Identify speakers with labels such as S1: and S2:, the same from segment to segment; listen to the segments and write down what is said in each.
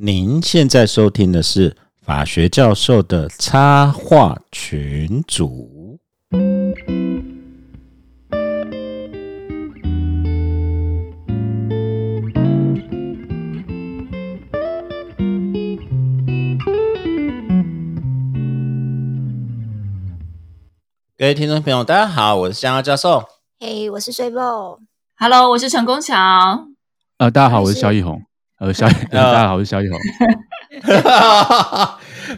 S1: 您现在收听的是法学教授的插画群组。各位听众朋友，大家好，我是香蕉教授。
S2: 嘿我是睡梦。
S3: Hello，我是陈功强。
S4: 呃，大家好，我是
S2: 是
S4: 萧一红。呃， 萧，呃大家好，我是萧一红。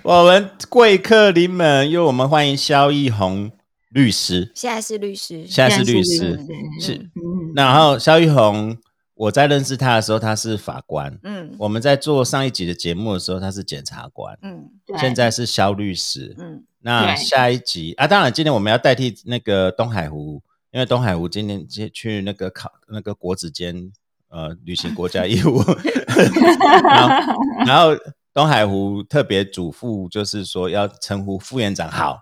S1: 我们贵客临门，因为我们欢迎萧逸宏律师，
S2: 现在是律师，
S1: 现在是律
S3: 现在
S1: 师
S3: 是律。师
S1: 是
S3: 嗯，
S1: 然后萧逸宏，我在认识他的时候，他是法官。
S2: 嗯
S1: 我们在做上一集的节目的时候，他是检察官，
S2: 嗯
S3: 对
S1: 现在是萧律师。
S2: 嗯，
S1: 那
S3: 对
S1: 下一集啊，当然今天我们要代替那个东海湖，因为东海湖今天去去那个考那个国子监呃履行国家义务， 然后然后东海湖特别嘱咐，就是说要称呼副院长好。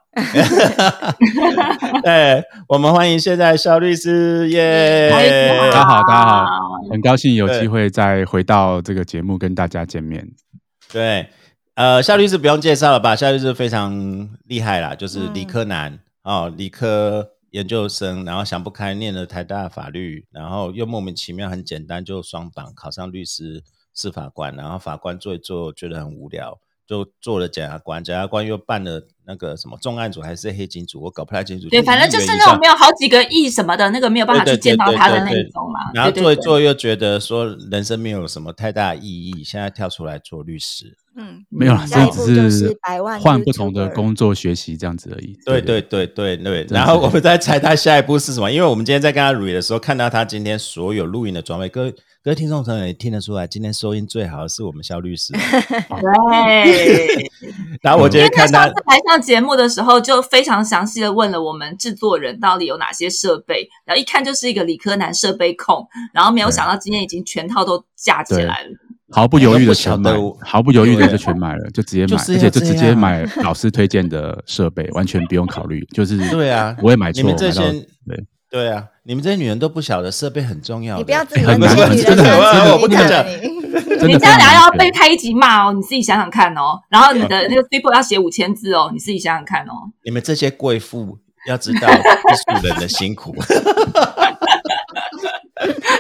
S1: 对，我们欢迎现在肖律师耶！
S3: 嗨
S1: 哎
S3: 大
S4: 家好大家好 很高兴有机会再回到这个节目跟大家见面。
S1: 对，呃，夏律师不用介绍了吧？夏律师非常厉害啦，
S3: 嗯
S1: 就是理科男、哦，理科研究生，然后想不开念了台大法律，然后又莫名其妙很简单就双榜考上律师是法官，然后法官做一做觉得很无聊，就做了检察官，检察官又办了那个什么重案组还是黑警组，我搞不太清楚。
S3: 对，反正
S1: 一
S3: 就是
S1: 元以
S3: 那种
S1: 上
S3: 没有好几个亿什么的，那个没有办法
S1: 对
S3: 去
S1: 对
S3: 见到
S1: 对
S3: 他的
S1: 对
S3: 那
S1: 对
S3: 一种嘛。
S1: 然后
S3: 对
S1: 做一，
S3: 对
S1: 做又觉得说人生没有什么太大意义，现在跳出来做律师。
S2: 嗯，
S4: 没有啦，
S2: 下一
S4: 这
S2: 步
S4: 只
S2: 就是百万
S4: 换不同的
S2: YouTuber
S4: 工作学习这样子而已。
S1: 对对对对对，
S4: 真
S1: 然后
S4: 是
S1: 我们在猜他下一步是什么，因为我们今天在跟他 re 的时候，看到他今天所有录音的装备，各位各位听众朋友也听得出来，今天收音最好的是我们肖律师。
S3: 对对，
S1: 然后我今
S3: 因为
S1: 天
S3: 他
S1: 看
S3: 上
S1: 他
S3: 次，来上节目的时候，就非常详细的问了我们制作人到底有哪些设备，然后一看就是一个理科男设备控，然后没有
S4: 对
S3: 想到今天已经全套都架起
S4: 对
S3: 来了。
S4: 毫不犹豫的全
S1: 我
S4: 买
S1: 都不晓，
S4: 毫不犹豫的就全买了，就直接买，
S1: 就是要
S4: 而且就直
S1: 这
S4: 接
S1: 样
S4: 买老师推荐的设备，完全不用考虑，就是
S1: 对啊
S4: 不会买
S1: 你
S4: 错，
S1: 们
S4: 买
S1: 这
S4: 到
S1: 些
S4: 对
S1: 对啊，你们这些女人都不晓得设备很重要的。
S2: 你不要自己
S4: 哎很
S2: 问这些
S4: 难
S2: 女
S4: 真
S2: 人上
S4: 的真
S2: 次
S4: 的
S2: 你
S1: 我跟
S2: 看
S1: 你讲
S2: 你
S4: 真
S3: 你
S4: 的
S3: 这样
S4: 非常
S3: 聊要
S4: 难
S3: 被
S4: 选
S3: 开一集骂哦，你自己想想看哦。然后你 的那个 paper 要写五千字哦，你自己想想看哦。
S1: 你们这些贵妇要知道艺术人的辛 苦。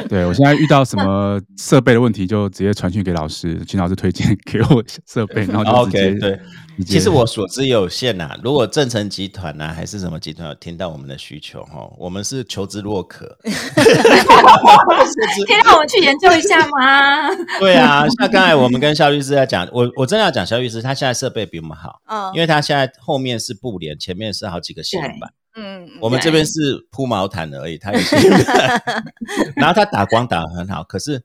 S4: 对我现在遇到什么设备的问题，就直接传讯给老师，请老师推荐给我 设备，然后就直
S1: OK，
S4: 接
S1: 对，
S4: 直接
S1: 其实我所知有限呐、如果正成集团呐、还是什么集团有听到我们的需求哈，我们是求之若渴。
S3: 可以让我们去研究一下吗？
S1: 对啊，像刚才我们跟肖律师在讲，我我真的要讲肖律师，他现在设备比我们好，
S2: 嗯，
S1: 因为他现在后面是布帘，前面是好几个吸板，
S2: 嗯，
S1: 我们这边是铺毛毯而已，他也是。 然后他打光打得很好，可是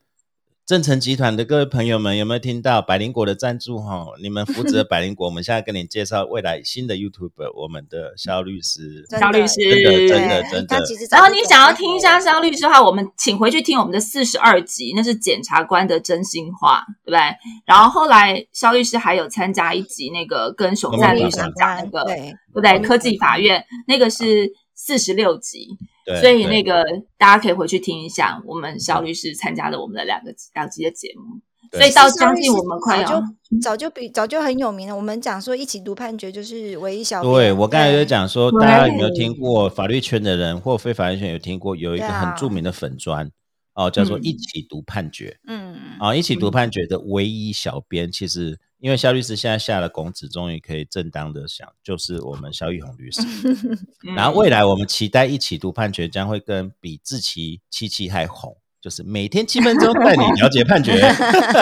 S1: 正成集团的各位朋友们有没有听到百灵果的赞助哈？你们扶持了百灵果，我们现在跟你介绍未来新的 YouTuber，我们的肖律师。
S2: 真的
S3: 肖律
S1: 真的真
S3: 师。
S1: 的
S2: 对
S1: 真的
S2: 他其实
S3: 然
S2: 早就
S3: 后你想要听一下肖律师的话，我们请回去听我们的四十二集，那是检察官的真心话，对不对？然后后来肖律师还有参加一集那个跟熊
S2: 讲
S3: 赞
S2: 过
S3: 律
S1: 律
S3: 师
S1: 师
S3: 讲那个，对
S2: 对，
S3: 不对？科技法院那个是四十六集，
S1: 对，
S3: 所以那
S1: 对
S3: 个大家可以回去听一下，我们肖律师参加了我们的两个两集的节目，
S1: 对
S3: 所以到将近我们快
S2: 早
S3: 要
S2: 就早就比早就很有名了。我们讲说一起读判决就是唯一小
S1: 对
S2: 品
S1: 我刚才就，讲说，
S3: 对
S1: 大家有没有听过法律圈的人或非法律圈有听过有一个
S2: 对啊
S1: 很著名的粉砖哦，叫做
S3: 嗯
S1: 一起读判决
S2: 嗯
S1: 啊、一起读判决的唯一小编，其实因为肖律师现在下了公职，终于可以正当的想，就是我们肖玉红 律师。
S3: 嗯
S1: 然后未来我们期待一起读判决将会跟比志奇七七还红，就是每天七分钟带你了解判 决。
S2: 对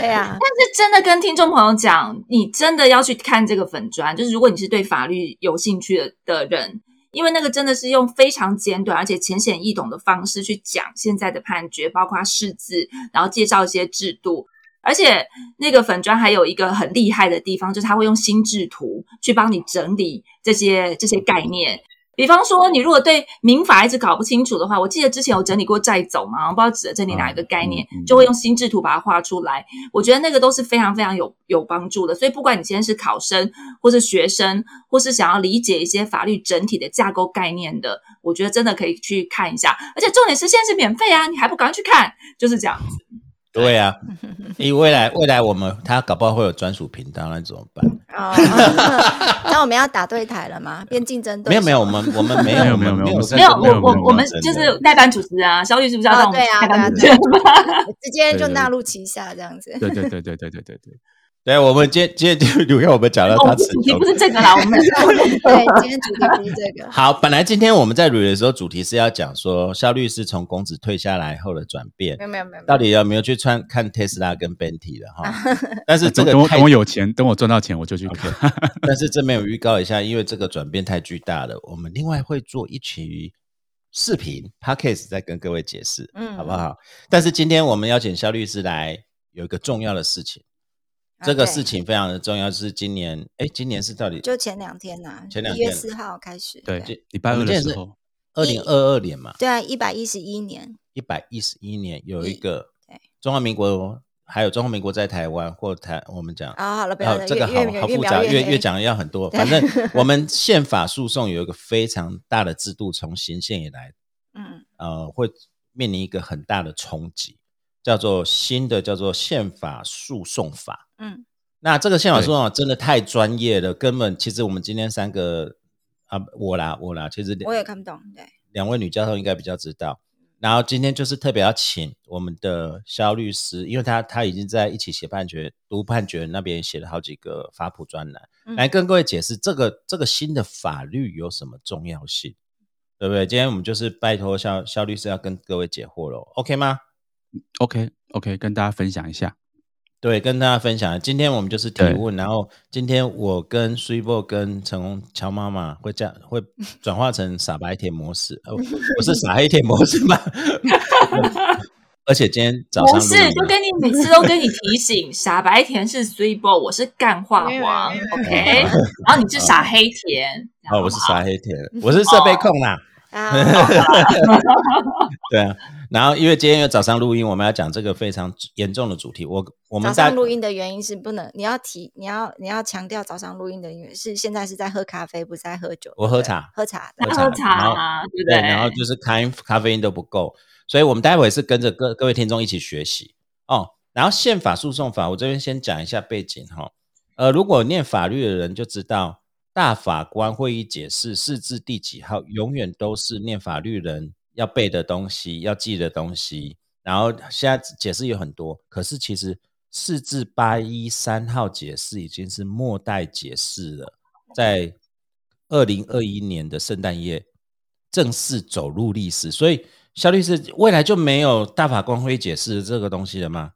S2: 啊 呀，
S3: 但是真的跟听众朋友讲，你真的要去看这个粉砖，就是如果你是对法律有兴趣的的人，因为那个真的是用非常简短而且浅显易懂的方式去讲现在的判决，包括释字，然后介绍一些制度。而且那个粉砖还有一个很厉害的地方，就是它会用心智图去帮你整理这些这些概念，比方说，你如果对民法一直搞不清楚的话，我记得之前有整理过债走嘛，我不知道指的整理哪一个概念，
S4: 嗯嗯嗯
S3: 就会用心智图把它画出来。我觉得那个都是非常非常有有帮助的。所以，不管你今天是考生，或是学生，或是想要理解一些法律整体的架构概念的，我觉得真的可以去看一下。而且重点是现在是免费啊，你还不赶快去看？就是这样子。
S1: 对啊，因为未来未来我们他搞不好会有专属频道，那怎么办？
S2: 哦，那我们要打对台了吗？变竞争对
S1: 没有
S2: 手？
S1: 没有，我们我们没
S4: 没有
S1: 有
S4: 没有
S1: 没
S4: 没有
S1: 有在
S3: 没有，
S1: 这
S3: 我
S1: 边
S4: 没有没
S3: 我
S4: 有
S3: 我们
S1: 真的
S3: 就是代班主持啊，小雨是不是要
S2: 哦
S3: 让我们
S2: 对啊
S3: 代班主持
S2: 对啊
S3: 人？
S2: 直接
S4: 对
S2: 就
S4: 对
S2: 纳入旗下这样子。
S4: 对对对对对对对对，
S1: 对，我们今天今天就留给我们讲
S4: 呃
S1: 到
S3: 哦我
S1: 他
S3: 们
S1: 词
S3: 主题
S1: 穷
S3: 不。是这个啦，我 们
S2: 对，今天主题不是这个。
S1: 好，本来今天我们在 r e 的时候，主题是要讲说肖律师从公子退下来后的转变
S2: 没，有没有没有，没有
S1: 到底有没有去穿看 Tesla 跟 Bentley 的 哈？但是这
S4: 等
S1: 个
S4: 等我
S1: 太
S4: 等我有钱，等我赚到钱我就去看。
S1: 但是这没有预告一下，因为这个转变太巨大了，我们另外会做一期视频 podcast 再跟各位解释，
S2: 嗯
S1: 好不好？但是今天我们邀请肖律师来，有一个重要的事情，
S2: 啊
S1: 这个
S2: 对
S1: 事情非常的重要，是今年，哎，今年是到底
S2: 就前两天呐、
S1: 前两
S2: 一月
S1: 天
S2: 四号开始。
S4: 对
S1: 这，
S4: 礼拜
S1: 我
S4: 二
S1: 们
S4: 的
S1: 今天
S4: 时
S1: 是
S4: 候，
S1: 二零二二年嘛，
S2: 对啊，一百一十一年。
S1: 一百一十一年有一
S2: 一
S1: 个
S2: 对
S1: 中华民国，还有中华民国在台湾或台，我们讲
S2: 啊、好了，不要
S1: 啊，
S2: 了，
S1: 这个
S2: 越
S1: 好
S2: 越
S1: 好
S2: 越
S1: 复
S2: 描
S1: 杂，
S2: 越
S1: 越
S2: 黑
S1: 越讲要很多。
S2: 对
S1: 反正 我们宪法诉讼有一个非常大的制度，从行宪以来，
S2: 嗯
S1: 呃，会面临一个很大的冲击，叫做新的叫做宪法诉讼法。
S2: 嗯，
S1: 那这个宪法
S4: 对
S1: 诉讼法真的太专业了，根本其实我们今天三个啊，我啦我啦，其实两
S2: 我也看不懂。对，
S1: 两位女教授应该比较知道。然后今天就是特别要请我们的肖律师，因为他他已经在一起写判决、读判决那边写了好几个法普专栏，
S2: 嗯
S1: 来跟各位解释这个这个新的法律有什么重要性，对不对？今天我们就是拜托肖肖律师要跟各位解惑喽，OK 吗？
S4: OK OK，跟大家分享一下。
S1: 对，跟大家分享，啊今天我们就是提
S4: 对
S1: 问，然后今天我跟 s u i b o 跟陈红乔妈妈会这样会转化成傻白甜模式，哦，我是傻黑甜模式吗？ 而且今天早上
S3: 不
S1: 录
S3: 是，
S1: 音
S3: 就跟你每次都跟你提醒，傻白甜是 three b o 我是干话
S2: 没有
S3: 王
S2: 没有
S3: ，OK，然后你是傻黑甜，
S1: 哦，我是傻黑甜，我是设备控啦，
S2: 啊，
S1: 对啊。然后因为今天有早上录音，我们要讲这个非常严重的主题，我 我
S2: 早
S1: 们大
S2: 上录音的原因是不能，你要提，你要你要强调早上录音的原因是现在是在喝咖啡，不是在喝酒。
S1: 我
S2: 对不
S1: 喝
S2: 对
S1: 茶
S2: 喝茶。
S1: 喝
S3: 他
S1: 茶
S3: 喝茶啊，对不对？
S1: 然后就是咖咖啡因都不够，所以我们待会是跟着各各位听众一起学习哦。然后宪法诉讼法，我这边先讲一下背景哈、呃，如果念法律的人就知道，大法官会议解释释字第几号，永远都是念法律人要背的东西，要记的东西。然后现在解释有很多，可是其实释字八一三号解释已经是末代解释了。在二零二一年的圣诞夜正式走入历史，所以肖律师未来就没有大法官会解释这个东西了吗？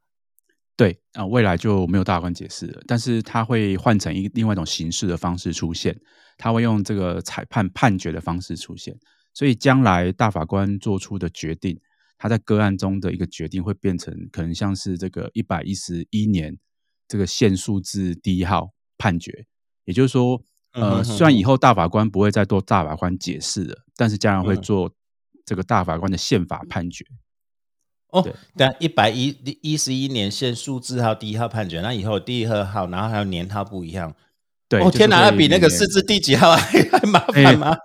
S4: 对啊、未来就没有大法官解释了，但是它会换成一另外一种形式的方式出现，它会用这个裁判判决的方式出现，所以将来大法官做出的决定，他在个案中的一个决定会变成可能像是这个一百一十一年这个限数字第一号判决，也就是说，
S1: 嗯
S4: 呃，
S1: 哼哼
S4: 虽然以后大法官不会再做大法官解释了，但是将来会
S1: 嗯
S4: 做这个大法官的宪法判决。
S1: 哦
S4: 对，
S1: 但一百一一十一年限数字号第一号判决，那以后第二号，然后还有年号不一样。
S4: 对，
S1: 哦
S4: 就是哎
S1: 天哪，那
S4: 会
S1: 比那个
S4: 每年
S1: 四字第几号还还麻烦吗？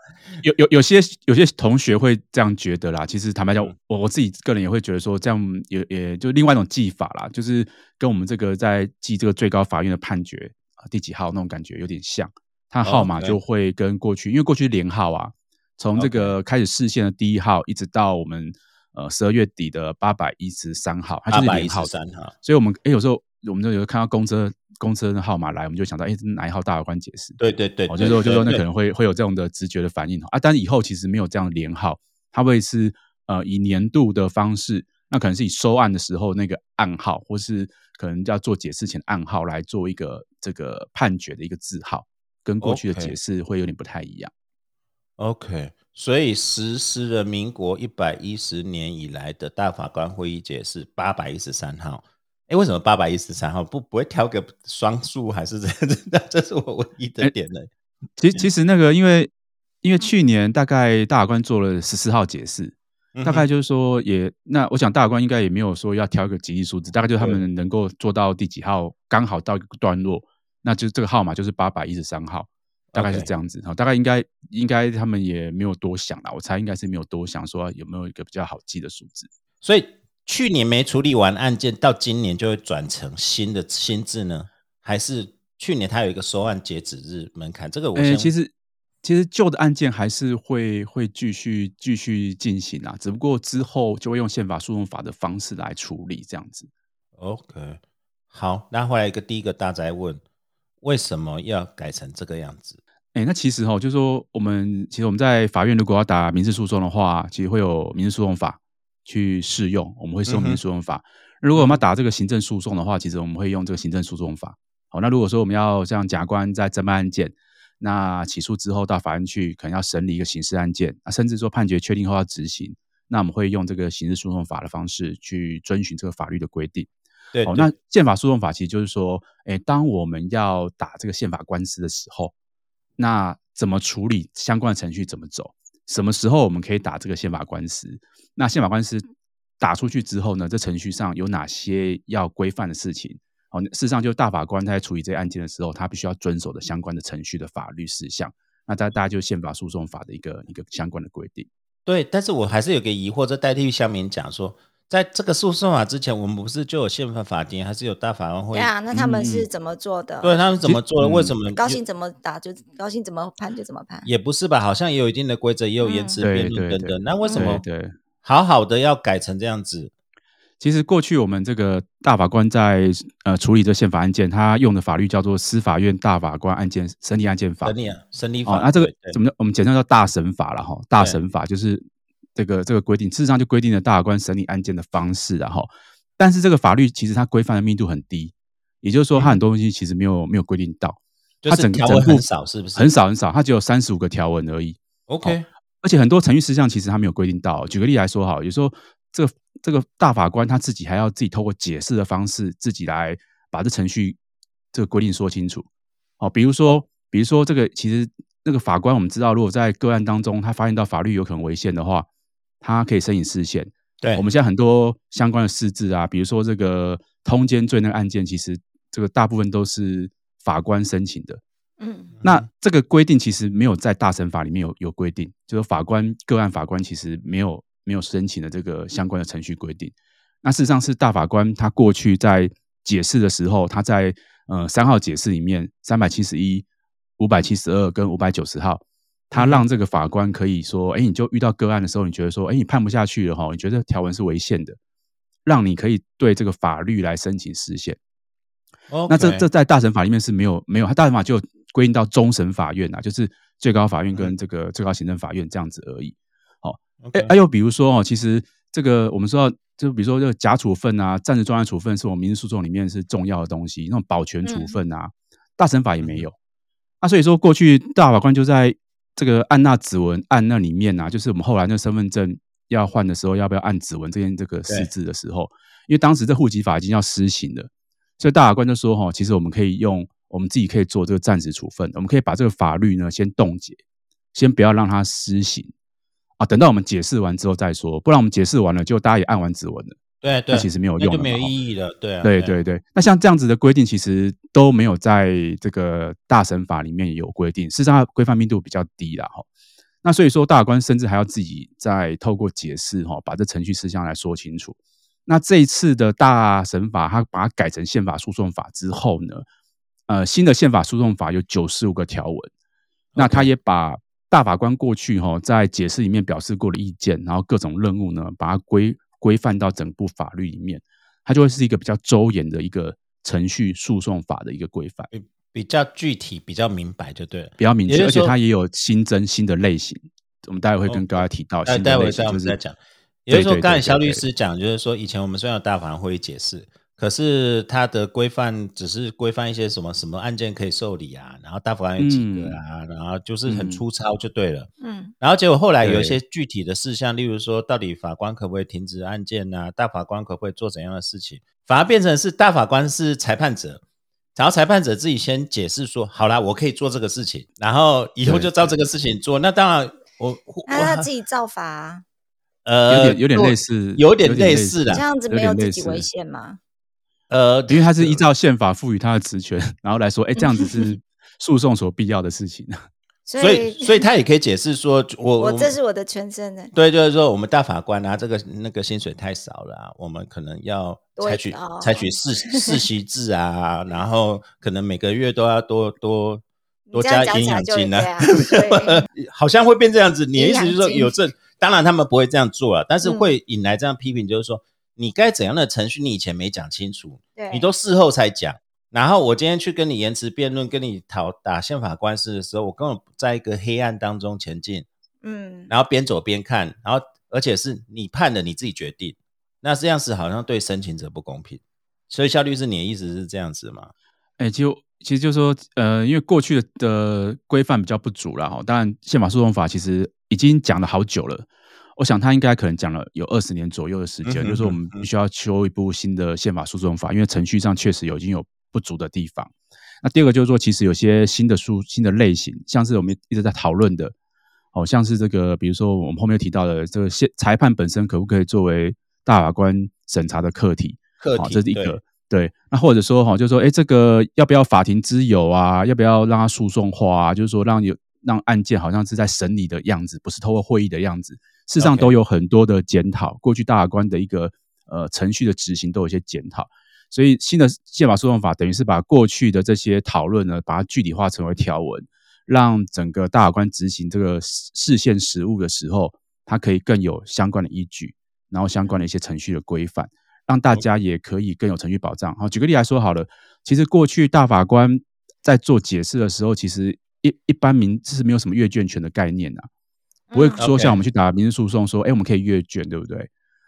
S4: 有有有些有些同学会这样觉得啦。其实坦白讲
S1: 嗯，
S4: 我我自己个人也会觉得说，这样也也就另外一种记法啦，就是跟我们这个在记这个最高法院的判决啊第几号那种感觉有点像。它号码
S1: 哦 OK
S4: 就会跟过去，因为过去连号啊，从这个开始视线的第一号一直到我们呃十二月底的八百一十三号，它
S1: 八
S4: 就是
S1: 啊百
S4: 连
S1: 一
S4: 号
S1: 十
S4: 的
S1: 三号，
S4: 所以我们哎、诶有时候我们就有时候看到公车公车的号码来，我们就想到哎、诶这是哪一号大法官解释？
S1: 对对对，
S4: 哦，
S1: 对
S4: 就是说，就
S1: 对
S4: 是说，那
S1: 对
S4: 可能会会有这种的直觉的反应哦啊。但以后其实没有这样的连号，它会是呃以年度的方式，那可能是以收案的时候那个暗号，或是可能要做解释前暗号来做一个这个判决的一个字号，跟过去的
S1: OK
S4: 解释会有点不太一样。
S1: OK，所以实施了民国一百一十年以来的大法官会议解释八百一十三号。哎，为什么八百一十三号不不会挑个双数还是 这这这是我唯一的点呢？
S4: 其实
S1: 嗯
S4: 其实那个因为因为去年大概大法官做了十四号解释，
S1: 嗯哼
S4: 大概就是说也那我想大法官应该也没有说要挑一个吉利数字，大概就是他们能够做到第几号，刚好到一个段落，那就是这个号码就是八百一十三号，大概是
S1: OK
S4: 这样子。好，大概应该应该他们也没有多想啦，我猜应该是没有多想说有没有一个比较好记的数字。
S1: 所以去年没处理完案件，到今年就会转成新的新制呢？还是去年它有一个收案截止日门槛？这个我
S4: 诶、
S1: 先
S4: 其实其实旧的案件还是会会继续继续进行啊，只不过之后就会用宪法诉讼法的方式来处理这样子。
S1: OK 好，那后来一个第一个大宅问，为什么要改成这个样子？
S4: 哎，那其实哈、就是说我们其实我们在法院如果要打民事诉讼的话，其实会有民事诉讼法去适用，我们会适用民事诉讼法。如果我们要打这个行政诉讼的话，其实我们会用这个行政诉讼法。好，那如果说我们要像甲官在侦办案件，那起诉之后到法院去，可能要审理一个刑事案件，啊，甚至说判决确定后要执行，那我们会用这个刑事诉讼法的方式去遵循这个法律的规定。
S1: 对，
S4: 好、
S1: 对
S4: 哦那宪法诉讼法其实就是说，诶，当我们要打这个宪法官司的时候，那怎么处理相关的程序怎么走？什么时候我们可以打这个宪法官司？那宪法官司
S1: 嗯
S4: 打出去之后呢，这程序上有哪些要规范的事情？好、事实上就是大法官他在处理这些案件的时候，他必须要遵守的相关的程序的法律事项。那大大家就是宪法诉讼法的一个一个相关的规定。
S1: 对，但是我还是有个疑惑，这代替乡民讲说，在这个诉讼法之前，我们不是就有宪法法庭，还是有大法官会
S2: 对？啊，那他们是
S4: 嗯
S2: 怎么做的？
S1: 对，啊他们怎么做的？
S4: 嗯
S1: 为什么
S2: 高兴怎么打就高兴怎么判就怎么判。
S1: 也不是吧？好像也有一定的规则，也有延迟
S4: 嗯
S1: 辩
S4: 对
S1: 论
S4: 对
S1: 等
S4: 对
S1: 等。那为什么
S4: 对对。
S1: 好好的要改成这样子？
S4: 其实过去我们这个大法官在呃处理这宪法案件，他用的法律叫做《司法院大法官案件审理案件法》
S1: 审理啊，审理
S4: 哦
S1: 法。，
S4: 那这个
S1: 对对
S4: 怎么叫我们简称叫大审法了哈？大审法就是这个这个规定，事实上就规定了大法官审理案件的方式然后，但是这个法律其实它规范的密度很低，也就是
S1: 嗯
S4: 说它很多东西其实没有没有规定到，
S1: 就
S4: 它
S1: 是
S4: 整
S1: 条
S4: 整
S1: 文
S4: 部
S1: 很少，是不是？
S4: 很少很少，它只有三十五个条文而已。
S1: OK，
S4: 而且很多程序事项其实他没有规定到。举个例来说，好，有时候这个这个大法官他自己还要自己透过解释的方式，自己来把这程序这个规定说清楚。哦，比如说，比如说这个其实那个法官我们知道，如果在个案当中他发现到法律有可能违宪的话，他可以申请释宪。
S1: 对，
S4: 我们现在很多相关的释字啊，比如说这个通奸罪那个案件，其实这个大部分都是法官申请的。
S2: 嗯，
S4: 那这个规定其实没有在大审法里面有有规定，就是法官个案法官其实没有没有申请的这个相关的程序规定。那事实上是大法官他过去在解释的时候，他在呃三号解释里面三百七十一、五百七十二跟五百九十号，他让这个法官可以说，哎，你就遇到个案的时候，你觉得说，哎，你判不下去了哈，你觉得条文是违宪的，让你可以对这个法律来申请释宪。那这
S1: 嗯 OK
S4: 这在大审法里面是没有没有，它大审法就规定到终审法院啊，就是最高法院跟这个最高行政法院这样子而已。哎、
S1: OK
S4: 哎，还有比如说哦，其实这个我们说到，就比如说这个假处分啊、暂时专案处分，是我们民事诉讼里面是重要的东西，那种保全处
S1: 嗯
S4: 分啊，大审法也没有。那、所以说，过去大法官就在这个按那指纹案那里面啊，就是我们后来那身份证要换的时候，要不要按指纹这件这个
S1: 对
S4: 事字的时候，因为当时这户籍法已经要施行了，所以大法官就说哈、哦，其实我们可以用我们自己可以做这个暂时处分，我们可以把这个法律呢先冻结，先不要让它施行啊，等到我们解释完之后再说，不然我们解释完了，就大家也按完指纹了，
S1: 对
S4: 那
S1: 对，
S4: 其实没有
S1: 那
S4: 用
S1: 就
S4: 了
S1: 没有
S4: 嘛。哦
S1: 意义了。对啊，
S4: 对对对，那像这样子的规定，其实都没有在这个大审法里面有规定，事实上它规范密度比较低啦哈。那所以说，大法官甚至还要自己再透过解释哈，把这程序事项来说清楚。那这一次的大审法，它把它改成宪法诉讼法之后呢，呃，新的宪法诉讼法有九十五个条文，那他也把大法官过去哈、在解释里面表示过的意见，然后各种任务呢，把它规规范到整部法律里面，它就会是一个比较周延的一个程序诉讼法的一个规范，
S1: 比较具体，比较明白就对了。
S4: 比较明
S1: 也
S4: 确，
S1: 就
S4: 而
S1: 是说
S4: 且它也有新增新的类型。我们待会会跟
S1: 哦
S4: 各位提到
S1: 待
S4: 新的
S1: 待会
S4: 类
S1: 再
S4: 型，
S1: 我
S4: 就
S1: 们
S4: 是
S1: 再讲。也就是
S4: 对
S1: 说，
S4: 对
S1: 刚才
S4: 对
S1: 肖
S4: 对
S1: 律
S4: 对
S1: 师讲，就是说以前我们虽然有大法官会议解释，可是它的规范只是规范一些什么什么案件可以受理啊，然后大法官有几个啊，然后就是很
S4: 嗯
S1: 粗糙就对了。
S2: 嗯，
S1: 然后结果后来有一
S4: 对
S1: 些具体的事项，例如说到底法官可不可以停止案件呐、大法官可不可以做怎样的事情，反而变成是大法官是裁判者。然后裁判者自己先解释说，好啦，我可以做这个事情，然后以后
S4: 对
S1: 就照这个事情做。那当然我，我
S2: 那啊他自己造法啊，
S1: 呃，
S4: 有点有点类似，
S1: 有点类似啦
S2: 这样子没有
S4: 有点
S2: 自
S4: 类
S2: 己
S4: 似
S2: 危险吗？
S1: 呃，
S4: 因为它 是依照宪法赋予它的职权，然后来说，哎，这样子是诉讼所必要的事情。
S2: 所
S1: 所以所以他也可以解释说，我
S2: 我这是我的全身的
S1: 对，就是说我们大法官啊，这个那个薪水太少了、啊，我们可能要
S2: 多一
S1: 采取
S2: 哦
S1: 采取 世世袭制啊，然后可能每个月都要多多
S2: 你
S1: 多
S2: 这样
S1: 加
S2: 讲
S1: 营
S2: 起来
S1: 养
S2: 就会
S1: 金
S2: 这
S1: 啊，
S2: 样对
S1: 好像会变这样子。你的意思就是说
S2: 营养金
S1: 有这，当然他们不会这样做了，但是
S2: 嗯
S1: 会引来这样批评，就是说你该怎样的程序，你以前没讲清楚，
S2: 对，
S1: 你都事后才讲。然后我今天去跟你言辞辩论，跟你讨打宪法官司的时候，我根本在一个黑暗当中前进。
S2: 嗯，
S1: 然后边走边看，然后而且是你判的，你自己决定，那这样子好像对申请者不公平。所以肖律师，你的意思是这样子吗？
S4: 哎、其实其实就是说，呃，因为过去的的规范比较不足啦，哈。当然，宪法诉讼法其实已经讲了好久了，我想他应该可能讲了有二十年左右的时间，
S1: 嗯哼
S4: 就是我们必须要修一部新的宪法诉讼法，因为程序上确实有已经有不足的地方。那第二个就是说，其实有些新的诉新的类型，像是我们一直在讨论的，哦，像是这个，比如说我们后面有提到的这个宪裁判本身可不可以作为大法官审查的课题？
S1: 课
S4: 好，
S1: 题
S4: 这是一
S1: 对
S4: 个。对，那或者说哈，就是说，哎，这个要不要法庭之友啊？要不要让它诉讼化啊？就是说让有让案件好像是在审理的样子，不是透过会议的样子。事实上
S1: OK
S4: 都有很多的检讨过去大法官的一个呃程序的执行都有一些检讨。所以新的宪法诉讼法等于是把过去的这些讨论呢，把它具体化成为条文，让整个大法官执行这个事事件实务的时候，它可以更有相关的依据，然后相关的一些程序的规范，让
S1: 哦
S4: 大家也可以更有程序保障。好，举个例来说好了，其实过去大法官在做解释的时候，其实一一般民是没有什么阅卷权的概念呐、啊不会
S2: 嗯
S4: 说
S1: OK
S4: 像我们去打民事诉讼说，哎、我们可以阅卷，对不对？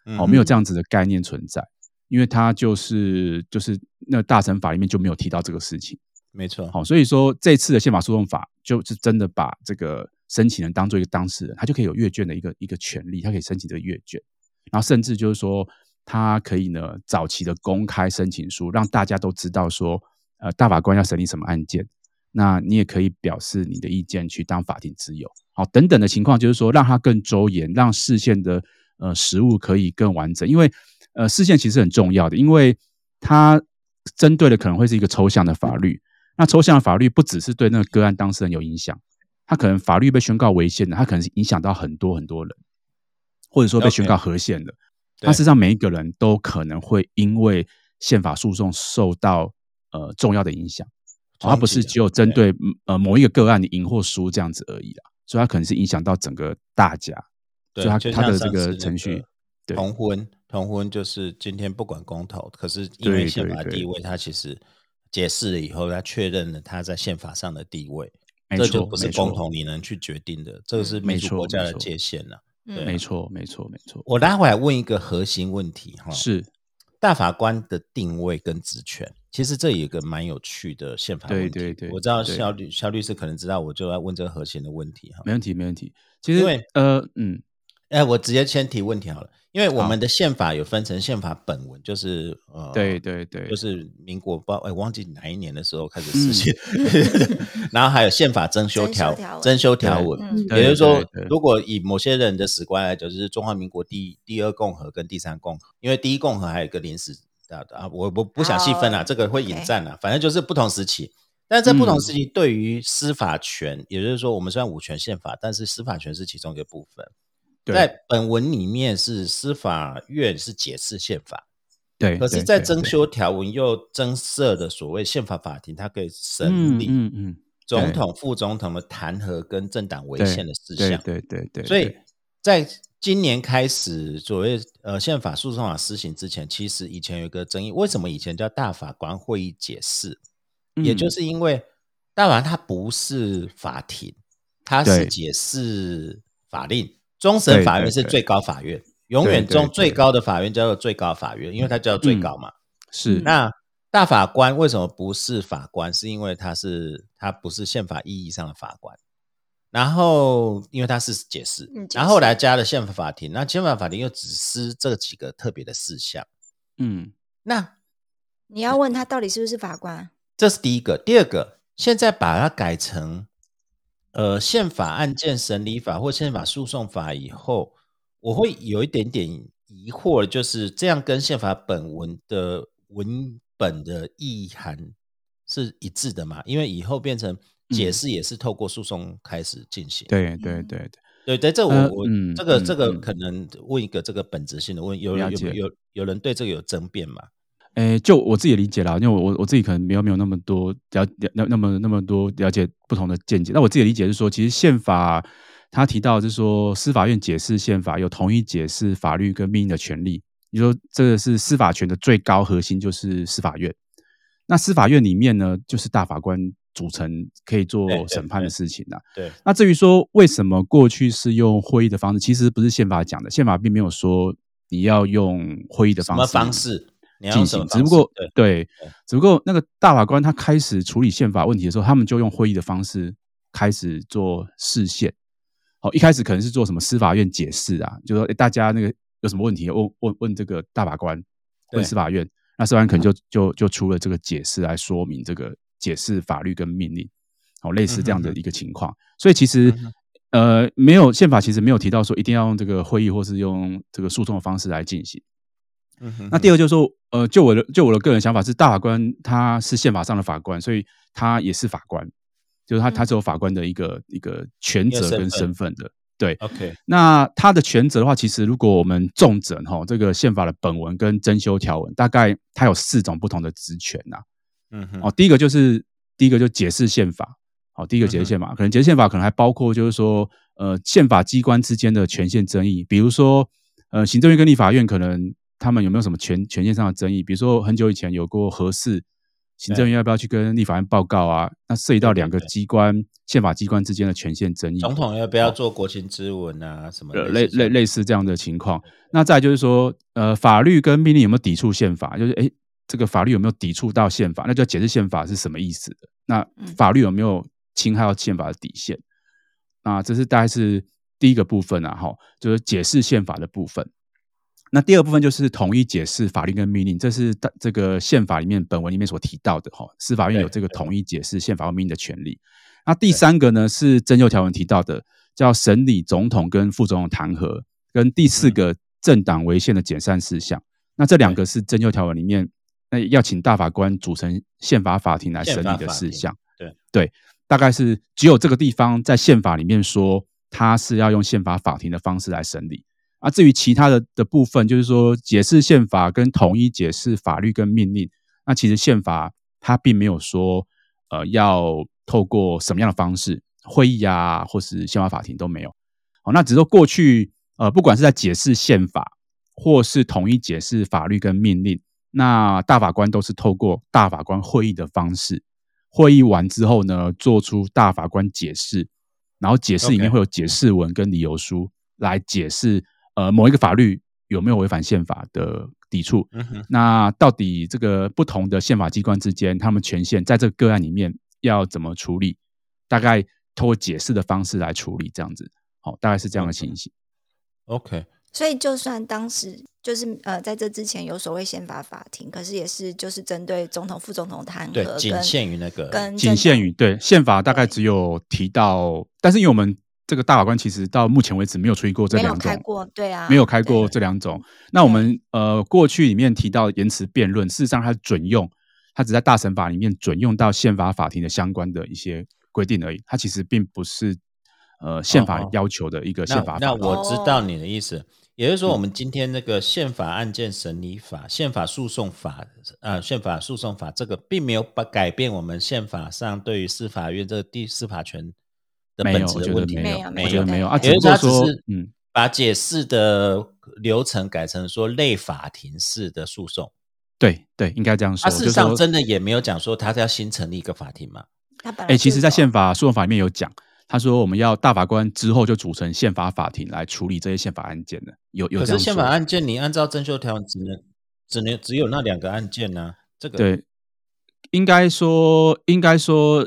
S1: 嗯
S4: 哦，没有这样子的概念存在，因为它就是就是那大乘法里面就没有提到这个事情。
S1: 没错，
S4: 好、所以说这次的宪法诉讼法就是真的把这个申请人当做一个当事人，他就可以有阅卷的一个一个权利，他可以申请这个阅卷，然后甚至就是说他可以呢早期的公开申请书，让大家都知道说，呃，大法官要审理什么案件。那你也可以表示你的意见，去当法庭之友，好，等等的情况，就是说让它更周延，让视线的呃实务可以更完整，因为呃视线其实很重要的，因为它针对的可能会是一个抽象的法律，那抽象的法律不只是对那个个案当事人有影响，它可能法律被宣告违宪的，它可能是影响到很多很多人，或者说被
S1: OK
S4: 宣告合宪的。
S1: 对
S4: 那事实上，每一个人都可能会因为宪法诉讼受到呃重要的影响，哦它不
S1: 冲
S4: 是
S1: 击
S4: 只有针对嗯呃某一个个案你赢或输这样子而已啦，所以它可能是影响到整个大家，
S1: 对，
S4: 所以它
S1: 就
S4: 它
S1: 像
S4: 的这
S1: 上次那
S4: 个程序，对
S1: 同婚，同婚就是今天不管公投，可是因
S4: 对
S1: 为
S4: 对
S1: 宪法
S4: 对
S1: 地位，它其实解释了以后，它确认了它在宪法上的地位，
S4: 没
S1: 这就
S4: 错，
S1: 不
S4: 没
S1: 是公
S4: 错，
S1: 投你能去决定的，这个是
S2: 嗯
S1: 民
S4: 没
S1: 主
S4: 错
S1: 国家
S4: 没
S1: 的
S4: 错
S1: 界限了。 对
S4: 没错，没错，没错，
S1: 我待会来问一个核心问题哈，
S4: 是
S1: 大法官的定位跟职权，其实这有一个蛮有趣的宪法问题。
S4: 对对对
S1: 我知道
S4: 对
S1: 肖律肖律师可能知道，我就要问这个核心的问题哈。
S4: 没问题，没问题。其实
S1: 因为
S4: 呃嗯，
S1: 哎，我直接先提问题好了，因为我
S4: 好
S1: 们的宪法有分成宪法本文，就是呃，
S4: 对对对，嗯
S1: 就是民国不知道哎，忘记哪一年的时候开始实现， 然后还有宪法征修
S2: 征修
S1: 条
S2: 条文
S1: 征修条文，
S2: 嗯
S4: 对
S1: 也就是说
S4: 对对，
S1: 如果以某些人的史观来讲，就是中华民国第第二共和跟第三共和，因为第一共和还有一个临时的啊，我我不想细分啦，
S2: 哦
S1: 这个会引
S2: OK
S1: 战啦，反正就是不同时期。但是在不同
S4: 嗯
S1: 时期，对于司法权，也就是说，我们虽然五权宪法，但是司法权是其中一个部分。
S4: 对
S1: 在本文里面是司法院是解释宪法，
S4: 对，
S1: 可是，
S4: 对
S1: 在
S4: 对
S1: 征
S4: 对
S1: 修条文又增设的所谓宪法法庭，它可以审
S4: 嗯
S1: 理
S4: 嗯嗯，
S1: 总
S4: 对
S1: 统、副总统的弹劾跟政党违
S4: 对
S1: 宪的事
S4: 对
S1: 项。
S4: 对对对，
S1: 所以
S4: 对
S1: 在今年开始所谓呃宪法诉讼法施行之前，其实以前有一个争议，为什么以前叫大法官会议解释？也就
S4: 嗯
S1: 是因为大法官它不是法庭，它
S4: 对
S1: 是解释法令，终审法院
S4: 对
S1: 是
S4: 对
S1: 最高法院，永远
S4: 对对
S1: 中
S4: 对
S1: 最高的法院叫做最高法院，因为它叫最
S4: 嗯
S1: 高嘛。
S4: 是
S1: 那大法官为什么不是法官？是因为他是他不是宪法意义上的法官，然后因为他是解释
S2: 嗯，解释
S1: 然后后来加了宪法法庭，那宪法法庭又只是这几个特别的事项。
S4: 嗯
S1: 那
S2: 你要问他到底是不是法官？
S1: 这是第一个，第二个，现在把它改成呃宪法案件审理法或宪法诉讼法以后，我会有一点点疑惑，就是这样跟宪法本文的文本的意涵是一致的嘛？因为以后变成解释也是透过诉讼开始进行。
S4: 对对对对，
S1: 对对，这我、
S4: 呃
S1: 我
S4: 嗯
S1: 这个、
S4: 嗯
S1: 这个
S4: 嗯
S1: 可能问一个这个本质性的问，有人
S4: 了
S1: 有
S4: 解
S1: 有有有人对这个有争辩嘛？
S4: 诶，就我自己的理解啦，因为我我我自己可能没有没有那么多了了那那么那么多了解不同的见解。那我自己的理解是说，其实宪法它提到就是说，司法院解释宪法有同意解释法律跟命令的权利。你说这个是司法权的最高核心，就是司法院。那司法院里面呢，就是大法官组成可以做
S1: 对对
S4: 审判
S1: 对
S4: 的事情啦。
S1: 对，
S4: 那至于说为什么过去是用会议的方式，其实不是宪法讲的，宪法并没有说你要用会议的
S1: 什
S4: 方
S1: 么
S4: 式
S1: 方式？你要
S4: 进
S1: 用什么
S4: 行，
S1: 方式？
S4: 只不过
S1: 对
S4: 对，只不过那个大法官他开始处理宪法问题的时候，他们就用会议的方式开始做释宪。好，一开始可能是做什么司法院解释啊，就说诶大家那个有什么问题，问问问这个大法官，
S1: 对嗯
S4: 问司法院，那司法院可能就就就出了这个解释来说明这个解释法律跟命令，好，类
S1: 嗯
S4: 似这样的一个情况。所以其实、呃，没有宪法其实没有提到说一定要用这个会议或是用这个诉讼的方式来进行。
S1: 嗯哼
S4: 那第二就是说，呃，就我的就我的个人想法是，大法官他是宪法上的法官，所以他也是法官，就是他
S2: 嗯
S4: 他是有法官的一个一个权责
S1: 一个身
S4: 跟
S1: 份
S4: 身份的。对，
S1: OK，
S4: 那他的权责的话，其实如果我们重整哈这个宪法的本文跟征修条文，大概它有四种不同的职权啊呐、
S1: 嗯哼，
S4: 哦，第一个就是第一个就解释宪法，好、第一个
S1: 嗯
S4: 解释宪法，可能解释宪法可能还包括就是说，呃，宪法机关之间的权限争议，比如说，呃，行政院跟立法院可能他们有没有什么权权限上的争议？比如说很久以前有过合适行政院要不要去跟立法院报告啊？那涉及到
S1: 对对
S4: 两个
S1: 对
S4: 机关宪法机关之间的权限争议，
S1: 总统要不要做国情咨文啊？什么
S4: 哦呃类
S1: 似这
S4: 类
S1: 样
S4: 类似这样的情况。那再来就是说，呃，法律跟命令有没有抵触宪法？就是诶，这个法律有没有抵触到宪法？那就要解释宪法是什么意思的。那
S2: 嗯
S4: 法律有没有侵害到宪法的底线？啊，这是大概是第一个部分啊，哈，就是解释宪法的部分。那第二部分就是统一解释法律跟命令，这是大这个宪法里面本文里面所提到的哈，司法院有
S1: 对
S4: 这个
S1: 对
S4: 统一解释宪法和命令的权利。那第三个呢是征求条文提到的，叫审理总统跟副总统弹劾，跟第四
S1: 嗯
S4: 个政党违宪的减善事项。那这两个是征求条文里面，那要请大法官组成宪法法庭来审
S1: 宪
S4: 理的
S1: 法法庭
S4: 事项。
S1: 对
S4: 对，大概是只有这个地方在宪法里面说，它是要用宪法法庭的方式来审理。啊，至于其他的的部分，就是说解释宪法跟统一解释法律跟命令，那其实宪法它并没有说，呃，要透过什么样的方式，会议啊，或是宪法法庭都没有。哦，那只是说过去，呃，不管是在解释宪法，或是统一解释法律跟命令，那大法官都是透过大法官会议的方式，会议完之后呢，做出大法官解释，然后解释里面
S1: OK
S4: 会有解释文跟理由书来解释，呃，某一个法律有没有违反宪法的抵触，
S1: 嗯哼，
S4: 那到底这个不同的宪法机关之间，他们权限在这个个案里面要怎么处理？大概通过解释的方式来处理，这样子，好、大概是这样的情形。
S1: OK，
S2: 所以就算当时就是呃，在这之前有所谓宪法法庭，可是也是就是针对总统、副总统弹
S1: 对
S2: 劾，
S1: 仅
S2: 跟
S1: 限于那个
S2: 跟
S4: 仅
S2: 政
S4: 限
S2: 党
S4: 于对宪法大概只有提到，但是因为我们这个大法官其实到目前为止没有处理过这
S2: 没有
S4: 两
S2: 开
S4: 种，
S2: 过，对啊，
S4: 没有开
S2: 对
S4: 过这两种。那我们呃过去里面提到延迟辩论，事实上它准用，它只在大审法里面准用到宪法法庭的相关的一些规定而已，它其实并不是呃宪法
S1: 哦
S4: 要求的一个宪法嗯
S1: 那
S4: 法
S1: 那
S4: 庭
S1: 我知道
S2: 哦
S1: 你的意思，也就是说，我们今天那个宪法案件审理法、宪法诉讼法、呃，宪法诉讼法这个并没有把改变我们宪法上对于司法院这个第司法权的
S4: 没
S1: 本
S4: 有，
S1: 质
S4: 我
S1: 的
S4: 觉
S1: 问
S4: 得
S1: 题，
S4: 没有，
S2: 没
S4: 我觉
S2: 有
S4: 得没有啊，
S1: 也就是
S4: 只不过
S1: 它只
S4: 说
S1: 是
S4: 嗯，
S1: 把解释的流程改成说类法庭式的诉讼，
S4: 对对，应该这样说，
S1: 它
S4: 就
S1: 事
S4: 是
S1: 实上
S4: 说
S1: 真的也没有讲说它要新成立一个法庭嘛，
S2: 他本来
S4: 哎、其
S2: 就
S4: 实，在
S2: 有
S4: 宪法诉讼法里面有讲，他说我们要大法官之后就组成宪法法庭来处理这些宪法案件的，有有
S1: 可
S4: 这
S1: 是
S4: 样
S1: 宪
S4: 说
S1: 法案件你按照征修条文只能只能只有那两个案件呢、这个
S4: 对，应该说应该说，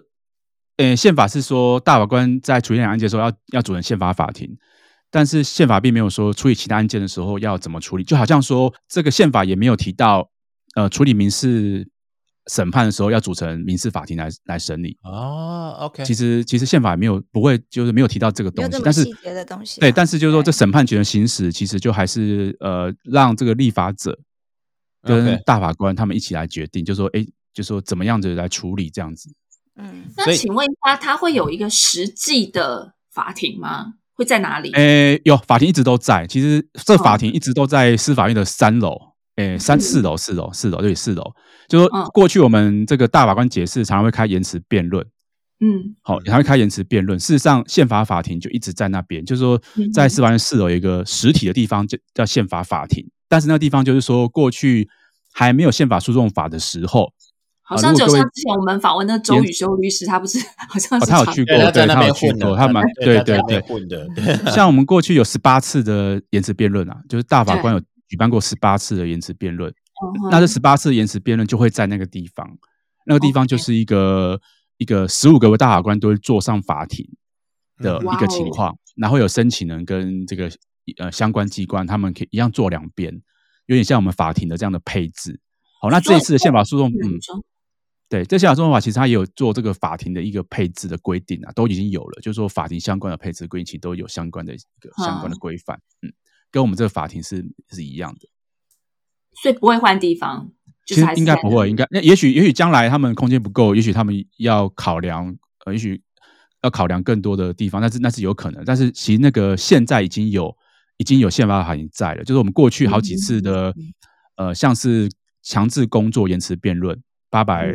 S4: 呃，宪法是说大法官在处理两案件的时候要要组成宪法法庭。但是宪法并没有说处理其他案件的时候要怎么处理，就好像说这个宪法也没有提到，呃，处理民事审判的时候要组成民事法庭来来审理。
S1: 哦，OK，
S4: 其实其实宪法也没有不会就是没有提到这个
S2: 没
S4: 东
S2: 有
S4: 西
S2: 这，么
S4: 但是
S2: 细节的东西啊
S4: 对，但是就是说
S2: 对
S4: 这审判权的行使，其实就还是呃让这个立法者
S1: OK
S4: 跟大法官他们一起来决定，就说诶，就说怎么样子来处理这样子。
S2: 嗯，
S3: 那
S1: 所以
S3: 请问一下，它会有一个实际的法庭吗？会在哪里？
S1: 嗯
S4: 诶，有法庭一直都在，其实这
S3: 哦
S4: 法庭一直都在司法院的三楼，诶，三四
S1: 嗯
S4: 楼、四楼、四楼对四楼，就
S3: 嗯
S4: 说过去我们这个大法官解释常常会开延迟辩论，
S3: 嗯
S4: 好，还会开延迟辩论。事实上，宪法法庭就一直在那边，就是说
S3: 嗯，
S4: 在司法院四楼有一个实体的地方叫叫宪法法庭，但是那个地方就是说，过去还没有宪法诉讼法的时候，
S3: 好
S4: 啊
S3: 像
S4: 如
S3: 只有
S4: 果各
S3: 像
S4: 位
S3: 之前我们访问那个周
S4: 严
S3: 宇修律师，他不是 好像
S4: 哦，
S3: 是
S4: 他有
S3: 常
S4: 去过，
S1: 对，他在那
S4: 他有
S1: 边
S4: 去
S1: 混的
S4: 过，，他蛮对
S1: 对
S4: 对
S1: 他在那边
S4: 对，嗯
S1: 混的，对
S4: 像我们过去有十八次的延迟辩论啊，就是大法官有举办过十八次的延迟辩论，
S3: 嗯
S4: 那这十八次延迟辩论就会在那个地方，那个地方就是一个一个十五个大法官都会坐上法庭的
S1: 嗯
S4: 一个情况，然后有申请人跟这个呃相关机关，他们可以一样坐两边，有点像我们法庭的这样的配置。好，那这一次的宪法诉讼，
S3: 嗯
S4: 嗯
S3: 你，说
S4: 对，这宪法诉讼法其实它也有做这个法庭的一个配置的规定啊，都已经有了，就是说法庭相关的配置规定，其实都有相关的一个相关的规范，嗯，跟我们这个法庭是是一样的。
S3: 所以不会换地方，就
S4: 其
S3: 是
S4: 实
S3: 还是
S4: 应该
S3: 在
S4: 不
S3: 那
S4: 会，
S3: 里
S4: 应该那也许也许将来他们空间不够，也许他们要考量，呃，也许要考量更多的地方，但是那是有可能。但是其实那个现在已经有已经有宪法法庭在了，就是我们过去好几次的、
S3: 嗯
S4: 呃，像是强制工作延迟辩论八
S3: 嗯
S4: 百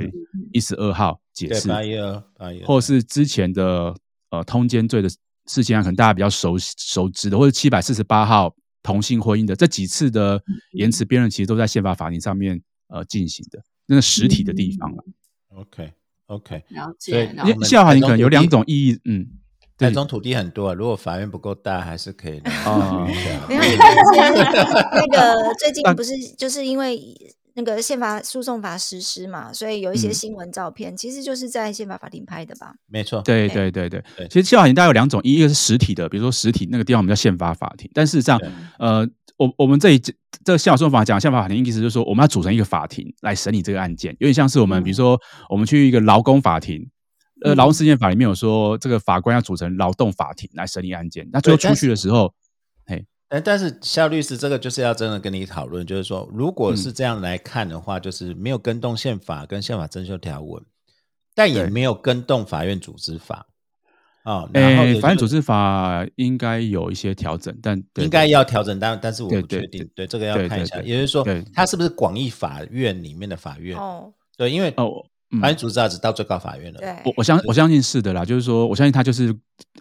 S4: 一十二号解
S1: 对
S4: 释，
S1: 八一二八一二，
S4: 或是之前的呃通奸罪的事件啊，可能大家比较熟悉熟知的，或者七百四十八号同性婚姻的这几次的延迟辩论，其实都在宪法法庭上面呃进行的，那个实体的地方了。
S1: OK OK，
S3: 了
S1: 所以
S3: 解，了
S1: 嗯
S3: 解
S4: 因为宪法法庭可能有两种
S1: 台中
S4: 意义，嗯，
S1: 台
S4: 对
S1: 中土地很多，啊如果法院不够大，还是可以的
S4: 啊
S2: 没有，你看那 个最近不是就是因为那个宪法诉讼法实施嘛，所以有一些
S4: 嗯
S2: 新闻照片，其实就是在宪法法庭拍的吧？
S1: 没错，
S4: 对对对对
S1: 对，
S4: 其实宪法法庭大概有两种，一个是实体的，比如说实体那个地方我们叫宪法法庭，但事实上
S1: 对，
S4: 呃，我我们这一这这个宪法诉讼法讲宪法法庭，意思就是说我们要组成一个法庭来审理这个案件，有点像是我们、
S3: 嗯
S4: 比如说我们去一个劳工法庭。呃，
S3: 嗯
S4: 劳动事件法里面有说，这个法官要组成劳动法庭来审理案件。那最后
S1: 对但
S4: 出
S1: 是
S4: 去的时候，
S1: 但但是夏律师这个就是要真的跟你讨论，就是说，如
S4: 嗯
S1: 果是这样来看的话，就是没有跟动宪法跟宪法增修条文，但也
S4: 对
S1: 没有跟动法院组织法啊、哦。然后也
S4: 诶、
S1: 就是
S4: 法哎院组织法应该有一些调整，但对
S1: 应该要调整，但但是我
S4: 对
S1: 不确
S4: 对
S1: 定，对
S4: 对
S1: 这个要
S4: 对
S1: 看
S4: 对
S1: 一下。
S4: 对
S1: 也就是说
S4: 对，
S1: 它是不是广义法院里面的法院？
S2: 哦，
S1: 对，因为
S4: 哦，嗯
S1: 法院组织法只到最高法院了。
S2: 对，
S4: 我
S1: 嗯
S4: 我相我相信是的啦，就是说，我相信他就是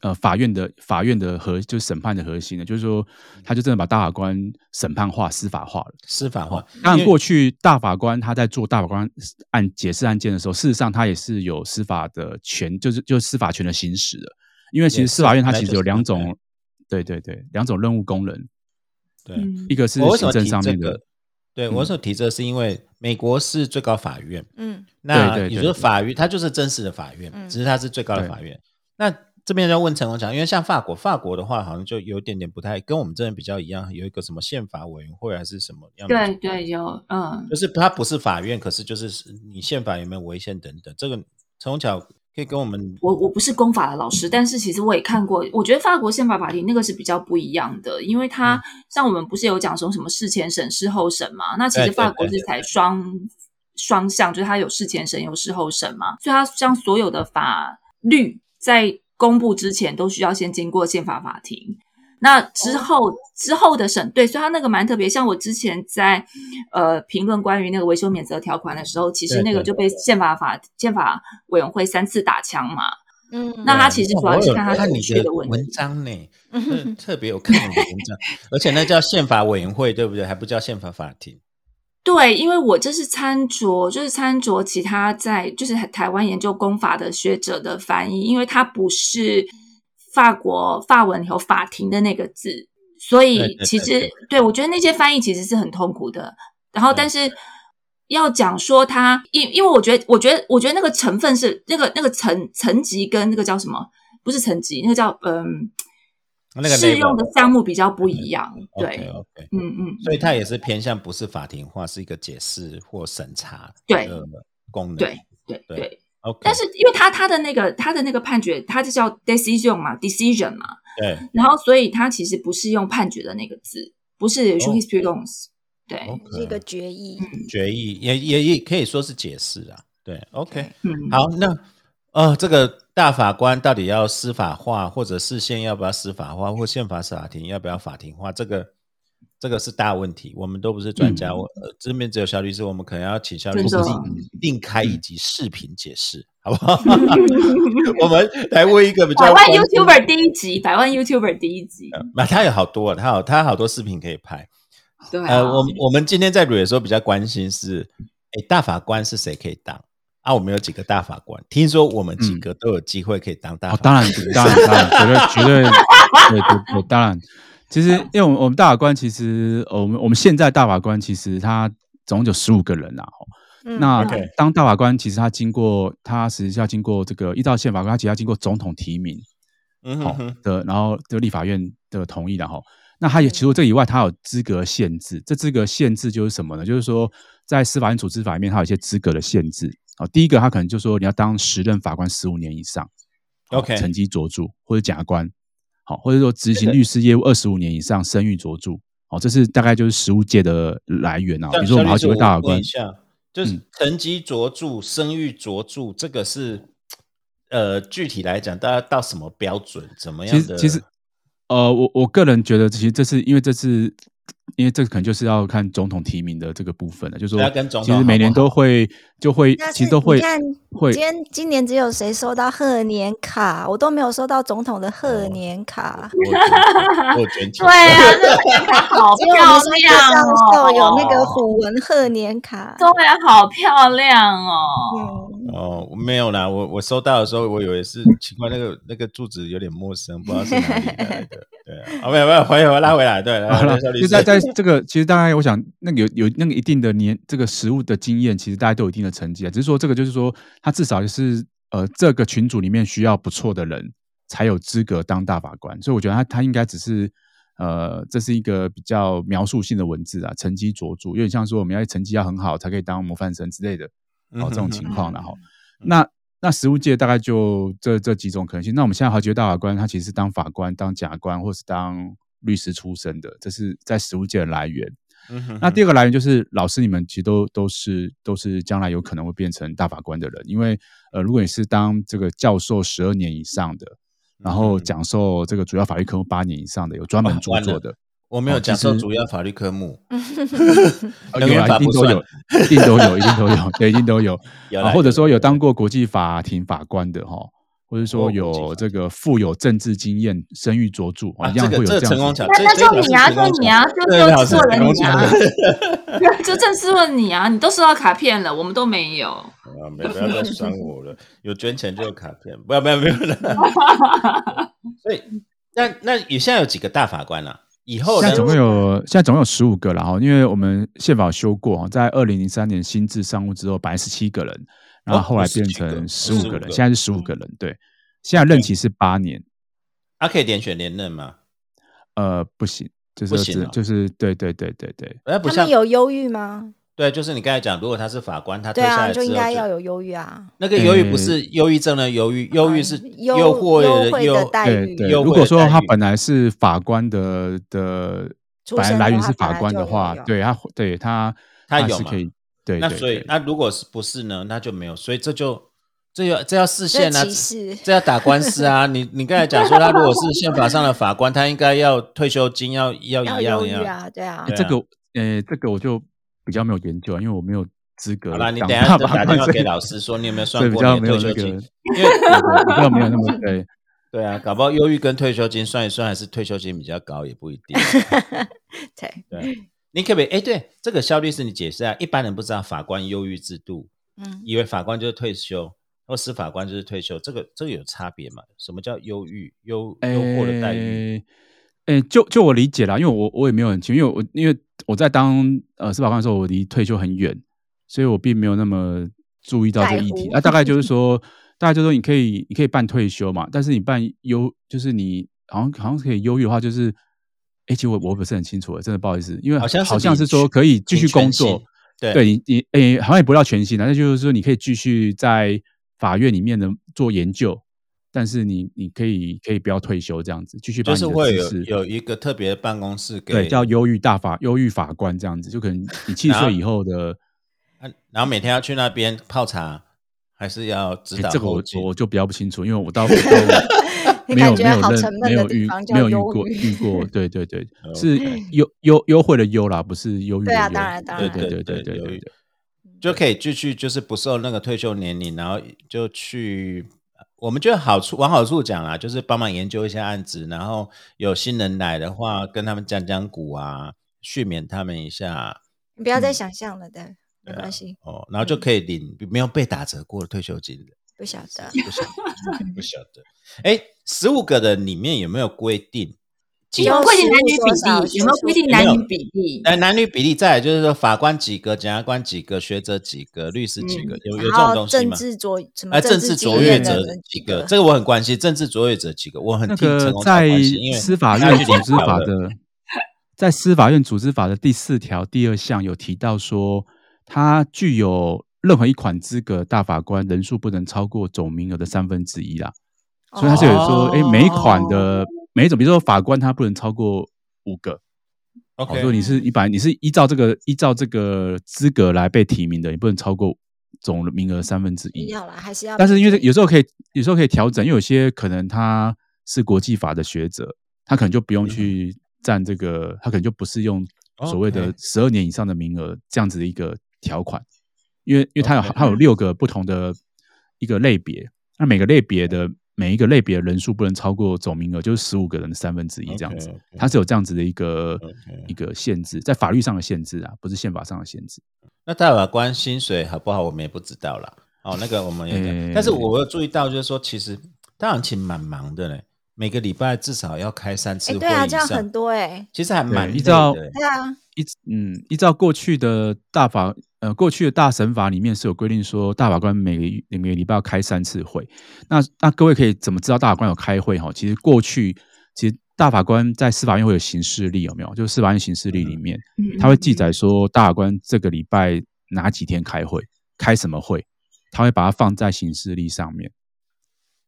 S4: 呃法院的法院的核就是审判的核心的，就是说，
S1: 嗯
S4: 他就真的把大法官审判化、司法化了。
S1: 司法化，
S4: 当
S1: 因为
S4: 然，过去大法官他在做大法官案解释案件的时候，事实上他也是有司法的权，就是就是司法权的行使的。因为其
S1: 也
S4: 实
S1: 是
S4: 司法院它
S1: 本来
S4: 其实
S1: 就
S4: 有
S1: 是
S4: 两
S1: 这样
S4: 种，对对对，两种任务功能，
S1: 对，
S3: 嗯
S4: 一个是
S1: 我为什
S4: 行
S1: 么
S4: 政
S1: 提
S4: 上
S1: 这
S4: 面的嗯
S1: 个，？对我为什么提这个，是因为美国是最高法院，
S2: 嗯
S1: 那
S4: 对对
S1: 也
S4: 对
S1: 就是
S4: 对
S1: 法院，它就是真实的法院，
S2: 嗯
S1: 只是它是最高的
S4: 对
S1: 法院。那这边要问陈宏强，因为像法国，法国的话好像就有点点不太跟我们这边比较一样，有一个什么宪法委员会还是什么样的，
S3: 对，对有嗯
S1: 就是它不是法院，可是就是你宪法有没有违宪等等，这个陈宏强可以跟我们
S3: 我我不是公法的老师，但是其实我也看过，我觉得法国宪法法庭那个是比较不一样的，因
S1: 嗯
S3: 为它、像我们不是有讲说什么事前审、事后审嘛，那其
S1: 对
S3: 实
S1: 对
S3: 法国
S1: 对
S3: 是采双双向，就是它有事前审有事后审嘛，所以它像所有的法律在公布之前都需要先经过宪法法庭。那之
S1: 哦
S3: 后、之后的审对，所以它那个蛮特别。像我之前在呃评论关于那个维修免责条款的时候，其实
S1: 对
S3: 那个
S1: 对
S3: 就被宪法法宪法委员会三次打枪嘛。
S2: 嗯，
S3: 那他
S1: 他
S3: 其实主要是看他
S1: 啊看
S3: 过
S1: 你
S3: 去
S1: 的
S3: 的问题
S1: 文章 呢，特特别有看你的文章，而且那叫宪法委员会，对不对？还不叫宪法法庭。
S3: 对，因为我这是参酌，就是参酌其他在就是台湾研究公法的学者的翻译，因为它不是法国法文有法庭的那个字，所
S1: 对
S3: 以
S1: 对
S3: 其
S1: 对
S3: 实
S1: 对
S3: 对我觉得那些翻译其实是很痛苦的。然后，
S1: 对
S3: 但是要讲说它，因因为我觉得，我觉得，我觉得那个成分是那个那个层层级跟那个叫什么，不是层级，那个叫嗯，
S1: 那个
S3: 适
S1: label 嗯
S3: 用的项目比较不一样。
S1: OK
S3: 对，
S1: OK，
S3: 嗯嗯，
S1: 所以它也是偏向不是法庭化，是一个解释或审查
S3: 对
S1: 的功能。
S3: 对对
S1: 对
S3: 对。
S1: ，OK，
S3: 但是因为他他的那个他的那个判决，他就叫 decision 嘛，decision 嘛，
S1: 对
S3: 然后所以他其实不是用判决的那个字，不是 s h u i s p r e d o n s 对，
S2: 是一个
S1: OK
S2: 决议，
S1: 决议也也也可以说是解释啊。对，OK，
S3: 嗯，
S1: 好，那呃，这个大法官到底要司法化，或者市县要不要司法化，或宪法法庭要不要法庭化，这个这个是大问题。我们都不是专家，
S4: 嗯
S1: 我呃这边只有肖律师，我们可能要请肖律师
S3: 尊
S4: 重
S1: 另另开一集视频解释，好不 好？我们来问一个比较
S3: 百万
S1: 关注
S3: YouTuber 第一集，百万 YouTuber 第一集，
S1: 那他有好多，他有他好多视频可以拍。
S3: 对啊，
S1: 呃，我们我们今天在捋的时候比较关心是，哎，大法官是谁可以当？啊，我们有几个大法官？听说我们几个都有机会可以当大
S4: 嗯哦，
S1: 法
S4: 当然， 当然，当然，绝对，绝对，对对对，当然。其实，因为我们我们大法官其实，呃我们我们现在大法官其实他总共有十五个人啦、哦
S2: 嗯
S4: 那
S1: OK
S4: 当大法官，其实他经过他实际上经过这个依照宪法，他其实要经过总统提名
S1: 嗯
S4: 好
S1: 哼哼
S4: 的，然后这个立法院的同意然后那他也除了这以外，他有资格限制。这资格限制就是什么呢？就是说在司法院组织法里面，它有一些资格的限制。哦，第一个他可能就说你要当时任法官十五年以上。
S1: OK
S4: 成绩卓著，或者检察官，好，或者说执行律师业务二十五年以上，声誉卓著，好，这是大概就是实务界的来源啊。
S1: 像
S4: 比如说我们好几
S1: 像
S4: 位
S1: 律师
S4: 大法
S1: 我问
S4: 官
S1: 一，下，就是
S4: 嗯
S1: 成绩卓著、声誉卓著，这个是呃，具体来讲，大家到什么标准？怎么
S4: 其
S1: 样
S4: 实
S1: 的？
S4: 其实，呃，我我个人觉得，其实这是因为这是因为这可能就是要看总统提名的这个部分了，就是说
S1: 要啊跟总统
S4: 其实
S1: 好不
S4: 每年都
S1: 好
S4: 会就会
S2: 但
S4: 其
S2: 是
S4: 实都会
S2: 你看，
S4: 会
S2: 今天今年只有谁收到贺年卡，我都没有收到总统的贺
S4: 哦
S2: 年卡。
S1: 我卷 我卷起
S3: 对
S1: 来
S3: 啊，这个卡好
S2: 只有我
S3: 漂
S2: 们三个
S3: 亮
S2: 教
S3: 哦，
S2: 授有那个虎纹贺年卡。
S3: 对啊，好漂亮哦，
S2: 嗯，
S1: 哦，没有啦，我我收到的时候，我以为是奇怪，那个那个住址有点陌生，不知道是哪里来的。对啊，哦，没有没有，回回拉回来，对，拉
S4: 好
S1: 回来
S4: 了，
S1: 小律
S4: 就
S1: 师
S4: 在在这个，其实大概我想，那个有有那个一定的年，这个实物的经验，其实大家都有一定的成绩啊。只是说这个就是说，他至少就是呃，这个群组里面需要不错的人才有资格当大法官，所以我觉得他他应该只是呃，这是一个比较描述性的文字啊，成绩卓著，有点像说我们要成绩要很好才可以当模范生之类的，
S1: 嗯
S4: 哦
S1: 哼
S4: 这种情况，然后。
S1: 嗯
S4: 那那实务界大概就这这几种可能性。那我们现在好几位大法官，他其实是当法官、当检察官或是当律师出身的，这是在实务界的来源。
S1: 嗯哼
S4: 那第二个来源就是老师，你们其实都都是都是将来有可能会变成大法官的人，因为呃，如果你是当这个教授十二年以上的，然后
S1: 嗯
S4: 讲授这个主要法律科目八年以上的，有专门
S1: 哇
S4: 著
S1: 完
S4: 作
S1: 了
S4: 的，
S1: 我没有
S4: 哦其
S1: 讲授
S4: 实
S1: 主要法律科 目，
S4: 呃
S1: 人
S4: 有
S1: 员
S4: 啊，
S1: 法
S4: 一定
S1: 不
S4: 都
S1: 算
S4: 有，一定都有，一定都有，对，一定都有。
S1: 有
S4: 啊，
S1: 啦
S4: 或者说有当
S1: 啦
S4: 过国际法庭法官的哈，或者
S1: 哦
S4: 说
S1: 国际
S4: 有
S1: 法
S4: 这个富有政治经验、声誉卓著啊，
S1: 啊，
S4: 一
S1: 这
S4: 样会
S1: 个
S4: 有
S1: 这
S4: 这
S1: 个陈
S4: 样
S1: 光
S4: 子。
S1: 强，
S3: 那那
S1: 这
S3: 就你啊，就你啊，就就做人你啊， 就正式问你啊，你都收到卡片了，我们都没有。
S1: 啊，没不要再酸我了，有捐钱就有卡片，不要不要不要了。所以那那也现在有几个大法官了、以后呢
S4: 现在？总共有现在总共有十五个了哈，因为我们宪法有修过哈，在二零零三年新制上路之后，本来十七个人，然后后来变成十五
S1: 15
S4: 个
S1: 哦个嗯
S4: 人，现在是十五个人，对，现在任期是八年，
S1: 他、可以连选连任吗？
S4: 呃，不行，就是
S1: 不行
S4: 只
S1: 啊
S4: 就是对对对对对，
S1: 那不
S2: 他
S1: 像
S2: 们有忧郁吗？
S1: 对，就是你刚才讲，如果他是法官，他退
S2: 对
S1: 下
S2: 啊，
S1: 来之
S2: 就
S1: 后
S2: 应该要有忧郁啊。
S1: 那个忧郁不
S4: 嗯
S1: 是忧郁症的忧郁，忧郁是
S2: 嗯
S1: 诱
S2: 优
S1: 惑
S2: 优
S1: 的
S2: 惠
S1: 诱
S2: 的待
S4: 对
S2: 遇。
S4: 对，
S1: 优惠
S4: 如果
S1: 的
S4: 说
S1: 待
S4: 他
S1: 遇
S4: 本来是法官的的，
S2: 出
S4: 本来
S2: 身的
S4: 来源
S2: 话
S4: 是
S2: 本
S4: 法
S2: 来
S4: 官
S2: 就
S4: 的
S2: 会
S4: 话
S2: 有，
S4: 对他会，对他
S1: 他有
S4: 是
S1: 嘛
S4: 可以，对
S1: 那
S4: 对
S1: 所以
S4: 对，
S1: 那如果是不是呢？那就没有，所以这就这要这要视
S2: 这
S1: 线啊，
S2: 歧视。
S1: 这要打官司啊！你你刚才讲说，他如果是宪法上的法官，他应该要退休金要要
S2: 要
S1: 一样
S2: 忧
S1: 一
S2: 郁
S1: 样。
S2: 啊，对啊
S4: 诶，
S1: 对
S4: 这
S1: 啊
S4: 个呃，这个我就比较没有研究啊，因为我没有资格
S1: 好
S4: 当
S1: 啦，你等一
S4: 大
S1: 下就
S4: 法
S1: 打
S4: 官，
S1: 电话
S4: 所
S1: 给
S4: 以
S1: 老师说，你有没有
S4: 所
S1: 算
S4: 以比
S1: 过
S4: 较
S1: 你的
S4: 没有
S1: 退
S4: 那
S1: 休
S4: 个
S1: 金？ 因为
S4: 对比较没有那么对。
S1: 对啊，搞不好忧郁跟退休金算一算，还是退休金比较高，也不一定。
S2: 对，
S1: 对，你可不可以？哎，对，这个肖律师，你解释啊，一般人不知道法官忧郁制度，
S2: 嗯，
S1: 以为法官就是退休，或司法官就是退休，这个这个有差别嘛？什么叫忧郁？忧
S4: 哎
S1: 忧惑的待遇？
S4: 诶诶，就就我理解啦，因为我我也没有很清楚，因为我因为我在当呃司法官的时候，我离退休很远，所以我并没有那么注意到这个议题
S2: 在乎
S4: 啊。大 概就是说，大概就是说，你可以你可以办退休嘛，但是你办优，就是你好像好像可以优越的话，就是诶，其实我我不是很清楚欸了，真的不好意思，因为
S1: 好像是
S4: 好像
S1: 领
S4: 是说
S1: 全
S4: 可以继续
S1: 领全
S4: 工作
S1: 薪，对
S4: 对你你诶、好像也不到全薪啊，那就是说你可以继续在法院里面的做研究，但是你你可以可以不要退休这样子，继续把
S1: 就
S4: 你
S1: 是
S4: 的
S1: 会
S4: 知
S1: 有
S4: 识
S1: 有一个特别的办公室给
S4: 对叫忧郁大法忧郁法官这样子，就可能你七十
S1: 然后
S4: 岁以后的
S1: 啊然后每天要去那边泡茶，还是要指
S4: 诶
S1: 导
S4: 哎这个
S1: 后
S4: 我
S1: 进
S4: 我就比较不清楚，因为 我 到我到
S2: 你
S4: 没有
S2: 感觉
S4: 没有
S2: 好
S4: 认
S2: 沉闷
S4: 没
S2: 的
S4: 有
S2: 地
S4: 遇
S2: 方叫
S4: 没有遇
S2: 忧
S4: 过
S2: 郁
S4: 遇过，对对 对，
S1: OK
S4: 是优优优惠的优啦，不是忧郁的
S2: 对啊
S4: 忧
S2: 当然当
S4: 对
S2: 然嗯
S4: 对
S1: 对
S4: 对对
S1: 对忧
S4: 对
S1: 郁就可以继续就是不受那个退休年龄，然后就去我们就好处往好处讲啊，就是帮忙研究一下案子，然后有新人来的话，跟他们讲讲股啊，续免他们一下
S2: 你不要
S4: 嗯
S2: 再想象了，对，没
S1: 对啊
S2: 关系，
S1: 哦，然后
S2: 嗯
S1: 就可以领没有被打折过的退休金了。
S2: 不晓得。
S1: 不晓 得，不晓得。哎，十五个的里面有没有规定？
S3: 有
S1: 哦
S3: 没有规定男女
S2: 多少
S3: 比例？有没有规定
S1: 学
S3: 男
S1: 生
S3: 女比例？
S1: 哎，男女比例再来就是说，法官几个，检察官几个，学者几个，律师几个，有有这
S2: 嗯然
S1: 种
S2: 后
S1: 东西
S2: 政
S1: 吗？
S2: 治卓什么
S1: 呃，政治
S2: 治
S1: 卓
S2: 经
S1: 越
S2: 验
S1: 者
S2: 的人
S1: 几
S2: 几
S1: 个，
S2: 个，
S1: 这个我很关心。政治卓越者几个，我很
S4: 那
S1: 替
S4: 个
S1: 成功超
S4: 在
S1: 关心，因为
S4: 司法
S1: 他
S4: 院
S1: 去
S4: 组
S1: 联
S4: 织
S1: 考
S4: 法
S1: 了
S4: 的，在司法院组织法的第四条第二项有提到说，他具有任何一款资格大法官人数不能超过总名额的三分之一啦。所以他是
S2: 哦
S4: 有说，哎、每一款的每一种，比如说法官他不能超过五个。好，如果
S1: OK，
S4: 你是一百，你是依照这个依照这个资格来被提名的，你不能超过总名额三分之一。
S2: 要啦，还是要。
S1: 啊
S4: 但是因为这有时候可以，有时候可以调整，因为有些可能他是国际法的学者，他可能就不
S1: 嗯
S4: 用去占这个，他可能就不是用所谓的
S1: OK
S4: 十二年以上的名额这样子的一个条款，因为因为他有
S1: OK 嗯
S4: 他有六个不同的一个类别，那每个类别的每一个类别的人数不能超过总名额，就是十五个人的三分之一这样子，
S1: OK，OK
S4: 它是有这样子的一个
S1: OK
S4: 一个限制，在法律上的限制啊，不是宪法上的限制。
S1: 那大法官薪水好不好，我们也不知道啦。哦，那个我们也讲，
S4: 诶
S1: 但是我有注意到，就是说，其实大行情蛮忙的嘞，每个礼拜至少要开三次
S2: 哎，
S1: 会
S2: 对啊，
S1: 以
S2: 这样
S1: 上
S2: 很，多哎，
S1: 其实还蛮
S4: 对
S1: 累
S4: 依照
S1: 的
S2: 对啊，
S4: 依嗯，依照过去的大法呃，过去的大审法里面是有规定说，大法官每个月每个礼拜要开三次会。那那各位可以怎么知道大法官有开会哈？其实过去其实大法官在司法院会有行事历有没有？就是司法院行事历里面，
S3: 嗯
S4: 他会记载说大法官这个礼拜哪几天开会，开什么会，他会把它放在行事历上面。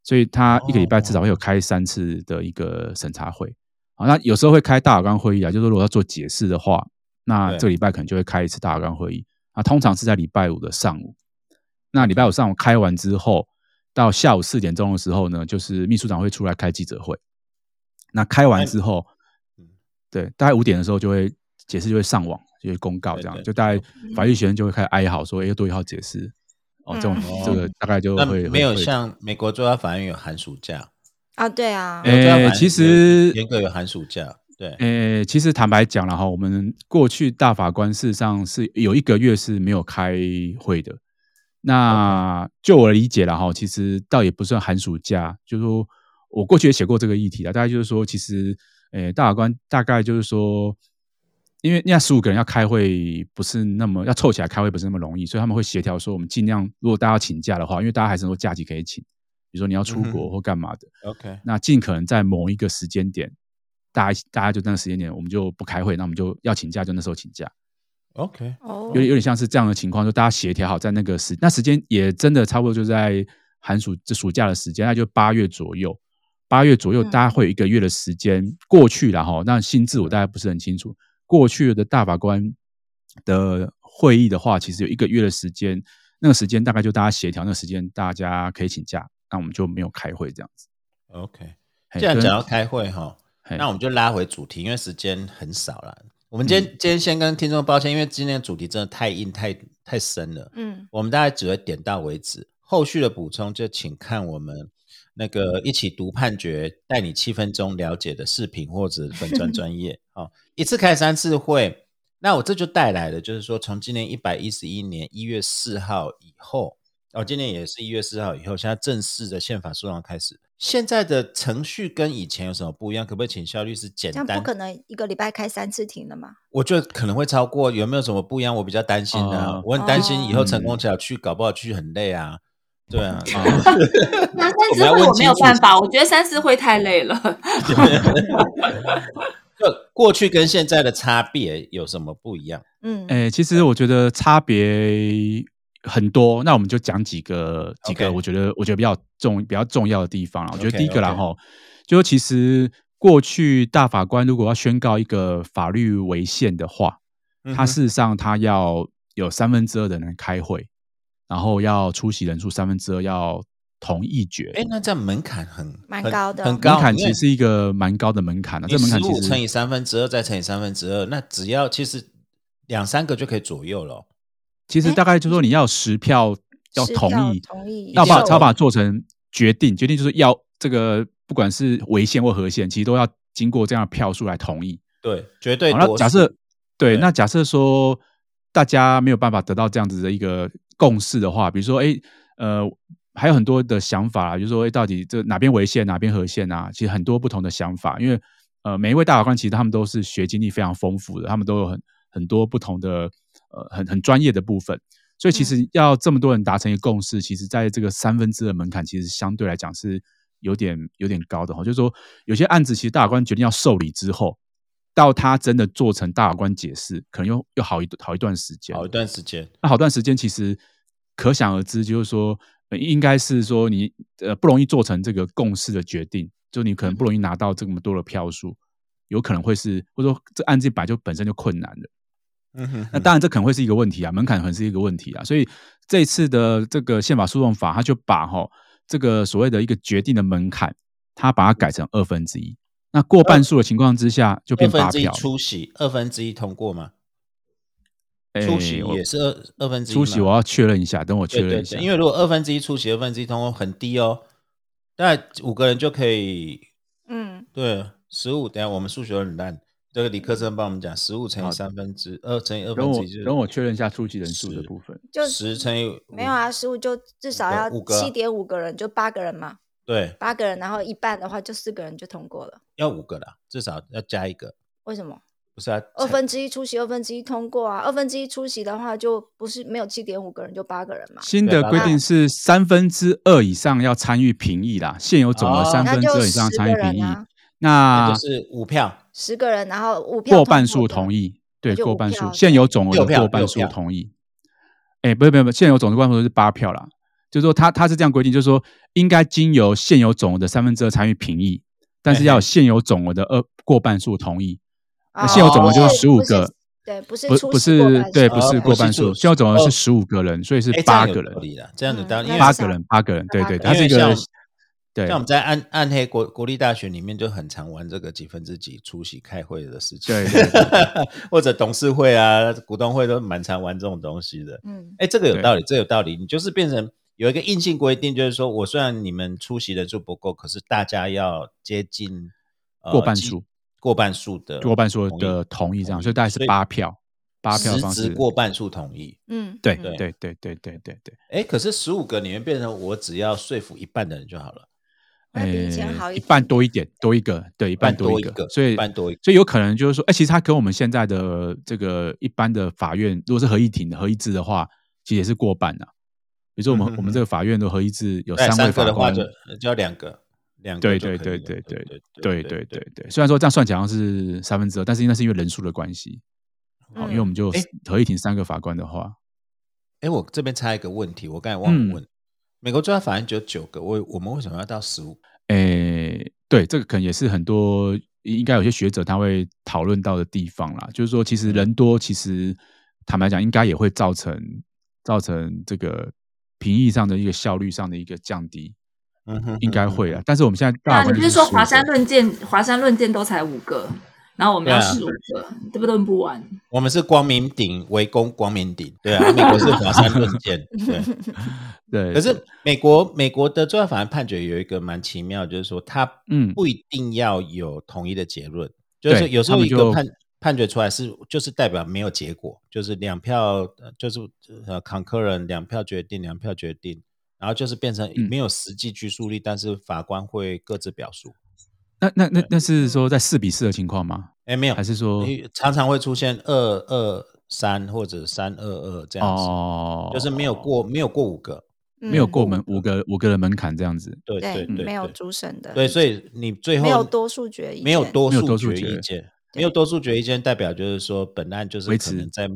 S4: 所以他一个礼拜至少会有开三次的一个审查会。好，那有时候会开大法官会议啊，就是如果要做解释的话，那
S1: 对
S4: 这个礼拜可能就会开一次大法官会议。啊，通常是在礼拜五的上午。那礼拜五上午开完之后，到下午四点钟的时候呢，就是秘书长会出来开记者会。那开完之后
S1: 嗯，
S4: 对，大概五点的时候就会解释就会上网，就会公告这样，
S1: 对对
S4: 就大概法律学生就会开始哀嚎说：“哎、又多一号解释。”哦，这种、
S1: 嗯
S4: 这个大概就
S1: 那
S4: 会
S1: 没有
S4: 会
S1: 像美国最高法院有寒暑假，
S2: 啊，对啊，
S4: 哎
S1: 美国最高法院
S4: 其
S1: 有
S4: 实
S1: 严格有寒暑假，对，
S4: 诶，其实坦白讲了哈，我们过去大法官事实上是有一个月是没有开会的。那就我的理解了哈，其实倒也不算寒暑假，就是说我过去也写过这个议题了，大概就是说，其实诶，大法官大概就是说，因为那十五个人要开会不是那么要凑起来开会不是那么容易，所以他们会协调说，我们尽量如果大家要请假的话，因为大家还是有假期可以请，比如说你要出
S1: 嗯哼
S4: 国或干嘛的，
S1: OK，
S4: 那尽可能在某一个时间点，大家一起大家就那个时间点，我们就不开会，那我们就要请假就那时候请假，
S1: OK，
S2: 哦
S4: 有，点有点像是这样的情况，就大家协调好在那个时那时间也真的差不多就在寒暑这暑假的时间，那就八月左右，八月左右
S2: 嗯
S4: 大家会有一个月的时间过去了哈。那薪资我大概不是很清楚，过去的大法官的会议的话，其实有一个月的时间，那个时间大概就大家协调，那个时间大家可以请假，那我们就没有开会这样子。
S1: OK，
S4: 嘿
S1: 既然
S4: 跟
S1: 讲到开会哈，
S4: 嘿
S1: 那我们就拉回主题，因为时间很少了。我们今
S4: 嗯
S1: 天、今天先跟听众抱歉，因为今天的主题真的太硬、太太深了，
S2: 嗯，
S1: 我们大概只会点到为止。后续的补充就请看我们那
S2: 嗯
S1: 个一起读判决，带你七分钟了解的视频或者本专专 业。哦，一次开三次会，那我这就带来了，就是说从今年一百一十一年一月四号以后，哦，今年也是一月四号以后，现在正式的宪法诉讼开始。现在的程序跟以前有什么不一样？可不可以请肖律师简
S2: 这样
S1: 单
S2: 不可能一个礼拜开三次庭的嘛？
S1: 我觉得可能会超过，有没有什么不一样？我比较担心啊，
S4: 哦
S1: 我很担心以后成
S4: 嗯
S1: 功起来去，搞不好去很累 啊。对啊，
S3: 那三
S1: 我
S3: 次
S1: 们要
S3: 会我
S1: 问
S3: 没有
S1: 清楚
S3: 办法，我觉得三次会太累 了。
S1: 就过去跟现在的差别有什么不一样？
S2: 嗯，
S4: 诶、其实我觉得差别很多，那我们就讲几个几个，
S1: OK
S4: 我觉得我觉得比较重比较重要的地方啦。我觉得
S1: OK，
S4: 第一个啦
S1: OK
S4: 哈，就其实过去大法官如果要宣告一个法律违宪的话，
S1: 嗯
S4: 他
S1: 哼
S4: 事实上他要有三分之二的人开会，然后要出席人数三分之二要同意决。
S1: 哎，那这样门槛很
S2: 蛮
S1: 很
S2: 高的
S1: 很
S4: 门
S1: 高。
S4: 槛其实是一个蛮高的门槛的、啊，这门槛
S1: 十
S4: 其
S1: 五
S4: 实
S1: 乘以三分之二，再乘以三分之二，那只要其实两三个就可以左右了哦。
S4: 其实
S2: 哎
S4: 大概就说你要十票要
S2: 是
S4: 同意，
S2: 同意，
S4: 要把
S1: 接受
S4: 要把它做成决定，决定就是要这个不管是违宪或合宪，其实都要经过这样的票数来同意。
S1: 对，绝对
S4: 好，
S1: 多数。
S4: 那假设对，
S1: 对
S4: 那假设说大家没有办法得到这样子的一个共识的话，比如说，哎，呃，还有很多的想法啊，就是说，哎，到底这哪边违宪，哪边合宪啊？其实很多不同的想法，因为呃，每一位大法官其实他们都是学经历非常丰富的，他们都有很很多不同的呃很很专业的部分。所以其实要这么多人达成一个共识，其实在这个三分之二门槛，其实相对来讲是有点有点高的哈。就是说，有些案子其实大法官决定要受理之后，到他真的做成大法官解释，可能又又好一好一段时间。
S1: 好一段时间，
S4: 那好段时间其实可想而知，就是说、呃应该是说你呃不容易做成这个共识的决定，就你可能不容易拿到这么多的票数，有可能会是或者说这案件本来就本身就困难的。
S1: 嗯哼
S4: 那当然，这可能会是一个问题啊，门槛可能是一个问题啊。所以这一次的这个宪法诉讼法，它就把哈、这个所谓的一个决定的门槛，它把它改成二分之一。那过半数的情况之下，就
S1: 二
S4: 变
S1: 分
S4: 八
S1: 之一
S4: 票。
S1: 出席，二分之一通过嘛？
S4: 哎
S1: 出席
S4: 我
S1: 也是二二分之一嘛。
S4: 出席，我要确认一下，等我确
S1: 对
S4: 认
S1: 对
S4: 一下。
S1: 对，因为如果二分之一出席，二分之一通过很低哦，大概五个人就可以。
S2: 嗯，
S1: 对，十五。等一下我们数学很烂，这个理科生帮我们讲，十五乘以
S4: 好
S1: 三分之二乘以二
S4: 等
S1: 分
S4: 我
S1: 之一，
S4: 等我确认一下出席人数的部分。
S2: 就
S1: 十乘以五
S2: 没有。啊，十五就至少
S1: 个
S2: 要
S1: 五个啊
S2: 七点五个人，就八个人嘛，
S1: 对，
S2: 八个人，然后一半的话就四个人就通过了。
S1: 要五个啦，至少要加一个，
S2: 为什么？
S1: 不是啊？
S2: 二分之一出席，二分之一通过啊，二分之一出席的话就不是没有七点五个人，就八个人嘛。
S4: 新
S1: 对
S4: 的
S1: 八
S4: 规
S1: 票
S4: 定是三分之二以上要参与评议啦，现有总额
S1: 哦
S4: 三
S2: 那
S4: 分之
S2: 就
S4: 二以上
S2: 十
S4: 参与
S2: 个
S4: 评
S2: 人
S4: 议。
S2: 啊，
S4: 那
S1: 才
S4: 啊
S1: 就是五票，
S2: 十个人，然后五票
S4: 过半数
S2: 的
S4: 同，意，对，
S2: 就
S4: 过
S2: 五
S4: 半
S2: 票啊
S4: 数现有总额
S1: 六
S4: 的
S1: 票
S4: 过半
S1: 六
S4: 数
S1: 票
S4: 同意。哎，不是不是，不是现有总额过半数是八票啦。就是说他他是这样规定，就是说应该经由现有总额的三分之二参与评议，但是
S1: 嘿嘿
S4: 要有现有总额的二过半数同意。那
S2: 哦
S4: 现有总额就
S2: 不
S4: 是15
S2: 不是
S4: 个
S2: 对，不是
S4: 不
S2: 出
S4: 不
S2: 席过
S4: 是
S2: 半数啊
S4: 对，不是
S1: 哦
S4: 过
S1: 不是
S4: 半数，
S1: 主
S4: 现有总额
S1: 哦
S4: 是十五个人，所以是
S1: 哎，这
S4: 八
S1: 样有
S4: 个人
S1: 道，理啦，这样有
S2: 嗯
S1: 道理，因
S2: 那
S1: 为
S4: 八
S2: 至
S4: 个
S2: 少
S4: 人八个人，对
S2: 八
S4: 对，
S2: 个
S4: 它
S1: 人
S4: 是一
S1: 因为
S4: 个
S1: 像
S4: 对
S1: 像我们在暗暗黑国国立大学里面就很常玩这个几分之几出席开会的事情，
S4: 对对
S1: 或者董事会啊、股东会都蛮常玩这种东西的。
S2: 嗯，
S1: 哎，这个有
S4: 对
S1: 道理，这有道理。你就是变成有一个硬性规定，就是说我虽然你们出席人数不够，可是大家要接近、呃
S4: 过半
S1: 几
S4: 数
S1: 过半数的
S4: 过半数
S1: 同意
S4: 的同意这样，
S1: 同意
S4: 所以大概
S1: 所
S4: 是
S1: 以
S4: 八票，八票的
S1: 实
S4: 方
S1: 质
S4: 式。
S1: 过半数同意。
S2: 嗯，
S4: 对
S2: 嗯
S4: 对对对对对对，
S1: 哎，可是十五个里面变成我只要说服一半的人就好了，
S2: 那比以前
S4: 诶
S2: 好一
S4: 呃一
S2: 点
S4: 半多一点，多一个，对，一半
S1: 多
S4: 一
S1: 一个
S4: 所以
S1: 一半多一个
S4: 所以有可能就是说，哎、其实它跟我们现在的这个一般的法院，如果是合议庭的合议制的话，其实也是过半的、比如说我们、
S1: 嗯哼
S4: 我们这个法院的合议制有
S1: 对
S4: 三位
S1: 哎三个
S4: 法
S1: 的话
S4: 官，
S1: 就呃就要两个，两个
S4: 对
S1: 就
S4: 对
S1: 可以
S4: 对
S1: 了
S4: 对
S1: 对
S4: 对对对对。虽然说这样算起来好像是三分之二，但是那是因为人数的关系，哦，
S2: 嗯
S4: 因为我们就
S1: 诶
S4: 合议庭三个法官的话，
S1: 哎，我这边插一个问题，我刚才忘
S4: 嗯
S1: 了问，美国最高法院只有九个，我我们为什么要到十五？
S4: 诶、对，这个可能也是很多应该有些学者他会讨论到的地方啦。就是说，其实
S1: 嗯
S4: 人多，其实坦白讲，应该也会造成造成这个评议上的一个效率上的一个降低，
S1: 嗯哼
S4: 应该会啊。但是我们现在大
S3: 啊，
S4: 环
S3: 你不
S4: 境
S3: 是说
S4: 15
S3: 华山
S4: 个
S3: 论剑，华山论剑都才五个，然后我们要
S1: 对啊
S3: 十五个，对不对？论不完。
S1: 我们是光明顶围攻光明顶，对啊，美国是华山论 剑，对。
S4: 对，
S1: 可是美国美国的最高法院判决有一个蛮奇妙，就是说它
S4: 嗯
S1: 不一定要有统一的结论，就是
S4: 对
S1: 有时候
S4: 他们
S1: 一个
S4: 就
S1: 判判决出来是就是代表没有结果，就是两票呃就是呃 concurrent 两票决定两票决定，然后就是变成
S4: 嗯
S1: 没有实际拘束力，但是法官会各自表述。
S4: 那那那那是说在四比四的情况吗？
S1: 哎，呃没有
S4: 还，是说
S1: 因为常常会出现二二三或者三二二这样子，
S4: 哦，
S1: 就是没有过没有过五个，
S4: 没有
S2: 嗯
S4: 过嗯门五个五个人门槛这样子？
S1: 对
S2: 对
S1: 对对，
S2: 没有
S1: 对
S2: 主审的
S1: 对，所以你最后
S2: 没有多数决议，
S1: 没有，多
S4: 没有
S1: 数
S4: 多数
S1: 决
S4: 决
S1: 意见，没有多数决意见，代表就是说本案就是
S4: 维
S1: 可
S4: 持
S1: 能在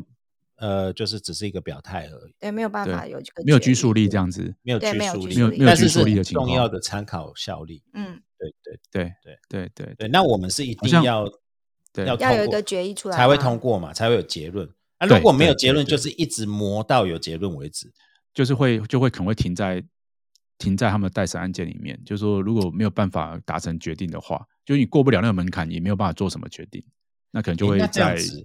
S1: 呃，就是只是一个表态而已，
S2: 对，没有办
S4: 对
S2: 法有这个
S4: 没有
S2: 决
S4: 拘束
S2: 议，
S4: 力这样子？
S1: 没有
S2: 对
S1: 拘
S2: 没有
S1: 束
S2: 拘
S1: 力，
S2: 束力
S4: 没有
S1: 但
S4: 拘
S1: 是
S4: 束力的
S1: 是
S4: 情况
S1: 重要的参考效力。
S2: 嗯，
S1: 对对
S4: 对
S1: 对
S4: 对对
S1: 对，那我们是一
S4: 好
S1: 定
S4: 像
S1: 要
S4: 对
S1: 要
S2: 要有
S1: 通
S2: 一
S1: 过
S2: 个决议出来
S1: 才会
S2: 嘛
S1: 通过嘛，才会有结论。啊，
S4: 对
S1: 如果没有
S4: 对
S1: 结论，
S4: 对
S1: 就是一直磨到有结论为止。
S4: 就是会就会可能会停在停在他们的待审案件里面，就是说如果没有办法达成决定的话，就是你过不了那个门槛，也没有办法做什么决定，那可能就
S1: 诶
S4: 会
S1: 那这样
S4: 在
S1: 子，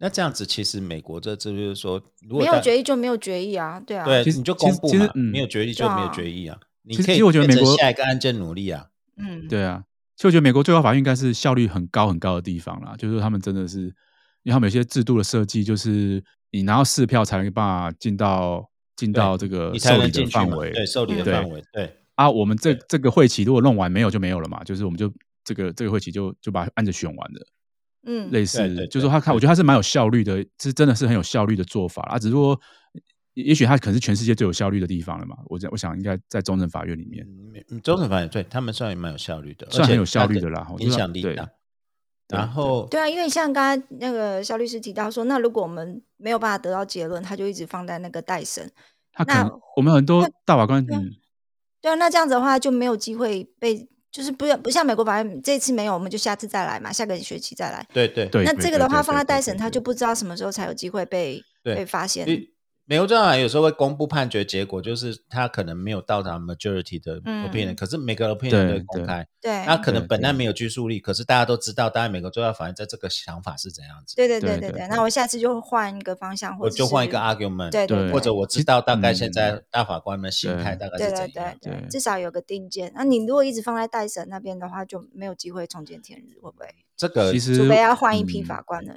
S1: 那这样子其实美国这这就是说，如果
S2: 没有
S1: 大
S2: 决议就没有决议啊，对啊，
S1: 对，
S4: 其实
S1: 你就
S4: 其实
S1: 公布
S4: 其实
S1: 嘛，
S4: 嗯
S1: 没有决议就没有
S2: 对啊
S1: 决议啊。你
S4: 其实
S1: 可以
S4: 其实我觉得
S1: 为
S4: 美
S1: 着
S4: 国
S1: 下一个案件努力啊，
S2: 嗯，
S4: 对啊，其实我觉得美国最高法院应该是效率很高很高的地方啦，就是说他们真的是，因为他们有些制度的设计，就是你拿到四票才能办法进到进到这个
S1: 你才
S4: 呃受
S1: 能
S4: 理的
S1: 进去
S4: 范
S1: 嘛，
S4: 围。
S1: 对，受理的
S4: 对
S1: 范围，对，
S4: 啊，我们这这个会期如果弄完没有就没有了嘛，就是我们就这个这个会期就就把案子选完了。
S2: 嗯，
S4: 类似，
S1: 对对
S4: 就是说他看，我觉得他是蛮有效率的，是真的是很有效率的做法啊。只是说，也也许他可能是全世界最有效率的地方了嘛。我想，我想应该在中正法院里面
S1: 嗯，嗯周审法院对他们算也蛮有效率的，而
S4: 算
S1: 且
S4: 很有效
S1: 它
S4: 率的啦我觉
S1: 影
S4: 得
S1: 响力
S4: 对
S1: 大。
S4: 对
S1: 然后
S2: 对啊，因为像刚刚那个肖律师提到说，那如果我们没有办法得到结论，他就一直放在那个待审。
S4: 他可能
S2: 那
S4: 我们很多大法官，
S2: 对啊
S4: 嗯，
S2: 对啊，那这样子的话就没有机会被，就是不不像美国法院这次没有，我们就下次再来嘛，下个学期再来。
S1: 对对
S4: 对。
S2: 那
S4: 对
S2: 这个的
S4: 对
S2: 话
S4: 对
S2: 放
S4: 对
S2: 在
S4: 对
S2: 待审，
S4: 对
S2: 他
S4: 对
S2: 就不知道什么时候才有机会被
S1: 对
S2: 被发现
S1: 因。为美国政府有时候会公布判决结果，就是他可能没有到达 majority 的
S2: 嗯
S1: opinion，、可是每个 opinion
S4: 对
S1: 都会公
S4: 对
S1: 开，
S2: 对，
S1: 那可能
S4: 对
S1: 本案
S4: 对
S1: 没有拘束力，可是大家都知道，当然美国最高法院在这个想法是怎样子，
S2: 对对
S4: 对
S2: 对
S4: 对
S2: 对对。
S4: 对
S2: 那我下次就换一个方向，或
S1: 我
S2: 者
S1: 就是换一个 argument，
S2: 对
S4: 对啊
S1: 或者我
S4: 其
S1: 知
S4: 实
S1: 道大概
S4: 嗯
S1: 现在大法官们心态大概
S2: 对
S1: 是
S2: 对
S1: 怎
S2: 对
S1: 样，
S2: 对，
S4: 对
S2: 至少有个定见。那你如果一直放在待审那边的话，就没有机会重见天日，会不会？
S1: 这个
S4: 其实
S2: 除非要换一批
S4: 嗯
S2: 法官了。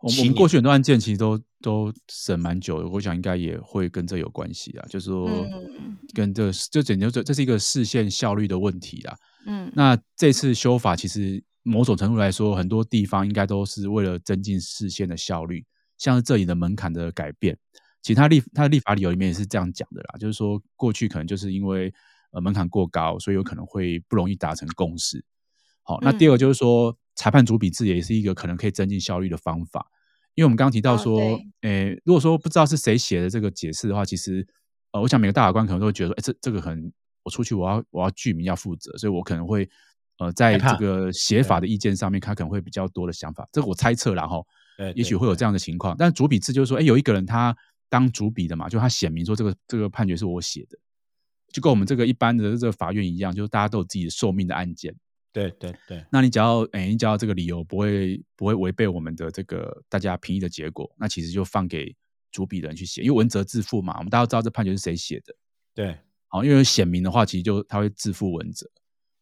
S4: 我们
S1: 七
S4: 我们
S1: 年
S4: 过去很多案件其实都都审蛮久的，我想应该也会跟这有关系啊，就是说
S2: 嗯
S4: 跟这就整就这这是一个视线效率的问题啊啦。
S2: 嗯，
S4: 那这次修法其实某种程度来说，很多地方应该都是为了增进视线的效率，像是这里的门槛的改变。其他立它的立法理由里面也是这样讲的啦，就是说过去可能就是因为呃门槛过高，所以有可能会不容易达成共识。好，那
S2: 嗯
S4: 第二个就是说裁判组比制也是一个可能可以增进效率的方法，因为我们刚刚提到
S2: 哦
S4: 说，
S2: 对
S4: 诶，如果说不知道是谁写的这个解释的话，其实呃，我想每个大法官可能都会觉得说，诶，这这个可能我出去我要我要具名要负责，所以我可能会呃在
S1: 害怕
S4: 这个写法的意见上面，他可能会比较多的想法，这个我猜测啦哈，
S1: 对，
S4: 也许会有这
S1: 样，
S4: 样的情况。但主笔制就是说，诶，有一个人他当主笔的嘛，就他写明说这个这个判决是我写的，就跟我们这个一般的这个法院一样，就是大家都有自己的寿命的案件。
S1: 对对对，
S4: 那你只要哎，你只要这个理由不会不会违背我们的这个大家评议的结果，那其实就放给主笔人去写，因为文责自负嘛，我们大家都知道这判决是谁写的。
S1: 对，
S4: 好、因为有显明的话，其实就他会自负文责。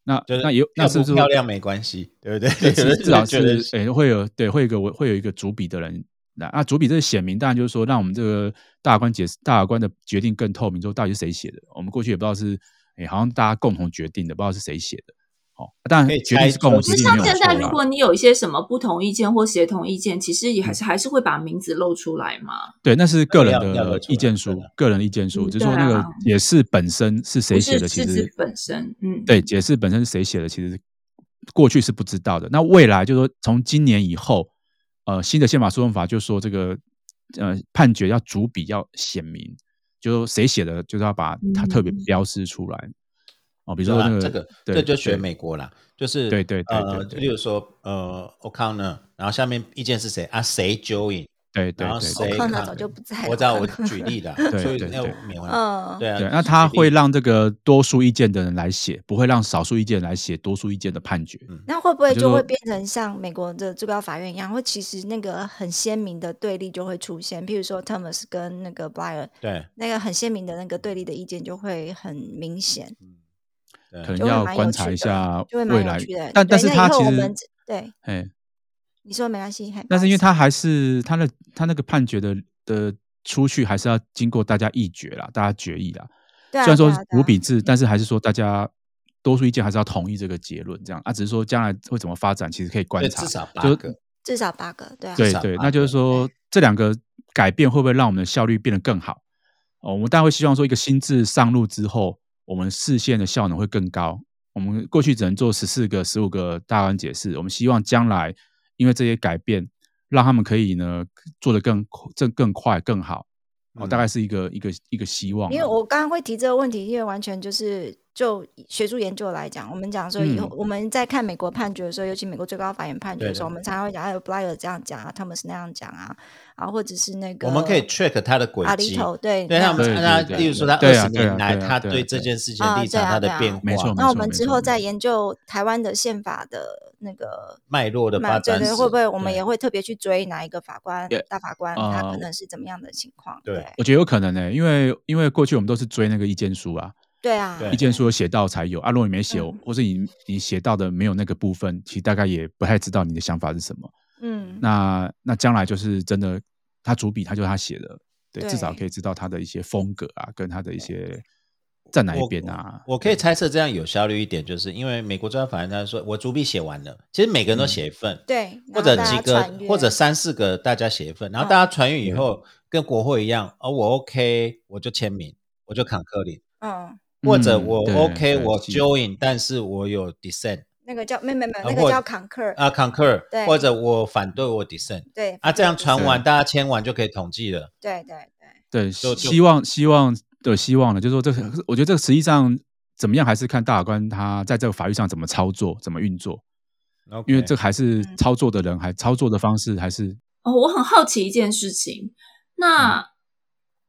S4: 那
S1: 就是
S4: 那也有那
S1: 漂
S4: 是
S1: 不
S4: 不是
S1: 漂亮没关系，对不对？
S4: 对，
S1: 有
S4: 至
S1: 人
S4: 至少
S1: 觉得
S4: 是哎诶、会有对会有一个我会有一个主笔的人那那主笔这个显明，当然就是说让我们这个大法官解释大法官的决定更透明，说到底是谁写的。我们过去也不知道是诶、好像大家共同决定的，不知道是谁写的。好、当
S1: 可
S4: 然
S1: 以
S4: 决定
S1: 猜
S4: 是共同
S1: 测
S4: 决
S3: 就
S4: 定
S3: 像
S4: 没有
S3: 现在，
S4: 错
S3: 如
S4: 啦
S3: 果你有一些什么不同意见或协同意见，其实也还是还是会把名字露出来嘛，
S4: 对，那是个人
S1: 要要
S4: 的
S1: 露出
S4: 意
S1: 来
S4: 见
S1: 对
S4: 书
S1: 的，
S4: 个人意见书，
S3: 嗯
S4: 只是说
S3: 对
S4: 那
S3: 啊
S4: 个解释本身是谁
S3: 不
S4: 写
S3: 是
S4: 的，其
S3: 是
S4: 实
S3: 指本身。嗯，
S4: 对，解释本身是谁写的，其实过去是不知道的。那未来就是说，从今年以后，呃，新的宪法诉讼法就说这个呃判决要主笔要显明，就说谁写的，就是要把它特别
S3: 嗯
S4: 标示出来。哦，比如
S1: 有
S4: 说
S1: 啦
S4: 那个
S1: 啊这个，
S4: 对
S1: 这就
S4: 对
S1: 学美国啦，就是
S4: 对对对
S1: 呃
S4: 对，对
S1: 例如说呃 O'Connor，然后下面意见是谁啊？谁 join？
S4: 对对
S1: 然后
S4: 对
S1: 谁
S4: 对
S2: 看
S1: 看
S2: 早就不在了。
S1: 我知道，我 举例的，
S4: 对
S1: 所以
S4: 对
S1: 要
S4: 对
S1: 美文，
S2: 嗯，
S1: 对啊，
S4: 对，那他
S1: 举例
S4: 会让这个多数意见的人来写，不会让少数意见来写多数意见的判决。
S2: 那会不会
S4: 就
S2: 就会
S4: 说
S2: 变成像美国的最高法院一样，会其实那个很鲜明的对立就会出现？譬如说 Thomas 跟那个 Blair
S1: 对，
S2: 那个很鲜明的那个对立的意见就会很明显，
S1: 嗯对
S4: 可能
S2: 就会
S4: 要
S2: 蛮有
S4: 观
S2: 趣
S4: 察
S2: 的
S4: 一下
S2: 就会蛮
S4: 未
S2: 有
S4: 来
S2: 趣的，
S4: 但
S2: 对
S4: 但是
S2: 那以
S4: 他
S2: 后
S4: 其
S2: 我
S4: 实
S2: 们对
S4: 哎，
S2: 你说没关系，还不
S4: 但
S2: 好
S4: 是因
S2: 意
S4: 为
S2: 思
S4: 他还是他的他那个判决的的出去还是要经过大家议决啦，大家决议啦。
S2: 对啊
S4: 虽然说
S2: 对啊
S4: 是
S2: 对
S4: 五
S2: 啊
S4: 比制，但是还是说大家多数意见还是要同意这个结论，这样啊，只是说将来会怎么发展，其实可以观
S1: 对
S4: 察
S1: 至。少八
S4: 就
S1: 个，
S2: 至少八个，对啊，
S4: 对
S1: 至少
S4: 对，
S1: 八
S4: 那就是
S1: 个
S4: 说这两个改变会不会让我们的效率变得更好？哦，我们当然会希望说一个心智上路之后，我们视线的效能会更高。我们过去只能做十四个、十五个大案解释，我们希望将来因为这些改变，让他们可以呢做得更更更快、更好，哦，大概是一个一个一个希望
S2: 嗯
S4: 啦。
S2: 因为我刚刚会提这个问题，因为完全就是就学术研究来讲，我们讲说以后、
S4: 嗯
S2: 我们在看美国判决的时候，尤其美国最高法院判决的时候，
S1: 对的
S2: 我们常常会讲，哎有 Blair 这样讲啊，他们是那样讲啊，啊，或者是那个
S1: 我们可以 track 他的轨
S2: 阿里
S1: 迹。
S2: 头对
S1: 对，他
S2: 那
S1: 们
S4: 对
S1: 看他，
S4: 对
S1: 例如说他
S4: 对
S1: 二
S4: 啊
S1: 十
S4: 对啊
S1: 年来
S4: 对啊
S1: 他
S4: 对啊
S1: 对
S4: 对
S1: 这
S4: 啊
S1: 件事情
S2: 啊
S1: 的立
S2: 对
S1: 场、
S2: 啊
S1: 他的
S2: 对啊
S1: 变化、
S4: 没错
S2: 那我
S4: 没
S2: 们
S4: 错
S2: 之后
S4: 没错
S2: 再研究台湾的宪法的那个
S1: 脉络的
S2: 那
S1: 发
S2: 对
S1: 展
S2: 对，
S1: 史，
S2: 会不会我们
S1: 对
S2: 也会特别去追哪一个法官
S4: 也、
S2: 大法官，他
S4: 呃
S2: 可能是怎么样的情况？
S1: 对
S2: 对
S4: 我觉得有可能呢、因为因为过去我们都是追那个意见书啊，
S2: 对啊，
S1: 对
S4: 意见书有写到才有啊。如果你没写，
S2: 嗯
S4: 或是你你写到的没有那个部分，其实大概也不太知道你的想法是什么。
S2: 嗯，
S4: 那那将来就是真的，他主笔他就他写的，对，
S2: 对
S4: 至少可以知道他的一些风格啊，跟他的一些站哪一边啊。
S1: 我可以猜测这样有效率一点，就是因为美国最高法院他说我主笔写完了，其实每
S4: 嗯
S1: 个人都写一份，
S2: 对，
S1: 或
S2: 然后
S1: 者
S2: 大家
S1: 几个
S2: 传阅
S1: 或者三四个大家写一份，然后
S2: 嗯
S1: 大家传阅以后、跟国会一样，哦我 OK 我就签名，我就扛克林，
S2: 嗯，
S1: 或者
S4: 嗯
S1: 我
S4: 对
S1: OK
S4: 对
S1: 我
S4: 记
S1: join，但是我有 dissent
S2: 那个叫没没没，
S1: 啊
S2: 那
S1: 或
S2: 个叫
S1: 者
S2: concur
S1: 啊 concur，
S2: 对
S1: 或者我反对我 dissent
S2: 对
S1: 啊，这样传完
S4: 对
S1: 大家签完就可以统计了。
S2: 对对对，
S4: 对，
S1: 就就
S4: 希望希望的希望呢，就是说这个，我觉得这个实际上怎么样，还是看大法官他在这个法律上怎么操作、怎么运作，因为这还是
S2: 嗯
S4: 操作的人还操作的方式还是
S3: 哦，我很好奇一件事情，那、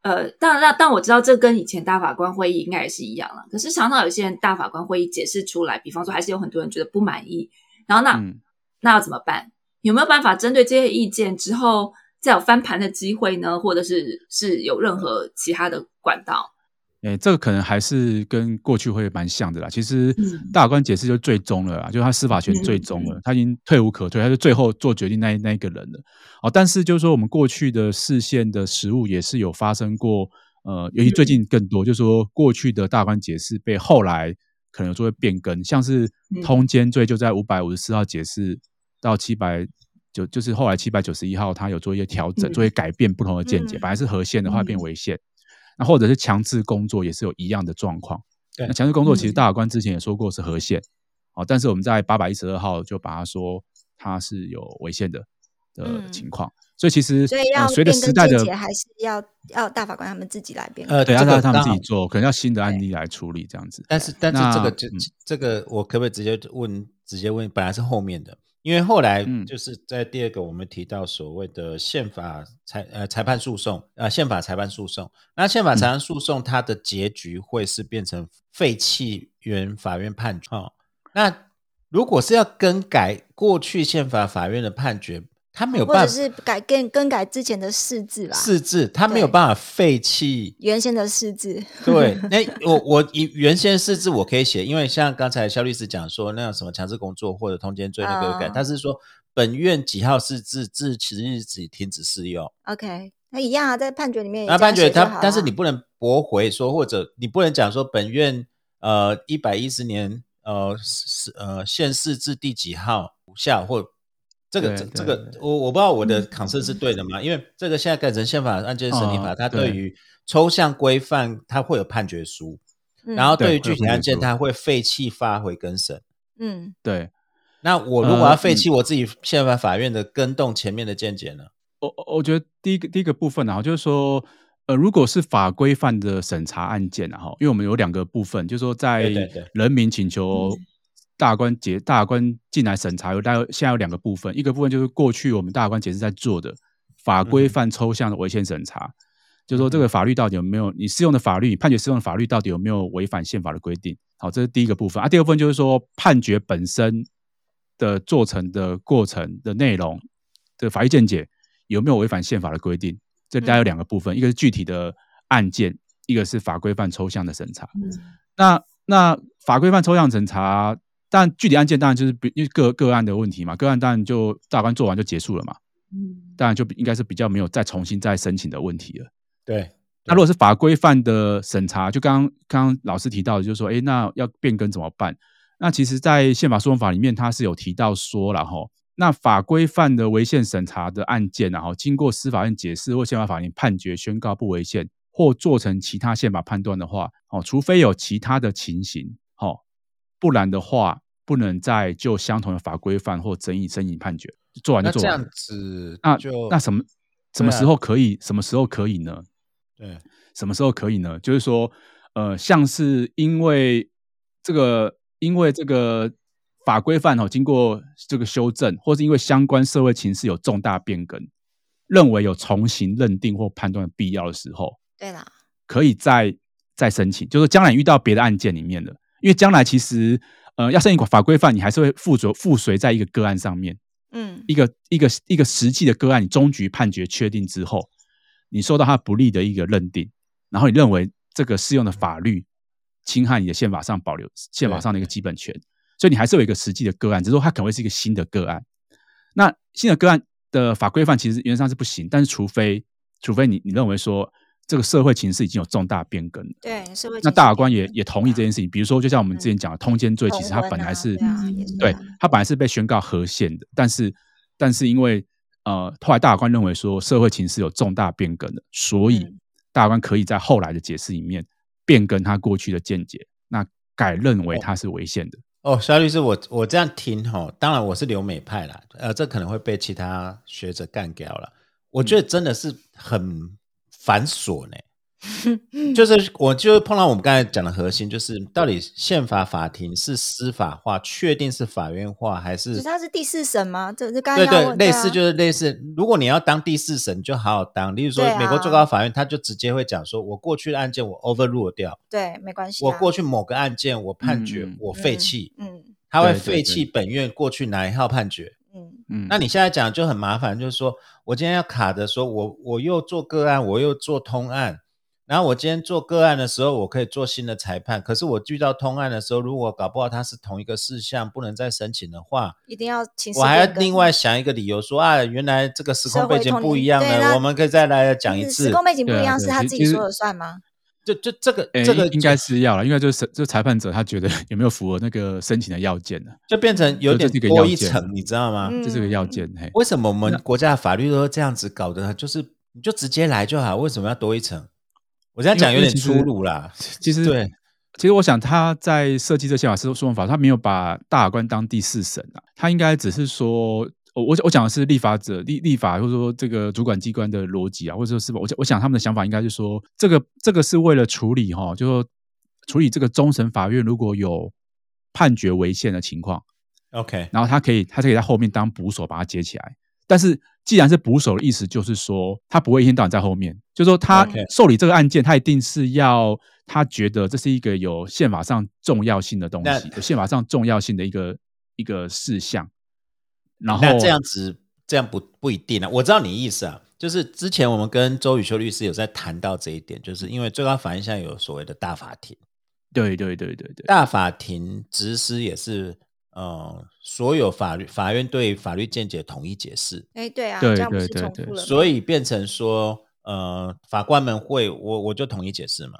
S3: 呃，当然，但我知道这跟以前大法官会议应该也是一样了。可是常常有些人大法官会议解释出来，比方说还是有很多人觉得不满意，然后那、
S4: 嗯
S3: 那要怎么办？有没有办法针对这些意见之后再有翻盘的机会呢？或者是是有任何其他的管道？
S4: 诶，这个可能还是跟过去会蛮像的啦。其实
S3: 嗯
S4: 大法官解释就最终了啦，就是他司法权最终了，他已经退无可退，他是最后做决定那一那一个人了。哦，但是就是说我们过去的视线的实务也是有发生过，呃，尤其
S3: 嗯
S4: 最近更多，就是说过去的大法官解释被后来可能有做会变更，像是
S3: 嗯
S4: 通奸罪就在五百五十四号解释到七百。就就是后来七百九十一号，他有做一些调
S3: 嗯
S4: 整，做一些改变不同的见解，
S2: 嗯
S4: 本来是合宪的话
S3: 嗯
S4: 变违宪，那或者是强制工作也是有一样的状况。
S1: 对
S4: 那强制工作其实
S3: 嗯
S4: 大法官之前也说过是合宪，哦，但是我们在八百一十二号就把它说它是有违宪的的
S2: 嗯
S4: 情况，所以其实
S2: 所以要
S4: 呃、随着
S2: 变
S4: 时
S2: 更
S4: 代的
S2: 见解，还是要要大法官他们自己来变更。
S1: 呃，
S4: 对，
S1: 这
S4: 要
S1: 个
S4: 让他们
S1: 刚
S4: 自己
S1: 好
S4: 做，可能要新的案例来处理这样子。
S1: 但是但是这
S4: 那
S1: 个这
S4: 嗯
S1: 这个我可不可以直接问直接问？本来是后面的，因为后来
S4: 嗯
S1: 就是在第二个我们提到所谓的宪法裁呃裁判诉讼呃宪法裁判诉讼，那宪法裁
S4: 嗯
S1: 判诉讼它的结局会是变成废弃原法院判决。哦、那如果是要更改过去宪法法院的判决，他没有
S2: 或者
S1: 办
S2: 是
S1: 法
S2: 改更更改之前的释字啦，
S1: 释字，他没有
S2: 对
S1: 办法废弃
S2: 原先的释字，
S1: 对，那我我以原先四字我可以写，因为像刚才肖律师讲说，那种什么强制工作或者通奸罪那个有改，
S2: 嗯
S1: 他是说本院几号四字自此日起停止适用。
S2: OK，那一样啊，在判决里面也
S1: 那
S2: 这样
S1: 判决
S2: 写就
S1: 他
S2: 好，啊
S1: 但是
S2: 啦
S1: 你不能驳回说，或者你不能讲说本院呃一百一十年呃是呃县市至第几号无效或。这个这
S4: 对
S1: 这
S4: 对
S1: 个，我我不知道我的
S3: 嗯
S1: concern 是对的嘛？因为这个现在改成宪法案件审理法，
S4: 哦
S1: 它
S4: 对
S1: 对于抽象规范，它会有判决书，
S2: 嗯
S1: 然后对于
S4: 对
S1: 具体
S4: 会有
S1: 案件，
S4: 分别
S1: 它会废弃发回更审。
S2: 嗯，
S4: 对，
S1: 那我如果
S4: 呃
S1: 要废弃我自己宪法法院的跟动前面的见解呢？
S4: 我我我觉得第一个第一个部分呢、啊，就是说，呃，如果是法规范的审查案件啊，哈，因为我们有两个部分，就是说在
S1: 对对对
S4: 人民请求
S3: 嗯
S4: 大法官解大法官进来审查，有大概现在有两个部分，一个部分就是过去我们大法官解释在做的法规
S1: 嗯
S4: 范抽象的违宪审查，就是说这个法律到底有没有你适用的法律，你判决适用的法律到底有没有违反宪法的规定？好，这是第一个部分啊。第二部分就是说判决本身的做成的过程的内容的法律见解有没有违反宪法的规定？这大概有两个部分，一个是具体的案件，一个是法规范抽象的审查。那那法规范抽象审查，但具体案件当然就是比因为个个案的问题嘛，个案当然就大法官做完就结束了嘛，
S3: 嗯
S4: 当然就比应该是比较没有再重新再申请的问题了。
S1: 对，
S4: 那如果是法规范的审查，就刚刚刚刚老师提到的，就是说，诶，那要变更怎么办？那其实，在宪法诉讼法里面，它是有提到说然后那法规范的违宪审查的案件啊，然后经过司法院解释或宪法法院判决宣告不违宪，或做成其他宪法判断的话，哦，除非有其他的情形，哦，不然的话，不能再就相同的法规范或争议申请判决，做完就
S1: 那
S4: 做
S1: 这
S4: 完
S1: 样
S4: 了。
S1: 子
S4: 那
S1: 就
S4: 那什么什么
S1: 对啊
S4: 时候可以？什么时候可以呢？
S1: 对，
S4: 什么时候可以呢？就是说，呃，像是因为这个，因为这个法规范哦，经过这个修正，或是因为相关社会情势有重大变更，认为有重新认定或判断的必要的时候，
S2: 对啦，
S4: 可以再再申请。就是将来遇到别的案件里面的，因为将来其实呃要申请法规范，你还是会附着附随在一个个案上面。
S2: 嗯，
S4: 一个一个一个实际的个案，你终局判决确定之后，你受到他不利的一个认定，然后你认为这个适用的法律侵害你的宪法上保留宪法上的一个基本权，所以你还是有一个实际的个案，只是说它可能会是一个新的个案。那新的个案的法规范其实原则上是不行，但是除非除非你你认为说这个社会情势已经有重大变更了，
S2: 对，社会
S4: 那
S2: 情
S4: 大
S2: 绪
S4: 法官
S2: 变
S4: 也
S2: 更
S4: 也同意这件事情。比如说，就像我们之前讲的通奸罪，其
S2: 同
S4: 实它
S2: 婚
S4: 本
S2: 嗯
S4: 来
S2: 啊
S4: 是
S2: 对啊也是
S4: 对
S2: 啊，
S4: 他本来是被宣告合宪的，但是但是因为呃，后来大法官认为说社会情势有重大变更的，所以
S2: 嗯
S4: 大法官可以在后来的解释里面变更他过去的见解，那改认为他是违宪的。
S1: 哦，肖律师，我我这样听哈，当然我是留美派啦，呃，这可能会被其他学者干掉了。我觉得真的是很繁琐呢、就是我就碰到我们刚才讲的核心，就是到底宪法法庭是司法化，确定是法院化，还
S2: 就是是它是第四审吗？这这刚刚
S1: 对
S2: 要
S1: 对
S2: 问
S1: 类似
S2: 啊
S1: 就是类似。如果你要当第四审，就好好当。例如说
S2: 对啊
S1: 美国最高法院，他就直接会讲说，我过去的案件我 overrule 掉，
S2: 对，没关系
S1: 我
S2: 啊，
S1: 过去某个案件我判决
S4: 嗯嗯
S1: 我废弃，
S2: 嗯
S1: 他会
S4: 对对
S1: 废弃本院过去哪一号判决。
S2: 嗯
S4: 嗯，
S1: 那你现在讲就很麻烦，就是说我今天要卡着说我我又做个案，我又做通案，然后我今天做个案的时候，我可以做新的裁判，可是我遇到通案的时候，如果搞不好它是同一个事项，不能再申请的话，
S2: 一定要请示
S1: 我还要
S2: 变更
S1: 另外想一个理由说啊，原来这个时空
S2: 社会
S1: 背景
S2: 同
S1: 不
S2: 理
S1: 一样
S2: 对那
S1: 呢，我们可以再来讲一
S2: 嗯
S1: 次
S2: 时。空背景不
S4: 对
S2: 一
S4: 啊
S2: 样，
S4: 对
S2: 是他
S4: 其
S2: 自
S4: 其
S2: 己
S4: 实
S2: 说了算吗？
S1: 就就这个
S4: 诶
S1: 这个
S4: 应该是要了，应该就是审就裁判者他觉得 有没有符合那个申请的要件呢、
S1: 就变成有
S4: 就这
S1: 点
S4: 是一个
S1: 多
S4: 要
S1: 一
S4: 件
S1: 层，你知道吗？
S2: 嗯
S4: 这是个要件。嘿，
S1: 为什么我们国家的法律都是这样子搞的呢？就是你就直接来就好，为什么要多一层？我这样讲有
S4: 因为
S1: 点
S4: 其实
S1: 粗鲁啦。
S4: 其实
S1: 对，
S4: 其实我想他在设计这宪法诉讼法，他没有把大法官当第四审啊，他应该只是说，我我我讲的是立法者立立法或者说这个主管机关的逻辑啊，或者说是我想我想他们的想法应该是说，这个这个是为了处理哈、就说处理这个终审法院如果有判决违宪的情况，
S1: OK，
S4: 然后他可以他可以在后面当捕手把它接起来，但是。既然是捕手的意思，就是说他不会一天到晚在后面，就是说他
S1: OK
S4: 受理这个案件，他一定是要他觉得这是一个有宪法上重要性的东
S1: 那
S4: 西，有宪法上重要性的一个一个事项。然后
S1: 那这样子这样不不一定啊。我知道你意思啊，就是之前我们跟周宇修律师有在谈到这一点，就是因为最高法院现在有所谓的大法庭，
S4: 对对对对对，
S1: 大法庭实施也是呃所有法律法院对法律见解统一解释，
S2: 哎，对啊，
S4: 对
S2: 这样不
S4: 对
S2: 是
S4: 对
S2: 重
S4: 对
S2: 复了吗？
S1: 所以变成说，呃，法官们会，我我就统一解释嘛。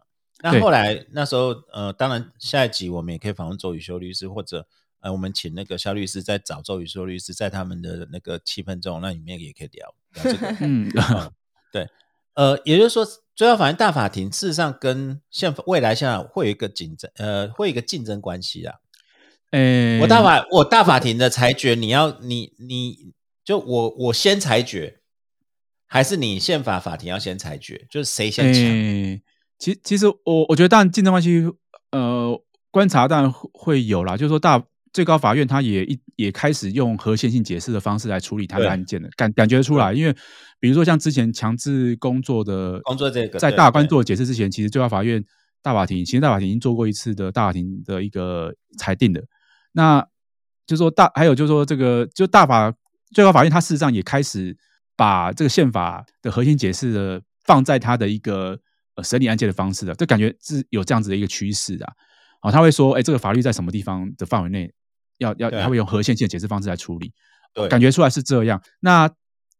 S1: 那
S4: 对
S1: 后来那时候，呃，当然下一集我们也可以访问周宇修律师，或者呃，我们请那个肖律师再找周宇修律师，在他们的那个七分钟那里面也可以聊聊这个。
S4: 嗯，
S1: 呃，也就是说，最高法院大法庭事实上跟宪法未来现在会有一个竞争，呃，会有一个竞争关系啊。
S4: 诶，
S1: 我大法我大法庭的裁决，你要你你就我我先裁决，还是你宪法法庭要先裁决？就是谁
S4: 嗯
S1: 先抢？
S4: 诶，其其实我我觉得，当然竞争关系，呃，观察当然会会有啦，就是说大最高法院他也一也开始用合宪性解释的方式来处理他的
S1: 对
S4: 案件了，感感觉出来，因为比如说像之前强制工作的
S1: 工作这个
S4: 在
S1: 对
S4: 大法官
S1: 对
S4: 做解释之前，其实最高法院大法庭，其实大法庭已经做过一次的大法庭的一个裁定的，那就说大，还有就是说这个，就大法最高法院，它事实上也开始把这个宪法的核心解释的放在它的一个呃审理案件的方式的，这感觉是有这样子的一个趋势的啊。哦，他会说，哎，这个法律在什么地方的范围内，要要，
S1: 对
S4: 他会用合宪性的解释方式来处理。哦
S1: 对
S4: 感觉出来是这样。那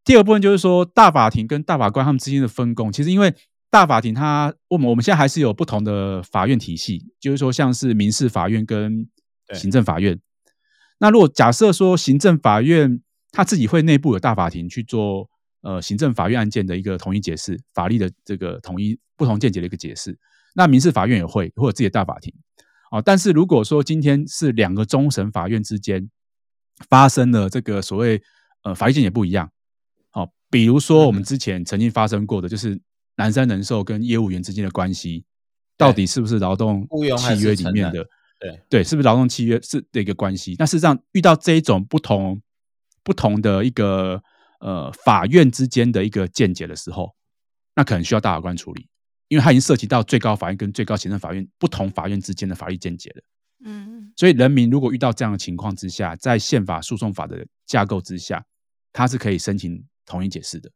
S4: 第二部分就是说，大法庭跟大法官他们之间的分工，其实因为大法庭它我们我们现在还是有不同的法院体系，就是说像是民事法院跟
S1: 对
S4: 行政法院。那如果假设说行政法院他自己会内部有大法庭去做呃行政法院案件的一个统一解释，法律的这个统一不同见解的一个解释，那民事法院也会会有自己的大法庭。哦，但是如果说今天是两个终审法院之间发生了这个所
S1: 嗯
S4: 谓呃法律见解不一样，哦，比如说我们之前曾经发生过的，就是南山人寿跟业务员之间的关系，到底是不是劳动
S1: 雇佣还
S4: 契
S1: 是
S4: 约里面
S1: 承
S4: 的
S1: 揽？对
S4: 对，是不是劳动契约是的一个关系？那事实上，遇到这一种不同不同的一个呃法院之间的一个见解的时候，那可能需要大法官处理，因为它已经涉及到最高法院跟最高行政法院不同法院之间的法律见解了。
S2: 嗯，
S4: 所以人民如果遇到这样的情况之下，在宪法诉讼法的架构之下，它是可以申请同意解释的。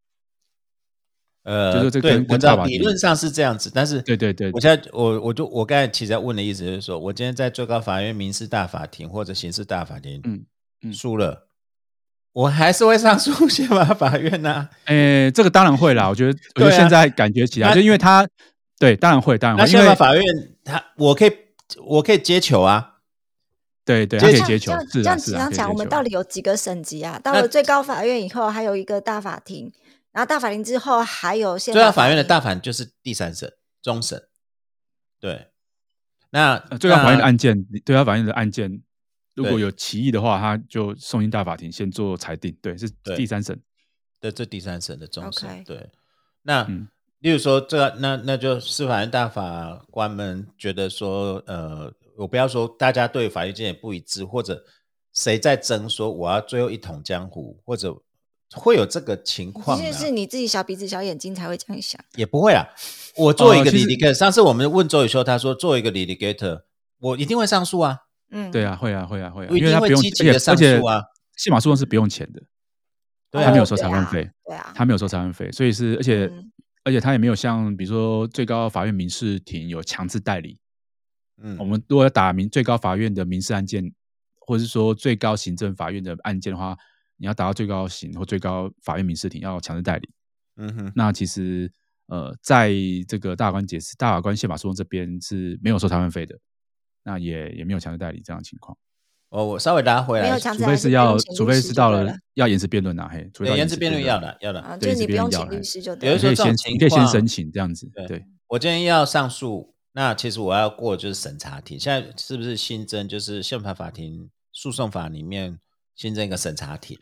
S1: 呃，
S4: 就是这
S1: 对，
S4: 跟
S1: 我
S4: 跟
S1: 知
S4: 大
S1: 道
S4: 法
S1: 理
S4: 庭
S1: 论上是这样子，但是
S4: 对对对
S1: 我现在我我就我刚才其实在问的意思就是说，我今天在最高法院民事大法庭或者刑事大法庭，
S4: 嗯嗯
S1: 输了，我还是会上诉 宪法法院啊呐、
S4: 诶，这个当然会啦，我觉得，我
S1: 对
S4: 觉
S1: 啊
S4: 得现在感觉起来，
S1: 那
S4: 就因为它对，当然会，当然
S1: 那
S4: 哦会，因
S1: 宪法法
S4: 为
S1: 院他我可以我可以接球啊，
S4: 对对，
S1: 这
S4: 它可
S2: 这
S4: 以
S2: 样
S4: 接球
S2: 这样，
S4: 是
S2: 这
S4: 啊
S2: 样
S4: 是
S2: 这
S4: 啊，
S2: 样
S4: 可以
S2: 讲，
S4: 接
S2: 我们
S4: 球
S2: 到底有几个省级啊？到
S1: 那
S2: 了最高法院以后，还有一个大法庭，然后大法庭之后还有宪
S1: 最高法院的
S2: 庭
S1: 大法就是第三审、终审，对。那
S4: 呃最高法院的
S1: 那
S4: 案件，最高法院的案件，如果
S1: 对
S4: 有歧义的话，它就送进大法庭先做裁定，对，是
S1: 对
S4: 第三审，
S1: 的这第三审的终审。
S2: OK
S1: 对，那、
S4: 嗯
S1: 例如说这个那那就司法院大法官们觉得说，呃，我不要说大家对法律见解不一致，或者谁在争说我要最后一统江湖，或者会有这个情况、啊，
S2: 其实是你自己小鼻子小眼睛才会这样想。
S1: 也不会啊。我做一个
S4: 哦其实
S1: litigator，、上次我们问周宇修，他说做一个 litigator，我一定会上诉啊。
S2: 嗯，
S4: 对啊，会啊会啊会啊，
S1: 我一
S4: 因为它
S1: 定
S4: 不
S1: 会
S4: 用，
S1: 积极地
S4: 而且
S1: 上
S4: 而且
S1: 诉啊
S4: 宪法诉讼是不用钱的，
S1: 对啊
S4: 他没有
S2: 哦
S4: 收
S2: 对
S4: 裁判
S2: 啊
S4: 费，
S2: 对啊，
S4: 他没有收裁判费，所以是而且、
S2: 嗯
S4: 而且他也没有像比如说最高法院民事庭有强制代理。
S1: 嗯，
S4: 我们如果要打民最高法院的民事案件，或者是说最高行政法院的案件的话，你要打到最高刑或最高法院民事庭要强制代理。
S1: 嗯哼，
S4: 那其实呃，在这个大法官解释大法官宪法诉讼这边是没有收裁判费的，那也也没有强制代理这样的情况。
S1: 哦，我稍微拉回
S2: 没
S1: 来
S2: 有
S1: 一下，
S2: 强制
S4: 除
S2: 还不
S4: 非是要
S2: 用请，律
S4: 除非
S2: 师
S4: 是
S2: 就
S4: 到
S2: 对
S4: 了要延迟辩论啊，嘿，除非到
S1: 对，言之辩论要
S4: 了，
S1: 了要了。
S2: 啊，就是
S4: 对
S2: 你
S4: 这
S2: 不
S4: 边
S2: 用
S4: 要
S2: 请律
S4: 来
S2: 师就对
S1: 有
S4: 你
S1: 的
S2: 了。
S1: 时
S4: 可
S1: 候这
S4: 以
S1: 种
S4: 先
S1: 情
S4: 你可以先
S1: 况
S4: 申请这样子，
S1: 对
S4: 对。
S1: 我今天要上诉，那其实我要过的就是审查庭。现在是不是新增就是宪法法庭诉讼法里面新增一个审查庭？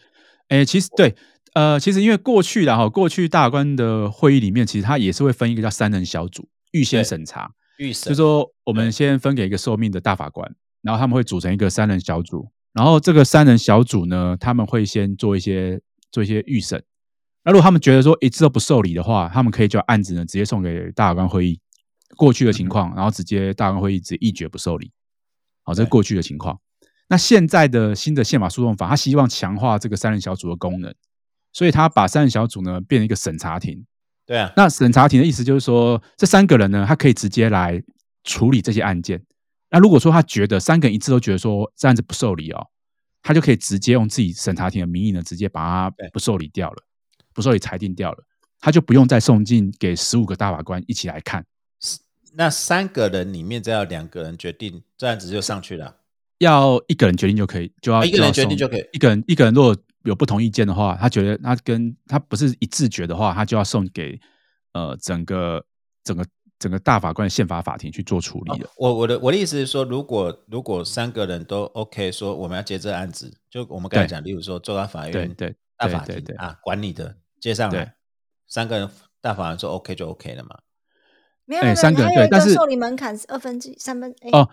S4: 哎、其实对，呃，其实因为过去啦哈，过去大法官的会议里面，其实他也是会分一个叫三人小组预先
S1: 对
S4: 审查，
S1: 预审
S4: 就说我
S1: 对
S4: 们先分给一个受命的大法官，然后他们会组成一个三人小组，然后这个三人小组呢，他们会先做一些做一些预审。那如果他们觉得说一次都不受理的话，他们可以就案子呢直接送给大法官会议。过去的情况，然后直接大法官会议直接一决不受理。好，这是
S1: 对
S4: 过去的情况。那现在的新的宪法诉讼法，它希望强化这个三人小组的功能，所以它把三人小组呢变成一个审查庭。
S1: 对啊，
S4: 那审查庭的意思就是说，这三个人呢，他可以直接来处理这些案件。那如果说他觉得三个人一致都觉得说这案子不受理哦，他就可以直接用自己审查庭的名义呢，直接把它
S1: 对
S4: 不受理掉了，不受理裁定掉了，他就不用再送进给十五个大法官一起来看，
S1: 那三个人里面只要两个人决定，这样子就上去了。
S4: 要一个人决定就可以，就要
S1: 啊一个人决定
S4: 要送
S1: 就可以
S4: 一个人一个人如果有不同意见的话，他觉得他跟他不是一致决的话，他就要送给呃整个整个整个大法官的宪法法庭去做处理了。
S1: 哦我我的我的意思是说，如果如果三个人都 OK，说我们要接这个案子，就我们刚才
S4: 对
S1: 讲，例如说最高法
S4: 对
S1: 院、
S4: 对
S1: 大法
S4: 对
S1: 庭
S4: 对对
S1: 啊，管理的接上
S4: 对
S1: 来，三个人大法官说 OK 就 OK 了嘛。
S2: 没有
S4: 哎
S2: 没有，
S4: 三个
S2: 还
S4: 人
S2: 有
S4: 对
S2: 一
S4: 但
S2: 个
S4: 是
S2: 受理门槛是二分之三分哎
S4: 哦，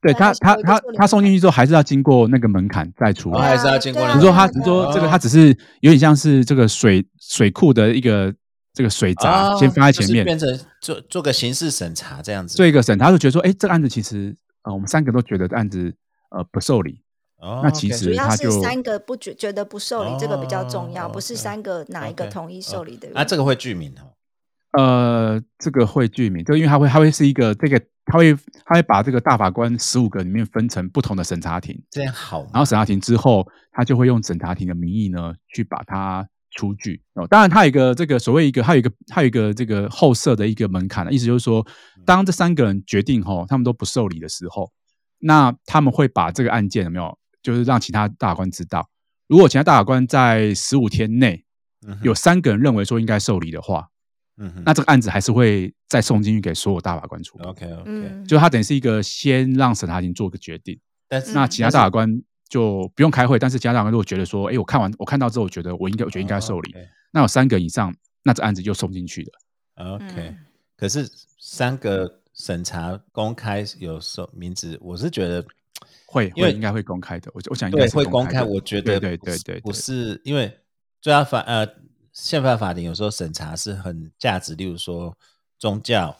S4: 对
S2: 本
S4: 他
S2: 来是有一个
S4: 他他
S2: 处理
S4: 他送进去之后，还是要经过那个门槛再处
S1: 我
S4: 理。
S1: 还是
S2: 对啊
S1: 要经过
S2: 对
S1: 那
S2: 啊
S1: 个。
S4: 你说他，
S2: 对
S4: 你
S2: 啊
S4: 说这个，
S1: 哦
S4: 他只是有点像是这个水水库的一个这个水闸，
S1: 啊，
S4: 先放在
S1: 就
S4: 前
S1: 是
S4: 面
S1: 变成做做个刑事审查这样子。
S4: 做一个审查，他就觉得说，哎，这个案子其实呃，我们三个都觉得案子呃不受理，
S1: 哦，
S4: 那其
S1: OK
S4: 实
S2: 主要
S4: 他
S2: 是
S4: 就
S2: 三个不觉觉得不受理，这个比较重要，
S1: 哦
S2: 不是
S1: OK，
S2: 三个哪一个
S1: OK，
S2: 同意受理的原因。
S1: 啊，这个会具名哦。
S4: 呃，这个会具名，就因为他会，他会是一个这个，他会他会把这个大法官十五个里面分成不同个审查庭，
S1: 这样好吗？
S4: 然后审查庭之后，他就会用审查庭的名义呢去把它出具。哦，当然，他有一个这个所谓一个，还有一个还有一个这个后设的一个门槛，意思就是说，
S1: 嗯
S4: 当这三个人决定吼、他们都不受理的时候，那他们会把这个案件有没有，就是让其他大法官知道。如果其他大法官在十五天内
S1: 嗯哼
S4: 有三个人认为说应该受理的话，
S1: 嗯哦哼，
S4: 那这个案子还是会再送进去给所有大法官处理。
S1: OK OK，
S2: 嗯，
S4: 就它等于是一个先让审查庭做个决定，
S1: 但是
S4: 那其他大法官就不用开会，但是其他大法官如果觉得说，哎，我看完我看到之后，我觉得我应该我觉得应该受理，
S1: 哦，OK，
S4: 那有三个以上，那这案子就送进去了。
S2: 嗯
S1: OK，可哦是三个审查公开有时候名字，我是觉得
S4: 会
S1: 因为
S4: 会应该会公开的，我我想应该
S1: 对
S4: 是
S1: 会公
S4: 公
S1: 开，
S4: 的
S1: 我觉得
S4: 对对
S1: 不是
S4: 对对，
S1: 不
S4: 对
S1: 是因为最高法呃宪法法庭有时候审查是很价值，例如说宗教、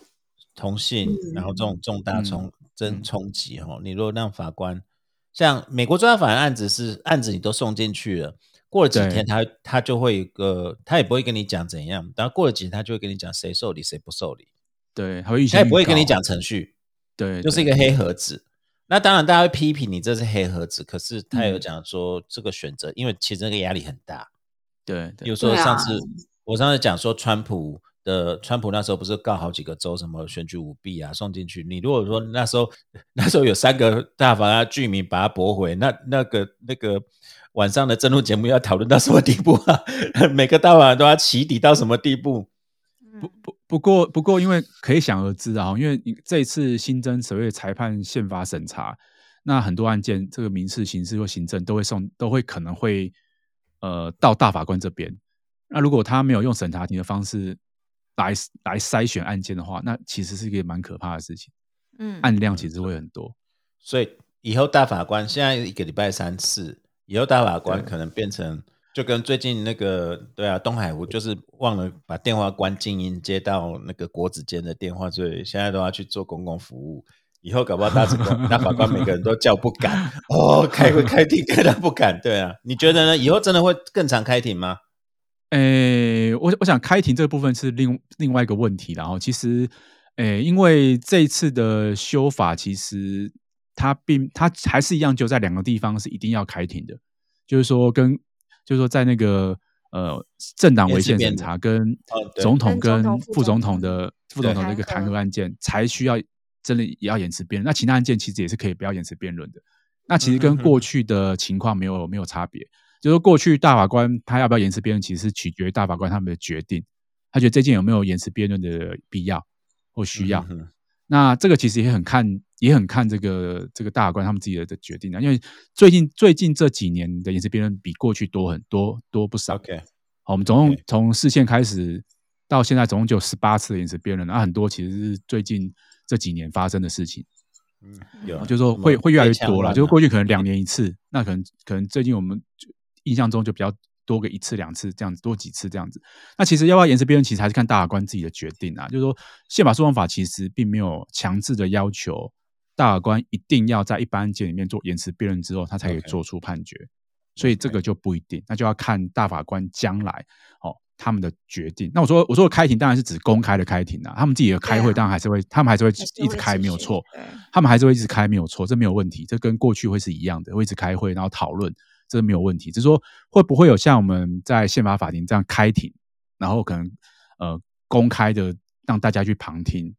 S1: 同性，然后这种重大冲真
S4: 嗯
S1: 冲击哈，你如果让法官像美国最高法院案子是案子你都送进去了。过了几
S4: 对
S1: 天他，他就会有一个，他也不会跟你讲怎样，然后过了几天，他就会跟你讲谁受理，谁不受理，
S4: 对，还会预
S1: 他也
S4: 先
S1: 不会跟你
S4: 预告
S1: 讲，程序，
S4: 对，
S1: 就是一
S4: 对
S1: 个黑盒子。那当然，大家会批评你这是黑盒子，可是他有
S4: 嗯
S1: 讲说这个选择，因为其实那个压力很大。
S4: 对
S1: 比
S4: 对
S1: 如说
S3: 对啊
S1: 上次、我上次讲说川普的川普那时候不是告好几个州什么选举舞弊啊送进去，你如果说那时候那时候有三个大法官剧名把它驳回，那那个那个晚上的争论节目要讨论到什么地步啊？ 每个大法官都要起底到什么地步？
S2: 嗯
S4: 不不不过不过，因为可以想而知啊，因为你这一次新增所谓裁判宪法审查，那很多案件，这个民事、刑事或行政都会送，都会可能会呃到大法官这边。那如果他没有用审查庭的方式来来筛选案件的话，那其实是一个蛮可怕的事情，
S2: 嗯
S4: 案量其实会很多。
S1: 所以以后大法官现在一个礼拜三次，以后大法官可能变成就跟最近那个对啊，东海湖就是忘了把电话关静音，接到那个国子监的电话，所以现在都要去做公共服务。以后搞不好大法官 大法官每个人都叫不敢哦，开会开庭开到不敢，对啊，你觉得呢？以后真的会更常开庭吗？
S4: 诶，我我想开庭这个部分是另另外一个问题啦齁，然后哦其实，诶，因为这一次的修法，其实它并它还是一样，就在两个地方是一定要开庭的，就是说跟就是说在那个呃政党
S1: 也
S4: 违
S1: 是
S4: 宪
S1: 变
S4: 审
S1: 的
S4: 查跟
S1: 哦对
S4: 总统
S2: 跟总
S4: 跟
S2: 统副
S4: 副
S2: 总
S4: 总统
S2: 统
S4: 的副
S1: 对
S4: 总统的一个
S2: 弹
S4: 弹
S2: 劾
S4: 劾案件，才需要真的也要延迟辩论。那其他案件其实也是可以不要延迟辩论的。那其
S1: 嗯
S4: 实跟
S1: 嗯嗯
S4: 过去的情况没有没有差别。就是过去大法官他要不要延迟辩论，其实是取决于大法官他们的决定，他觉得这件有没有延迟辩论的必要或需要。
S1: 嗯
S4: 那这个其实也很看，也很看这个这个大法官他们自己的的决定啊，因为最近最近这几年的延迟辩论比过去多很多多不少。
S1: 嗯 OK，
S4: 好，我们总共
S1: OK
S4: 从视线开始到现在，总共就有十八次的延迟辩论，那、很多其实是最近这几年发生的事情，
S1: 嗯，有
S4: 就是说
S1: 什么
S4: 会会越来越
S1: 被抢
S4: 多了。
S1: 乱
S4: 就是
S1: 啊
S4: 过去可能两年一次，那可能可能最近我们就印象中就比较多个一次两次这样子，多几次这样子。那其实要不要延迟辩论，其实还是看大法官自己的决定啊。就是说，宪法诉讼法其实并没有强制的要求大法官一定要在一般案件里面做延迟辩论之后，他才可以
S1: OK
S4: 做出判决。所以这个就不一定，那就要看大法官将来哦他们的决定。那我说我说的开庭当然是指公开的开庭啊，他们自己的开
S2: 对
S4: 会
S2: 啊
S4: 当然还是会，他们还是会
S2: 还是
S4: 一直
S2: 会
S4: 开
S2: 继
S4: 没有
S2: 续
S4: 错，
S2: 对
S4: 他们还是会一直开没有错，这没有问题，这跟过去会是一样的，会一直开会然后讨论，这没有问题。只是说会不会有像我们在宪法法庭这样开庭，然后可能呃公开的让大家去旁听，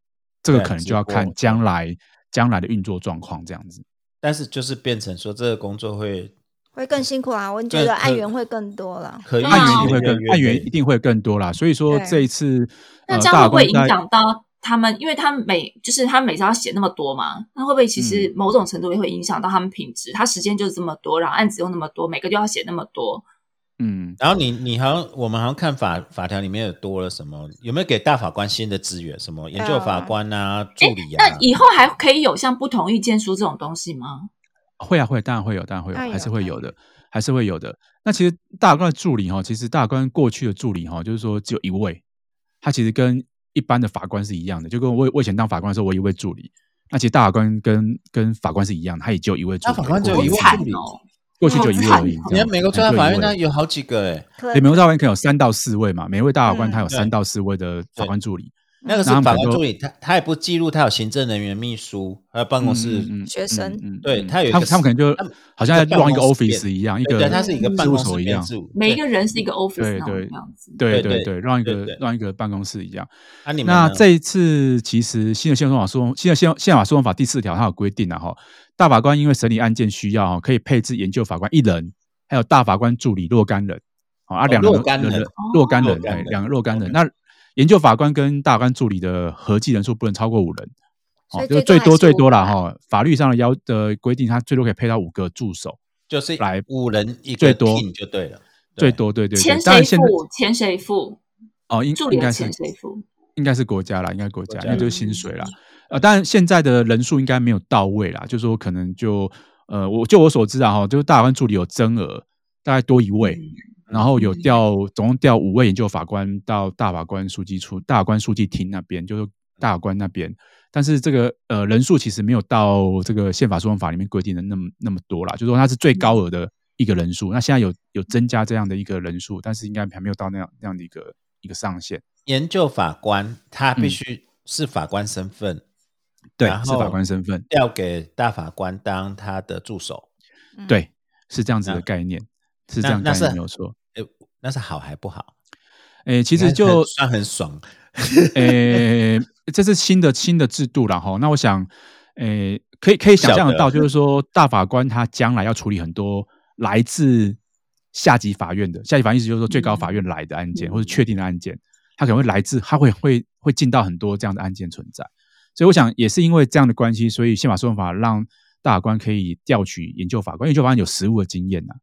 S4: 这个
S1: 对
S4: 可能
S1: 直
S4: 就要
S1: 播
S4: 看
S1: 对
S4: 将来将来的运作状况这样子。
S1: 但是就是变成说这个工作会
S2: 会更辛苦啊，我觉
S1: 对
S2: 得
S1: 可
S2: 案源会更多了。
S1: 可以
S3: 对
S4: 案源
S3: 啊
S4: 一定会更，案源一定会更多啦。所以说
S2: 对
S4: 这一次，
S3: 那
S4: 呃
S3: 这
S4: 大
S3: 样会
S4: 法
S3: 不会
S4: 官
S3: 影
S4: 在
S3: 响到他们？因为他们每就是他们每次要写那么多嘛，那会不会其
S4: 嗯
S3: 实某种程度也会影响到他们品质？他时间就是这么多，然后案子又那么多，每个都要写那么多，
S4: 嗯，
S1: 然后你你好像我们好像看法法条里面有多了什么？有没有给大法官新的资源？什么研究法官啊、助理啊
S3: 呃那？以后还可以有像不同意见书这种东西吗？
S4: 会啊会，当然会有，当然会有，
S2: 当然
S4: 还是
S2: 有
S4: 会
S2: 当
S4: 有
S2: 然
S4: 的，还是会有的。那其实大法官的助理哈，其实大法官过去的助理哈，就是说只有一位，他其实跟一般的法官是一样的，就跟我我以前当法官的时候，我有一位助理。那其实大法官跟跟法官是一样，他也只有一位助理
S1: 大
S4: 而已。
S1: 法官只有
S3: 好
S1: 一位
S3: 惨
S1: 助理
S3: 哦！
S4: 过去
S3: 好
S4: 就一位
S3: 惨
S4: 而已
S3: 哦。
S4: 这
S1: 你
S4: 样
S1: 看美国
S4: 可
S1: 最
S4: 能
S1: 高
S4: 就
S1: 法
S4: 一
S1: 院
S4: 位
S1: 那有好几个哎、
S2: 可
S4: 对美国大法官可能有三到四位嘛，每位大法
S2: 嗯
S4: 官他有三
S1: 对
S4: 到四位的法
S1: 对
S4: 官助理，
S1: 那个是
S4: 那他们
S1: 法
S4: 可
S1: 官
S4: 能就
S1: 助理，他他也不记录，他有行政人员秘书，还有办公室，
S4: 嗯嗯嗯
S2: 学生
S4: 嗯嗯
S1: 对
S4: 嗯
S1: 他有一
S4: 他
S1: 个
S4: 他们可能就
S1: 他们
S4: 好像在
S1: 一个办
S4: run 一个
S1: 公室变
S4: office 一样，一
S1: 对
S4: 个
S1: 对，他是一个办公
S4: 事务所
S1: 室
S4: 一
S1: 编
S4: 样，
S1: 制，
S3: 每一
S1: 对
S3: 个人是一个 office
S4: 对
S3: 那
S4: 对
S3: 种样子。
S4: 对
S1: 对
S4: 对
S1: 对
S4: 对，让一
S1: 对
S4: 个
S1: 对
S4: 让一个办公室一样。
S1: 啊，你们
S4: 那
S1: 呢
S4: 这一次其实新的宪法诉讼，新的宪宪法诉讼法第四条它有规定了啊哈，大法官因为审理案件需要哈，可以配置研究法官一人，还有大法官助理若干人，好啊，
S1: 哦
S4: 两人
S1: 若干人
S4: 的若干
S1: 若
S4: 人，
S1: 干
S4: 对
S1: 人
S4: 两个若干
S1: OK
S4: 人。那研究法官跟大法官助理的合计人数不能超过五人，
S2: 所
S4: 哦，
S2: 以
S4: 就是
S2: 最多
S4: 最
S2: 还
S4: 多
S2: 是
S4: 最
S2: 五
S4: 多了
S2: 人啊
S4: 哈。法律上的要的规定，它最多可以配到五个助手，
S1: 就是
S4: 来
S1: 五人一个
S4: 最多
S1: team 就对了，对
S4: 最多对对对。
S3: 钱谁
S4: 当然现在
S3: 付？钱谁付？
S4: 哦，应
S3: 助理
S4: 应
S3: 的
S4: 该是
S3: 钱谁付？
S4: 应该是国家啦，应该国家，
S1: 国家
S4: 因为就是薪水啦。呃，当然现在的人数应该没有到位啦，就说可能就呃，我就我所知啊，哈，就是大法官助理有增额，大概多一位，然后有调总共调五位研究法官到大法官书记处、大法官书记厅那边，就是大法官那边。但是这个呃人数其实没有到这个宪法诉讼法里面规定的那么那么多啦，就说它是最高额的一个人数。那现在有有增加这样的一个人数，但是应该还没有到那样那样的一个一个上限。
S1: 研究法官他
S4: 嗯
S1: 必须是法官身份，
S4: 对
S1: 然，
S4: 是法
S1: 后
S4: 官身份，
S1: 调给大法官当他的助手，
S2: 嗯，
S4: 对，是这样子的
S1: 那
S4: 概念，是这
S1: 嗯那
S4: 样
S1: 那
S4: 概念
S1: 是
S4: 没有错。
S1: 诶，那是好还不好？
S4: 诶，其
S1: 其
S4: 实就
S1: 算很爽，
S4: 诶，呃这是新的新的制度了哈。那我想，诶，可以可以想象得到，
S1: 晓得
S4: 就是说大法官他将来要处理很多来自下级法院的，下级法院意思就是说最高法院来的案
S1: 嗯
S4: 件、或者确定的案件，他可能会来自，他会会会进到很多这样的案件存在。所以我想也是因为这样的关系，所以宪法诉讼法让大法官可以调取研究法官，研究法官有实务的经验呐、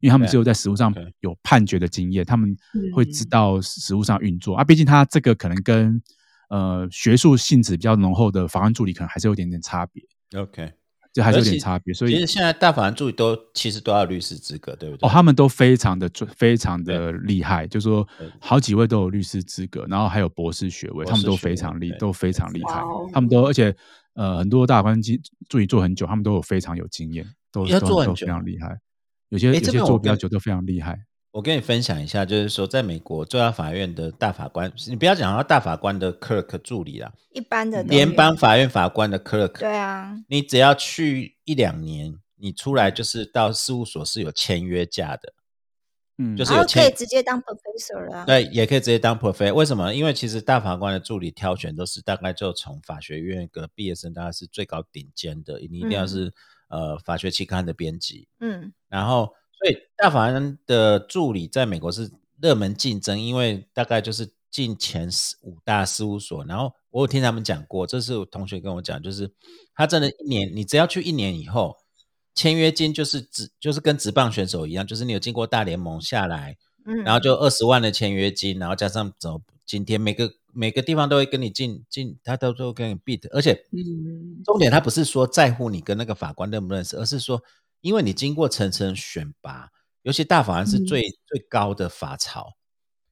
S4: 因为他们
S1: 对
S4: 只有在实务上
S1: 对
S4: 有判决的经验，他们
S3: 嗯
S4: 会知道实务上运作啊。毕竟他这个可能跟呃学术性质比较浓厚的法官助理可能还是有一点点差别，
S1: OK，
S4: 就还是有
S1: 而
S4: 点
S1: 且
S4: 差别。所
S1: 其
S4: 以
S1: 实现在大法官助理都其实都要律师资格，对不对？
S4: 哦，他们都非常的专非常的厉害，就说好几位都有律师资格，然后还有博士学
S1: 博
S4: 位，他们
S1: 士
S4: 都
S1: 学
S4: 非
S1: 位
S4: 常厉
S1: 对
S4: 都非常厉害
S3: 哇哦，
S4: 他们都而且呃很多大法官经助理做很久，他们都有非常有经验，都
S1: 要
S4: 都
S1: 做很
S4: 都
S1: 久
S4: 非常厉害。有些
S1: 诶
S4: 有
S1: 这
S4: 些
S1: 边
S4: 做
S1: 我
S4: 比较
S1: 跟
S4: 久都非常厉害。
S1: 我跟你分享一下，就是说，在美国最高法院的大法官，你不要讲到大法官的 clerk 助理啦，
S2: 一般
S4: 嗯
S2: 的都
S1: 联
S2: 有
S1: 邦法院法官的 clerk，
S2: 对啊，
S1: 你只要去一两年，你出来就是到事务所是有签约价的，
S4: 嗯
S1: 就是
S2: 然
S1: 有
S2: 后可以
S1: 签
S2: 直接当 professor 了啊，
S1: 对，也可以直接当 professor。为什么？因为其实大法官的助理挑选都是大概就从法学院的毕业生，大概是最高顶尖的，你一定要
S2: 嗯
S1: 是、呃法学期刊的编辑，
S2: 嗯，
S1: 然后，所以大法官的助理在美国是热门竞争，因为大概就是进前十五大事务所。然后我有听他们讲过，这是我同学跟我讲，就是他真的，一年你只要去一年以后，签约金就是职就是跟职棒选手一样，就是你有经过大联盟下来，
S2: 嗯，
S1: 然后就二十万的签约金，然后加上走今天每个每个地方都会跟你进进，他都都跟你 beat，而且
S3: 嗯
S1: 重点他不是说在乎你跟那个法官认不认识，而是说，因为你经过层层选拔，尤其大法官是
S3: 嗯
S1: 最、最高的法曹，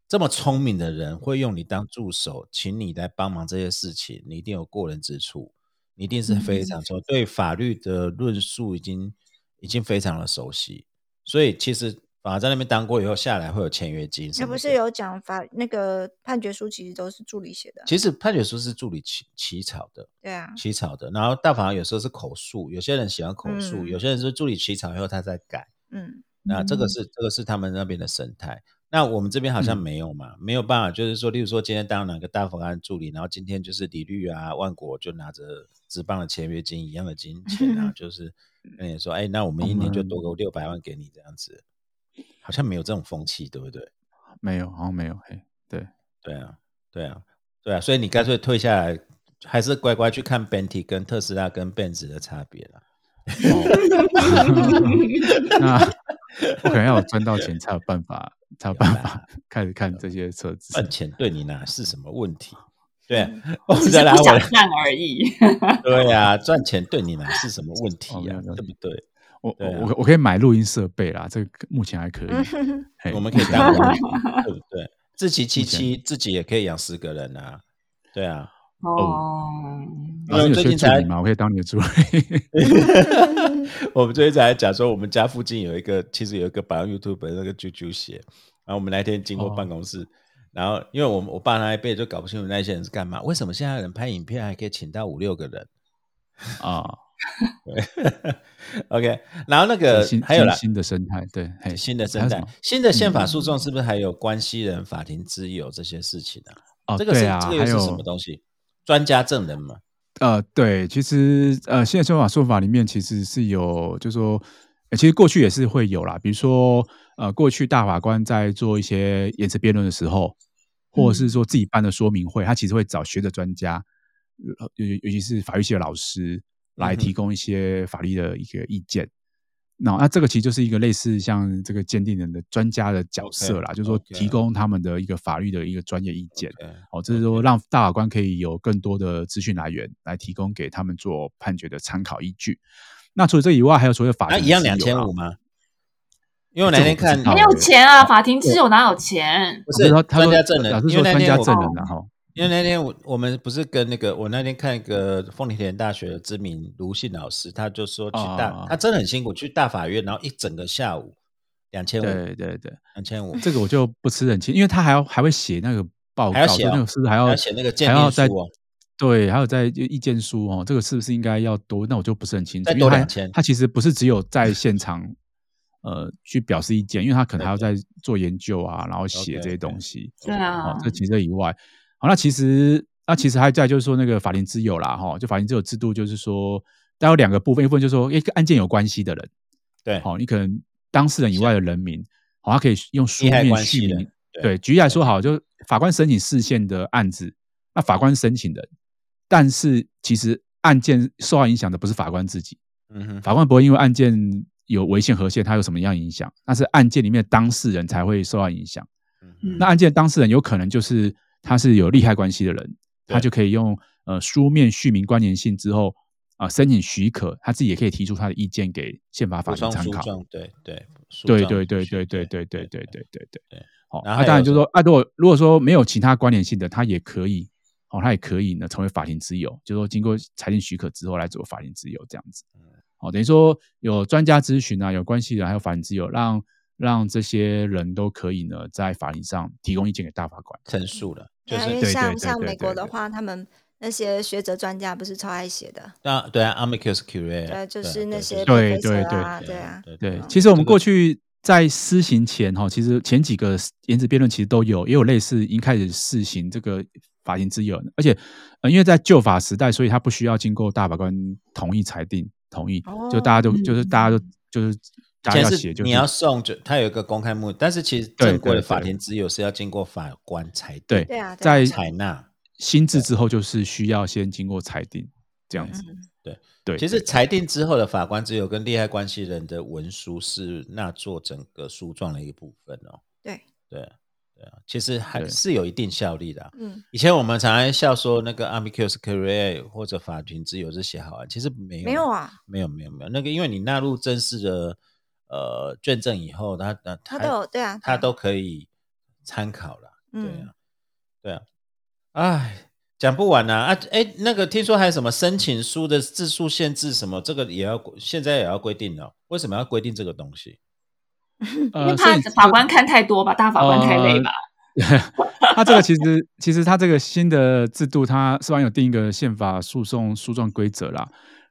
S1: 这么聪明的人会用你当助手，请你来帮忙这些事情，你一定有过人之处，你一定
S2: 嗯
S1: 是非常熟，对法律的论述已经已经非常的熟悉，所以其实反而在那边当过以后下来会有签约金什
S2: 那
S1: 么的，
S2: 不是有讲法那个判决书其实都是助理写的啊，
S1: 其实判决书是助理起起草的，
S2: 对啊，
S1: 起草的。然后大法官有时候是口述，有些人喜欢口述，
S2: 嗯
S1: 有些人是助理起草以后他再改。
S2: 嗯，
S1: 那这个
S3: 嗯
S1: 是、这个是他们那边的生态。那我们这边好像
S4: 嗯
S1: 没有嘛，没有办法，就是说，例如说今天当哪个大法官助理，然后今天就是李律啊、万国就拿着职棒的签约金一样的金钱啊，就是跟你说，哎，那我们一年就多个六百万给你这样子，好像没有这种风气，对不对？
S4: 啊没有，好像没有， 嘿，对，
S1: 对啊，对啊，对啊，所以你干脆退下来，还是乖乖去看 Bentley 跟特斯拉跟 Benz 的差别啦。
S4: 嗯 那 我可能要有赚到钱才有办法，才有办法开始看这些车子。
S1: 赚钱对你哪是什么问题？对啊、
S4: 嗯
S1: 我
S3: 只
S1: 们
S3: 是
S1: 再拉
S3: 不
S1: 回
S3: 想
S1: 来。
S3: 看而已。
S1: 对啊，赚钱对你哪是什么问题
S4: 哦没
S1: 呀、
S4: 有没有
S1: 对不对？
S4: 我我
S1: 对啊
S4: 我我可以买录音设备啦，这个目前还可 以。
S2: 嗯
S4: 嘿
S1: 我们可以
S4: 目前
S1: 当
S4: 还
S1: 网
S4: 以
S1: 红，对不对？自己七七自己也可以养十个人啊。对啊，
S3: 哦，
S4: 老师有
S1: 最
S4: 缺
S1: 近
S4: 助
S1: 才
S4: 理吗？我可以当你的 助理。
S1: 我们最近才讲说，我们家附近有一个，其实有一个百万 YouTube 的那个啾啾鞋，然后我们那天经过
S4: 哦
S1: 办公室，然后因为我们我爸那一辈就搞不清楚那些人是干嘛，为什么现在人拍影片还可以请到五六个人
S4: 啊，
S1: ？OK，然后那
S4: 这
S1: 个
S4: 新
S1: 呃还有
S4: 新
S1: 啦，
S4: 新的生态，对，嘿，
S1: 新的
S4: 哎还
S1: 生
S4: 有什
S1: 态
S4: 么，嗯
S1: 新的宪法诉讼是不是还有关系人、法庭之友这些事情啊？
S4: 哦，
S1: 这个是
S4: 对啊，
S1: 这个
S4: 还
S1: 又是
S4: 有
S1: 什么东西？专家证人嘛，
S4: 呃，对，其实呃，现在宪法说法里面其实是有，就是说、呃其实过去也是会有啦，比如说呃，过去大法官在做一些言辞辩论的时候，
S1: 嗯
S4: 或者是说自己办的说明会，他其实会找学者专家，呃尤尤其是法律系的老师来
S1: 嗯哼
S4: 提供一些法律的一个意见。那、那这个其实就是一个类似像这个鉴定人的专家的角色啦
S1: OK，
S4: 就是说
S1: OK
S4: 提供他们的一个法律的一个专业意见。
S1: 对啊
S4: 哦，这是说让大法官可以有更多的资讯来源来提供给他们做判决的参考依据。那除了这以外，还有所谓的法
S1: 那
S4: 庭
S1: 一样
S4: 自由
S1: 两
S4: 啊哎
S1: 千五吗？因为我那天看
S4: 这我不知道哦
S3: 没有钱啊，法庭自由哪有钱？
S1: 不
S4: 不是
S1: 是
S4: 他他
S1: 专
S4: 说
S1: 家证人
S4: 老
S1: 因
S4: 师，
S1: 为
S4: 说
S1: 那
S4: 专
S1: 天
S4: 家
S1: 我
S4: 证人啊然后
S1: 因为那天我我们不是跟那个我那天看一个凤梨田大学的知名卢信老师，他就说去大，
S4: 哦
S1: 他真的很辛苦，去大法院，然后一整个下午两千五，
S4: 对对对，
S1: 两千五，
S4: 这个我就不吃很清，因为他还要还会写那个报
S1: 还要
S4: 告，
S1: 写
S4: 说那
S1: 哦
S4: 个是不是还要
S1: 还要写那个鉴
S4: 还要
S1: 定
S4: 再
S1: 书哦
S4: 对，还有在意见书哦，这个是不是应该要多？那我就不是很清楚，
S1: 再
S4: 因为
S1: 多
S4: 他
S1: 2000
S4: 他其实不是只 有在现场呃去表示意见，因为他可能还要在做研究啊，然后写这
S1: OK，OK
S4: 些东西。
S3: 对啊
S4: 哦，这其实这以外，好，那其实那其实还在就是说那个法庭自由啦，哈、就法庭自由制度就是说，它有两个部分，一部分就是说诶跟案件有关系的人，
S1: 对，
S4: 好、哦你可能当事人以外的人民，好、他可以用书
S1: 利害
S4: 面
S1: 关
S4: 续
S1: 系人
S4: 名。
S1: 对
S4: 对，举例来说好，就法官申请事件的案子，那法官申请人，但是其实案件受到影响的不是法官自己，
S1: 嗯哼，
S4: 法官不会因为案件有违宪和宪，它有什么样影响，那是案件里面的当事人才会受到影响。
S1: 嗯
S3: 嗯
S1: 哼
S4: 那案件当事人有可能就是他是有利害关系的人，
S1: 对
S4: 他就可以用呃书面续名关联性之后啊、申请许可，他自己也可以提出他的意见给宪法法
S1: 补
S4: 庭
S1: 充
S4: 参
S1: 书
S4: 考。
S1: 状，对对，诉
S4: 对
S1: 状
S4: 对对
S1: 必须
S4: 对对对对对对对对
S1: 对。
S4: 好，
S1: 然
S4: 那、
S1: 后还有
S4: 当然就是
S1: 什
S4: 说啊，如果如果说没有其他关联性的，他也可以，哦，他也可以呢成为法庭之友，就是说经过裁定许可之后来做法庭之友这样子。
S1: 嗯
S4: 哦，等于说有专家咨询啊，有关系人还有法庭之友，让让这些人都可以呢在法庭上提供意见给大法官。
S1: 陈述了，就
S2: 啊因
S1: 是
S2: 为
S4: 对
S2: 像
S4: 对
S2: 像
S4: 对
S2: 美
S4: 对
S2: 国的
S4: 对
S2: 话，他们那些学者专家不是超爱写的，
S1: 那对啊，amicus curiae，啊
S2: 对，就是那些
S4: 对
S2: professor
S4: 对对
S2: 啊，对啊，
S4: 对，
S2: 嗯
S4: 其实我们
S1: 这个
S4: 过去在施行前哈，其实前几个言辞辩论其实都有，也有类似已经开始试行这个法庭之友，而且呃，因为在旧法时代，所以它不需要经过大法官同意裁定同意，就大家都
S3: 哦
S4: 就是大家都就是大家
S1: 前
S4: 要
S1: 是
S4: 写，就是
S1: 你要送，就它有一个公开目，但是其实
S4: 对
S1: 正规的
S4: 对
S1: 法
S4: 对
S1: 庭只有是要经过法官裁定
S4: 对
S2: 对啊，对啊
S4: 在
S1: 采纳。
S4: 新制之后，就是需要先经过裁定这样子。
S2: 嗯
S1: 对
S4: 对，
S1: 其实裁定之后的法官只有跟利害关系人的文书是纳做整个诉状的一部分哦。
S2: 对，
S1: 对对啊，其实还
S4: 对
S1: 是有一定效力的啊、
S2: 嗯，
S1: 以前我们常常笑说那个 amicus curiae 或者法庭之友是写好案，其实没有
S2: 没有啊，
S1: 没有没有没有那个，因为你纳入正式的呃卷证以后，它它
S2: 他都有对啊，
S1: 它
S2: 对啊
S1: 都可以参考了。对
S2: 嗯
S1: 啊，对啊，哎，讲不完啊啊！哎，那个听说还有什么申请书的字数限制什么，这个也要现在也要规定了。为什么要规定这个东西？
S3: 因为
S4: 呃，所
S3: 怕
S4: 以呃
S3: 法官看太多吧，大法官太累吧。
S4: 他这个其实其实他这个新的制度，它是然有定一个宪法诉讼诉状规则啦。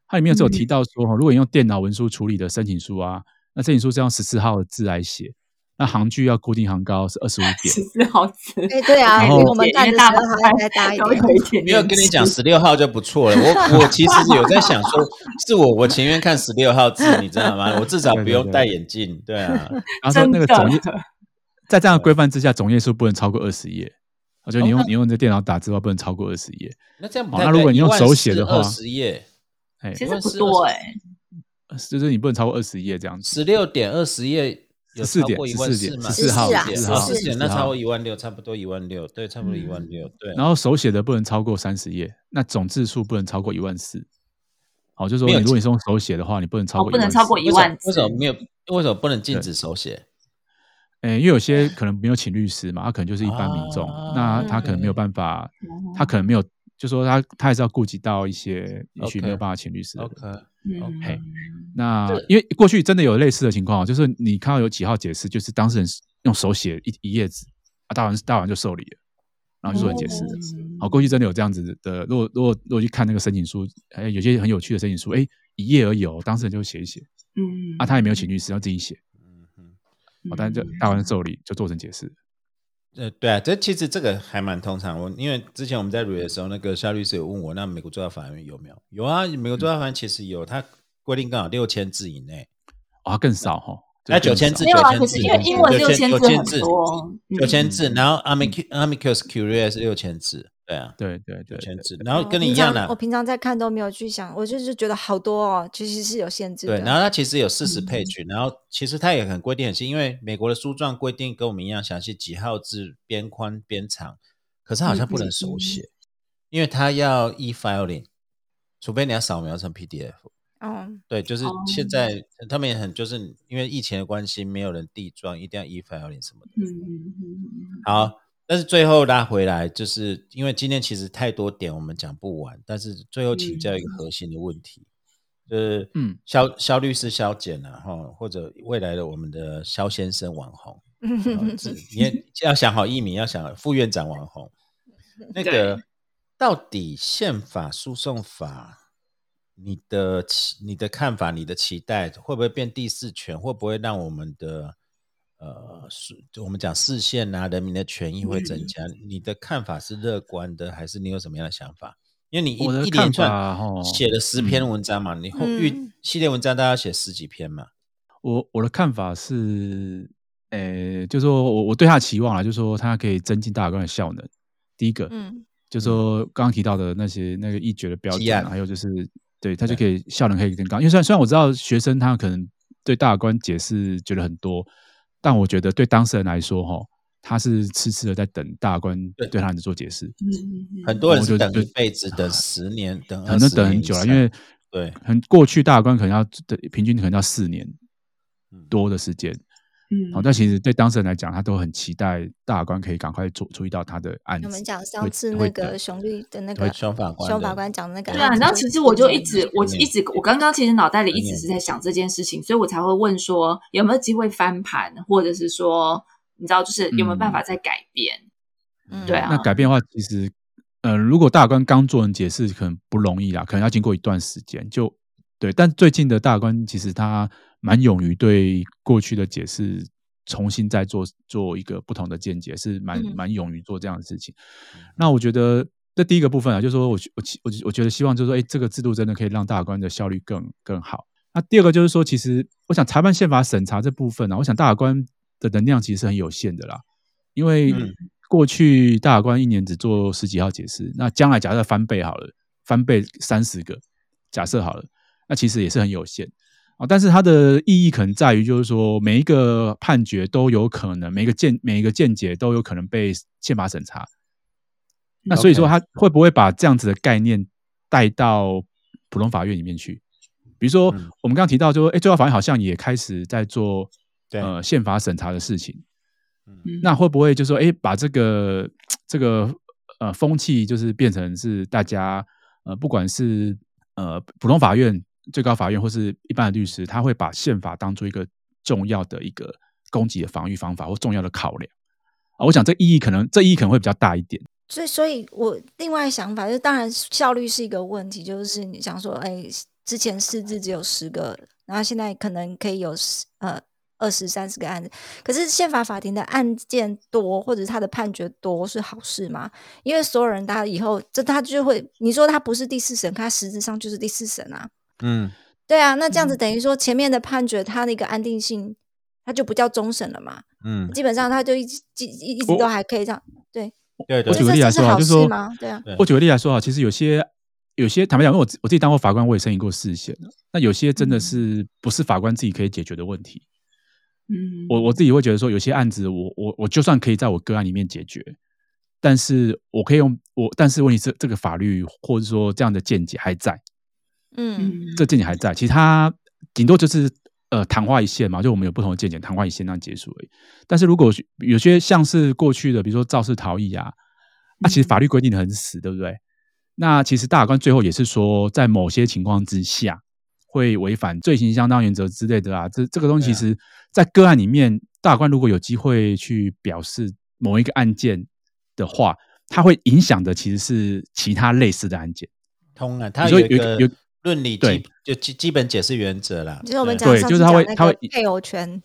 S4: 它里面有只有提到说，如果你用电脑文书处理的申请书啊，那申请书是用十四号的字来写，那行距要固定行高是二十五 点
S3: 十。四号字，
S2: 哎，对啊，
S4: 然
S2: 比
S4: 后
S2: 我们干的时
S3: 大
S2: 候
S3: 法
S2: 还
S3: 官
S2: 要再大一
S3: 稍微
S2: 点
S3: 有，一点
S1: 没有
S3: 点
S1: 跟你讲十六号就不错了。我我其实有在想说，是我我情愿看十六号字，你知道吗？我至少
S4: 对
S1: 不
S4: 对
S1: 用
S4: 对
S1: 戴眼镜。对 啊，
S4: 然后说
S3: 真
S4: 那
S3: 的
S4: 个总页，在这样的规范之下，总页数不能超过二十页。我觉得你用、
S1: 哦那
S4: 你用这电脑打字的话，不能超过二十页。
S1: 那这样不
S4: 好
S1: 太
S4: 那
S1: 对
S4: 如果你用手写的话
S1: 14十页
S4: 哎，
S3: 其
S1: 因
S3: 实
S1: 为
S3: 不
S1: 是
S3: 多
S1: 20
S3: 哎、
S4: 呃就是你不能超过二十页这样子。
S1: 十六点二十页。有
S4: 14
S1: 超
S4: 点
S1: 过一万
S4: 14
S1: 四
S4: 点
S1: 吗？
S2: 14号14号
S3: 啊
S1: 四点，那
S4: 14号嗯
S1: 超过一万六，差不多一万六，对，差不多一万六，对。
S4: 然后手写的不能超过三十页，那总字数不能超过一万四。好，就是说
S1: 没有
S4: 你如果你是用手写的话，你不能超
S3: 哦
S4: 过14,000、
S3: 不能超过一
S1: 为什
S3: 万
S1: 么为什么没有？为什么不能禁
S4: 对
S1: 止手写？
S4: 诶，哎因为有些可能没有请律师嘛，他可能就是一般民众，
S1: 啊
S3: 哦
S4: 那他可能没有
S1: OK
S4: 办法，
S3: 嗯
S4: 他可能没有，就说他他还是要顾及到一些也许
S1: OK
S4: 没有办法请律师的人
S1: OK，
S3: 嗯
S4: 嘿那因为过去真的有类似的情况哦，就是你看到有几号解释，就是当事人用手写一一页纸，啊，大完大完就受理了，然后就做人解释。
S3: 嗯
S4: 好，哦过去真的有这样子的，如果如果如果去看那个申请书，哎，有些很有趣的申请书，哎，一页而已哦，当事人就写一写，
S3: 嗯
S4: 啊，他也没有请律师，要自己写，
S1: 嗯哼，
S4: 哦，但是就大完受理就做成解释。
S1: 呃，对啊，这其实这个还蛮通常。我因为之前我们在 re 的时候，那个夏律师有问我，那美国最高法院有没有？有啊，美国最高法院其实有，它规定刚好六千字以内，
S4: 啊，更少哈，
S1: 那
S4: 这
S1: 九
S4: 个更
S1: 千
S4: 少
S1: 字，
S3: 没有啊，
S1: 9000
S3: 可是
S1: 字
S3: 因为英文
S1: 9000
S3: 六千
S1: 字
S3: 字很多，
S1: 九千字，
S3: 嗯
S1: 然后 amic amicus curiae 是六千字，对啊，
S4: 对对对
S1: 有
S4: 对
S1: 限制。然后
S2: 我
S1: 跟你
S2: 平
S1: 一样
S2: 常
S1: 的
S2: 哦我，平常在看都没有去想，我就是觉得好多哦，其实是有限制的。
S1: 对，然后它其实有四十
S3: 嗯
S1: page，然后其实它也很规定很细，因为美国的书状规定跟我们一样详细，几号字、边宽、边长，可是好像不能手写，因为它要 e filing，除非你要扫描成 PDF。
S2: 嗯，
S1: 对，就是
S3: 哦
S1: 现在他们也很，就是因为疫情的关系，没有人地装，一定要 e filing 什么的。
S3: 嗯嗯嗯
S1: 好，但是最后拉回来，就是因为今天其实太多点我们讲不完，但是最后请教一个
S3: 嗯
S1: 核心的问题，就是
S4: 嗯
S1: 肖肖律师、肖检啊，哈，或者未来的我们的肖先生网红，
S2: 嗯
S1: 啊是你也要想好艺名，要想好副院长网红，那个到底宪法诉讼法，你的期你的看法，你的期待会不会变第四权？会不会让我们的呃，是我们讲视线啊，人民的权益会
S4: 嗯
S1: 增加？你的看法是乐观的，还是你有什么样的想法？因为你
S4: 我的
S1: 一一连
S4: 看
S1: 串
S4: 法哦
S1: 写了十篇文章嘛，你后
S2: 嗯
S1: 预系列文章大概要写十几篇嘛，
S4: 我我的看法是，呃，就说我我对他的期望啊，就说他可以增进大法官的效能。第一个，
S2: 嗯
S4: 就说刚刚提到的那些那个一决的标
S1: 提
S4: 准
S1: 案
S4: 啊，还有就是对他就
S1: 对
S4: 可以效能可以更高。因为虽然虽然我知道学生他可能对大法官解释觉得很多，但我觉得对当事人来说，哈，他是痴痴的在等大法官
S1: 对
S4: 对他的做解释。
S3: 嗯
S1: 很多人是
S4: 我就
S1: 等
S4: 就
S1: 一辈子，等十年，等嗯
S4: 可
S1: 二
S4: 能
S1: 十，
S4: 等很久了，因为
S1: 对
S4: 很过去大法官可能要平均可能要四年多的时间。
S3: 嗯
S4: 好、但其实对当事人来讲，他都很期待大法官可以赶快注注意到他的案子。
S2: 我们讲上
S4: 会
S2: 次
S4: 会
S2: 那个
S4: 等
S2: 熊律的那
S1: 会
S2: 个
S1: 修法官
S2: 修
S1: 的
S2: 啊法官讲的那个
S3: 对啊，
S2: 案
S3: 你
S2: 子
S3: 知道，其实我就一直，我
S1: 嗯
S3: 一直，我刚刚其实脑袋里一直
S1: 嗯
S3: 是在想这件事情，所以我才会问说有没有机会翻盘，或者是说，你知道，就是有没有办法再改变？
S2: 嗯
S3: 对啊
S4: 那改变的话，其实，呃，如果大法官刚做完解释，可能不容易啦，可能要经过一段时间。就对，但最近的大法官其实他蛮勇于对过去的解释重新再做做一个不同的见解，是蛮
S2: 嗯
S4: 蛮勇于做这样的事情。那我觉得这第一个部分啊，就是说我我期我我觉得希望就是说，哎，这个制度真的可以让大法官的效率更更好。那第二个就是说，其实我想裁判宪法审查这部分啊，我想大法官的能量其实是很有限的啦，因为
S1: 嗯
S4: 过去大法官一年只做十几号解释，那将来假设翻倍好了，翻倍三十个，假设好了，那其实也是很有限。啊，但是它的意义可能在于，就是说每一个判决都有可能，每一个见每一个见解都有可能被宪法审查。那所以说，他会不会把这样子的概念带到普通法院里面去？比如说，
S1: 嗯
S4: 我们刚刚提到，就说，哎，最高法院好像也开始在做
S1: 对
S4: 呃宪法审查的事情。
S3: 嗯
S4: 那会不会就说，哎，把这个这个呃风气，就是变成是大家呃，不管是呃普通法院、最高法院或是一般的律师，他会把宪法当做一个重要的一个攻击的防御方法或重要的考量啊。我想这意义可能这意义可能会比较大一点。
S2: 所以，所以我另外想法就是，当然效率是一个问题，就是你想说，哎，之前四字只有十个，然后现在可能可以有十呃二十三十个案子，可是宪法法庭的案件多，或者是他的判决多是好事吗？因为所有人他以后这他就会，你说他不是第四审，他实质上就是第四审啊，
S1: 嗯
S2: 对啊，那这样子
S3: 嗯
S2: 等于说前面的判决它的一个安定性，它就不叫终审了嘛，
S1: 嗯，
S2: 基本上它就一直一直一直
S4: 我
S2: 都还可以这样，
S1: 对
S4: 我
S1: 对
S2: 觉
S4: 举
S2: 得
S4: 个
S2: 这
S4: 例来
S2: 这是
S4: 说啊，
S2: 好
S4: 就
S2: 事
S4: 说
S2: 吗对啊
S1: 对
S4: 我举个例来说啊，其实有些有些坦白讲，因为我自我自己当过法官，我也申请过事件啊那有些
S2: 嗯
S4: 真的是不是法官自己可以解决的问题。
S3: 嗯，
S4: 我我自己会觉得说，有些案子我我我就算可以在我个案里面解决，但是我可以用我，但是问题是这个法律或者说这样的见解还在，
S2: 嗯
S3: 嗯，
S4: 这见解还在，其他顶多就是呃昙花一现嘛，就我们有不同的见解，昙花一现那样结束而已。但是如果有些像是过去的，比如说肇事逃逸啊，那、
S1: 嗯
S4: 其实法律规定的很死，对不对？那其实大法官最后也是说，在某些情况之下，会违反罪行相当原则之类的啊。这这个东西，
S1: 对
S4: 其
S1: 啊
S4: 实在个案里面，大法官如果有机会去表示某一个案件的话，它会影响的其实是其他类似的案件。
S1: 通啊，它
S4: 说
S1: 有一
S4: 有一
S1: 个
S4: 个有
S1: 论理
S4: 对
S1: 基就基基本解释原则啦，
S2: 就是我们
S1: 对
S2: 讲
S4: 对
S2: 上
S4: 就
S2: 次
S4: 是他
S2: 讲
S4: 会
S2: 那
S4: 他
S2: 个
S4: 会
S2: 配偶权，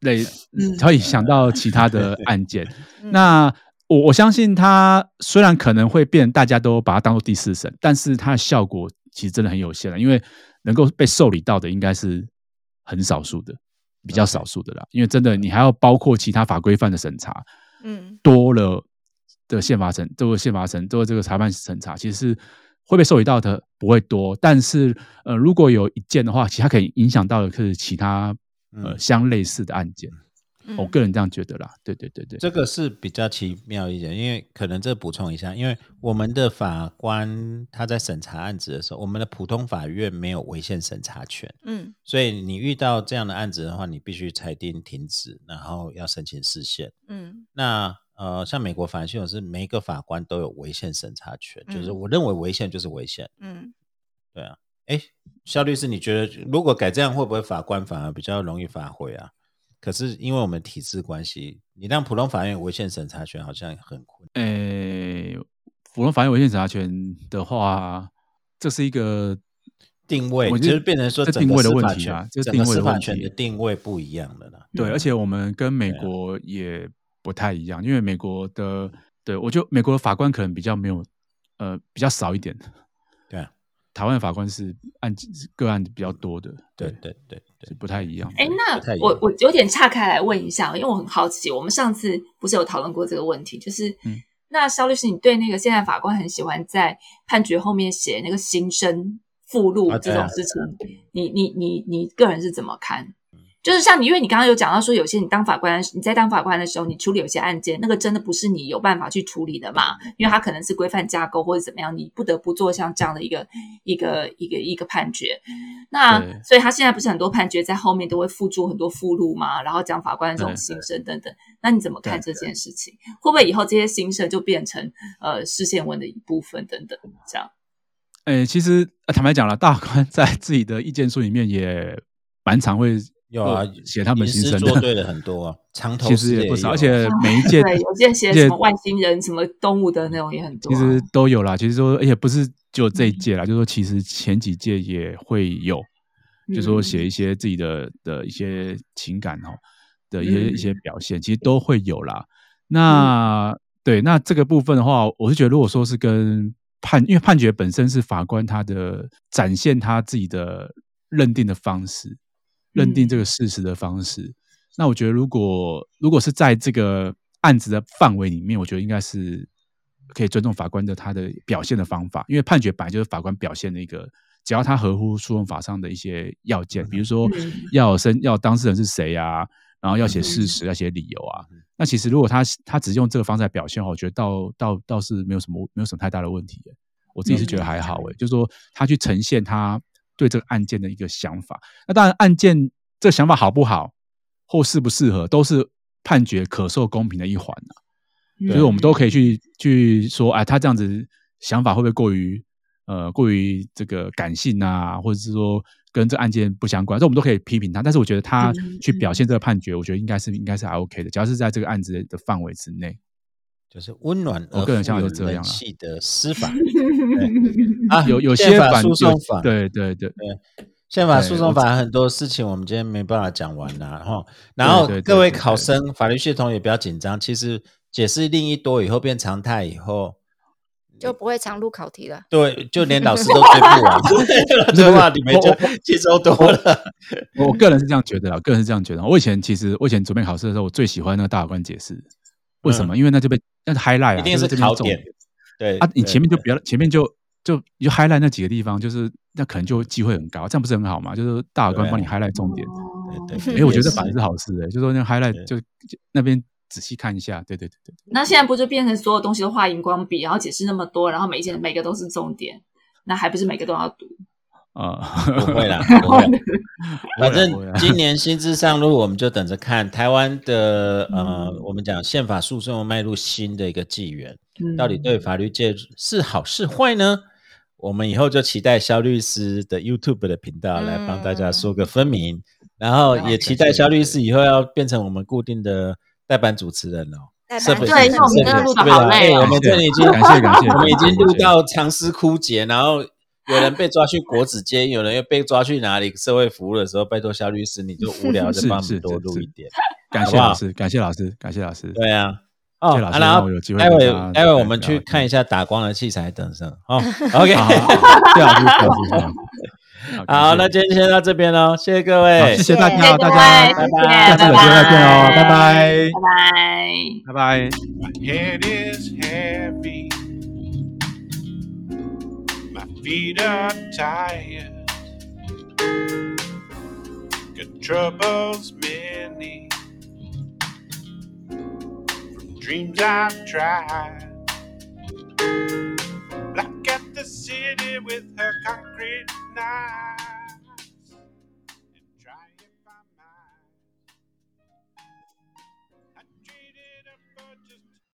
S4: 类
S3: 嗯，
S4: 可以想到其他的案件。
S2: 嗯
S4: 那我我相信它虽然可能会变，大家都把它当做第四审，但是它的效果其实真的很有限了，因为能够被受理到的应该是很少数的，比较少数的啦。因为真的你还要包括其他法规范的审查，
S2: 嗯
S4: 多了的宪法审，这个宪法审，这个这个裁判审查，其实是会被受益到的不会多，但是呃，如果有一件的话，其实它可以影响到的是其他呃
S1: 嗯
S4: 相类似的案件。
S2: 嗯
S1: 哦
S4: 我个人这样觉得啦，对对对对，
S1: 这个是比较奇妙一点，因为可能这补充一下，因为我们的法官他在审查案子的时候，我们的普通法院没有违宪审查权，
S2: 嗯
S1: 所以你遇到这样的案子的话，你必须裁定停止，然后要申请释宪。
S2: 嗯
S1: 那呃，像美国法系统是每一个法官都有违宪审查权，就是
S2: 嗯
S1: 我认为违宪就是违宪。
S2: 嗯，
S1: 哎，肖律师，你觉得如果改这样，会不会法官反而比较容易发挥啊？可是因为我们体制关系，你让普通法院有违宪审查权好像很困难。
S4: 诶、普通法院违宪审查权的话，这是一个
S1: 定位
S4: 我觉
S1: 就
S4: 得
S1: 是变成说
S4: 这
S1: 整
S4: 定
S1: 个
S4: 位的
S1: 司法
S4: 问题
S1: 权，
S4: 啊，这
S1: 整
S4: 定
S1: 个
S4: 位
S1: 司
S4: 的
S1: 法
S4: 问
S1: 权的
S4: 题。
S1: 定位不一样的啦。
S4: 嗯对，而啊且我们跟美国也不太一样，因为美国的对我觉得美国的法官可能比较没有呃比较少一 点，
S1: 对啊
S4: 台湾的法官是案个案比较多的，
S1: 对对对
S4: 是
S1: 对，
S4: 不太一样。
S3: 哎，那
S1: 不太一样
S3: 我我有点岔开来问一下，因为我很好奇，我们上次不是有讨论过这个问题，就是，
S4: 嗯
S3: 那肖律师，你对那个现在法官很喜欢在判决后面写那个新生附录
S1: 啊
S3: 这
S1: 对啊
S3: 种事情，你你你你个人是怎么看？就是像你，因为你刚刚有讲到说，有些你当法官，你在当法官的时候，你处理有些案件，那个真的不是你有办法去处理的嘛？因为它可能是规范架构或者怎么样，你不得不做像这样的一个一个一个一个判决。那
S4: 对
S3: 所以他现在不是很多判决在后面都会附注很多附录嘛，然后讲法官这种
S4: 对
S3: 心声等等。那你怎么看这件事情？会不会以后这些心声就变成呃视线文的一部分等等？这样，
S4: 诶，其实、呃坦白讲了，大法官在自己的意见书里面也蛮常会
S1: 有啊
S4: 呃，写他们
S1: 隐
S4: 心
S1: 私
S4: 声
S1: 做对
S4: 的，
S1: 的很多啊， 长头
S4: 其
S1: 丝
S4: 实也不少，
S1: 有啊
S4: 而且每一 届
S3: 对，有些写
S4: 而且
S3: 什么外星人、什么动物的那种也很多
S4: 其
S3: 啊、嗯
S4: 实都有啦，其实说，而且不是只有这一届啦，就是说其实前几届也会有，就说
S3: 嗯
S4: 写一些自己的的一些情感哦的一些、一
S3: 嗯
S4: 些表现，其实都会有啦。那、对，那这个部分的话，我是觉得如果说是跟判，因为判决本身是法官他的展现他自己的认定的方式，认
S3: 嗯
S4: 定这个事实的方式。那我觉得，如果如果是在这个案子的范围里面，我觉得应该是可以尊重法官的他的表现的方法，因为判决本来就是法官表现的一个，只要他合乎诉讼法上的一些要件，比如说
S3: 嗯
S4: 要有身要有当事人是谁啊，然后要写事实，要写理由啊。那其实如果他他只是用这个方式来表现的话，我觉得倒倒倒是没有什么没有什么太大的问题耶。我自己是觉得还好诶，就是说他去呈现他对这个案件的一个想法。那当然，案件这个想法好不好或适不适合，都是判决可受公平的一环啊。
S3: 嗯
S4: 就是我们都可以去去说，哎，他这样子想法会不会过于呃过于这个感性啊，或者是说跟这案件不相关，这我们都可以批评他。但是我觉得他
S3: 嗯
S4: 去表现这个判决，我觉得应该是应该是还 OK 的，只要是在这个案子的范围之内。
S1: 就是温暖
S4: 我
S1: 而
S4: 个人
S1: 富
S4: 想法
S1: 有
S4: 是这样
S1: 人
S4: 啦
S1: 气的司法
S3: 嗯
S1: 啊，
S4: 有 有
S1: 宪
S4: 些
S1: 法
S4: 反
S1: 诉
S4: 有
S1: 讼法
S4: 对对对，
S1: 宪法
S4: 对
S1: 诉
S4: 我
S1: 讼
S4: 只
S1: 法很多事情，我们今天没办法讲完啦、哈。然后
S4: 对对对
S1: 各位
S4: 对
S1: 考
S4: 对
S1: 生、法律系统也不要紧张，其实解释另一多以后变常态以后，
S2: 就不会常录考题了。
S1: 对，就连老师都追不 完，
S4: 是
S1: 对吧？你们
S4: 我
S1: 就
S4: 我
S1: 接收多了。
S4: 我我个人是这样觉得啦，我个人是这样觉得。我以前其实我以前准备考试的时候，我最喜欢那个大法官解释，为什么？因为那就被那是 highlight 啊，
S1: 嗯一定
S4: 就是这边
S1: 考
S4: 重
S1: 点对
S4: 啊，你
S1: 对
S4: 前面就不要，前面就就你就 highlight 那几个地方，就是那可能就机会很高，这样不是很好吗？就是大法官
S1: 对
S4: 帮你 highlight 重点，
S3: 哦
S1: 对对
S4: 哎、
S1: 对，
S4: 我觉
S1: 也
S4: 得这
S1: 是
S4: 反而是好事哎、就说那 highlight
S1: 对
S4: 就就那边仔细看一下，对对对对，
S3: 那现在不就变成所有东西都画荧光笔，然后解释那么多，然后每一件每个都是重点，那还不是每个都要读？
S4: 啊、
S1: 不会 啦，不
S3: 然后
S1: 会啦
S3: 呢。
S1: 反
S4: 不会
S1: 正
S4: 啊
S1: 今年新制上路，我们就等着看台湾的呃
S3: 嗯，
S1: 我们讲宪法诉讼迈入新的一个纪元，
S3: 嗯
S1: 到底对法律界是好是坏呢？我们以后就期待肖律师的 YouTube 的频
S4: 嗯
S1: 道来帮大家说个分明，然后也期待肖律师以后要变成我们固定的代班主持人哦。
S2: 代
S4: 哎
S1: 设
S2: 班
S1: 备
S2: 主持
S3: 对那
S2: 人
S3: 我们真的录得
S1: 设备
S3: 好累哦
S1: 哎我们这里已经
S4: 感谢感谢，
S1: 我们已经录
S4: 感谢
S1: 到长思枯竭，然后有人被抓去国子监，有人又被抓去哪里社会服务的时候，拜托肖律师，你就无 聊
S4: 是
S1: 就帮我
S4: 是
S1: 们多
S4: 是
S1: 录
S4: 是
S1: 一点。
S4: 感
S1: 好
S4: 谢
S1: 不好
S4: 老师，感谢老师，感谢老师，
S1: 对啊，
S4: 谢
S1: 哦，
S4: 谢老师
S1: 啊然
S4: 让
S1: 后
S4: 我有机会
S1: 待
S4: 跟
S1: 会
S4: 大家
S1: 待会
S4: 再
S1: 我们
S4: 聊
S1: 去
S4: 一下
S1: 看一下打光的器材，等上哦。OK，
S4: 好，好好谢谢老师，谢谢老师。
S1: 好，那今天先到这边喽，谢谢各
S4: 好
S1: 位，
S4: 谢谢大
S2: 谢
S4: 家，
S2: 谢
S4: 大
S2: 各
S4: 家
S2: 位
S1: 拜拜，
S4: 下次有机会再见哦，拜拜，
S3: 拜拜。
S4: 拜拜。
S5: My head is heavy. My feet are tired. Got troubles many. From dreams I've tried. Black at the city with her concrete knife.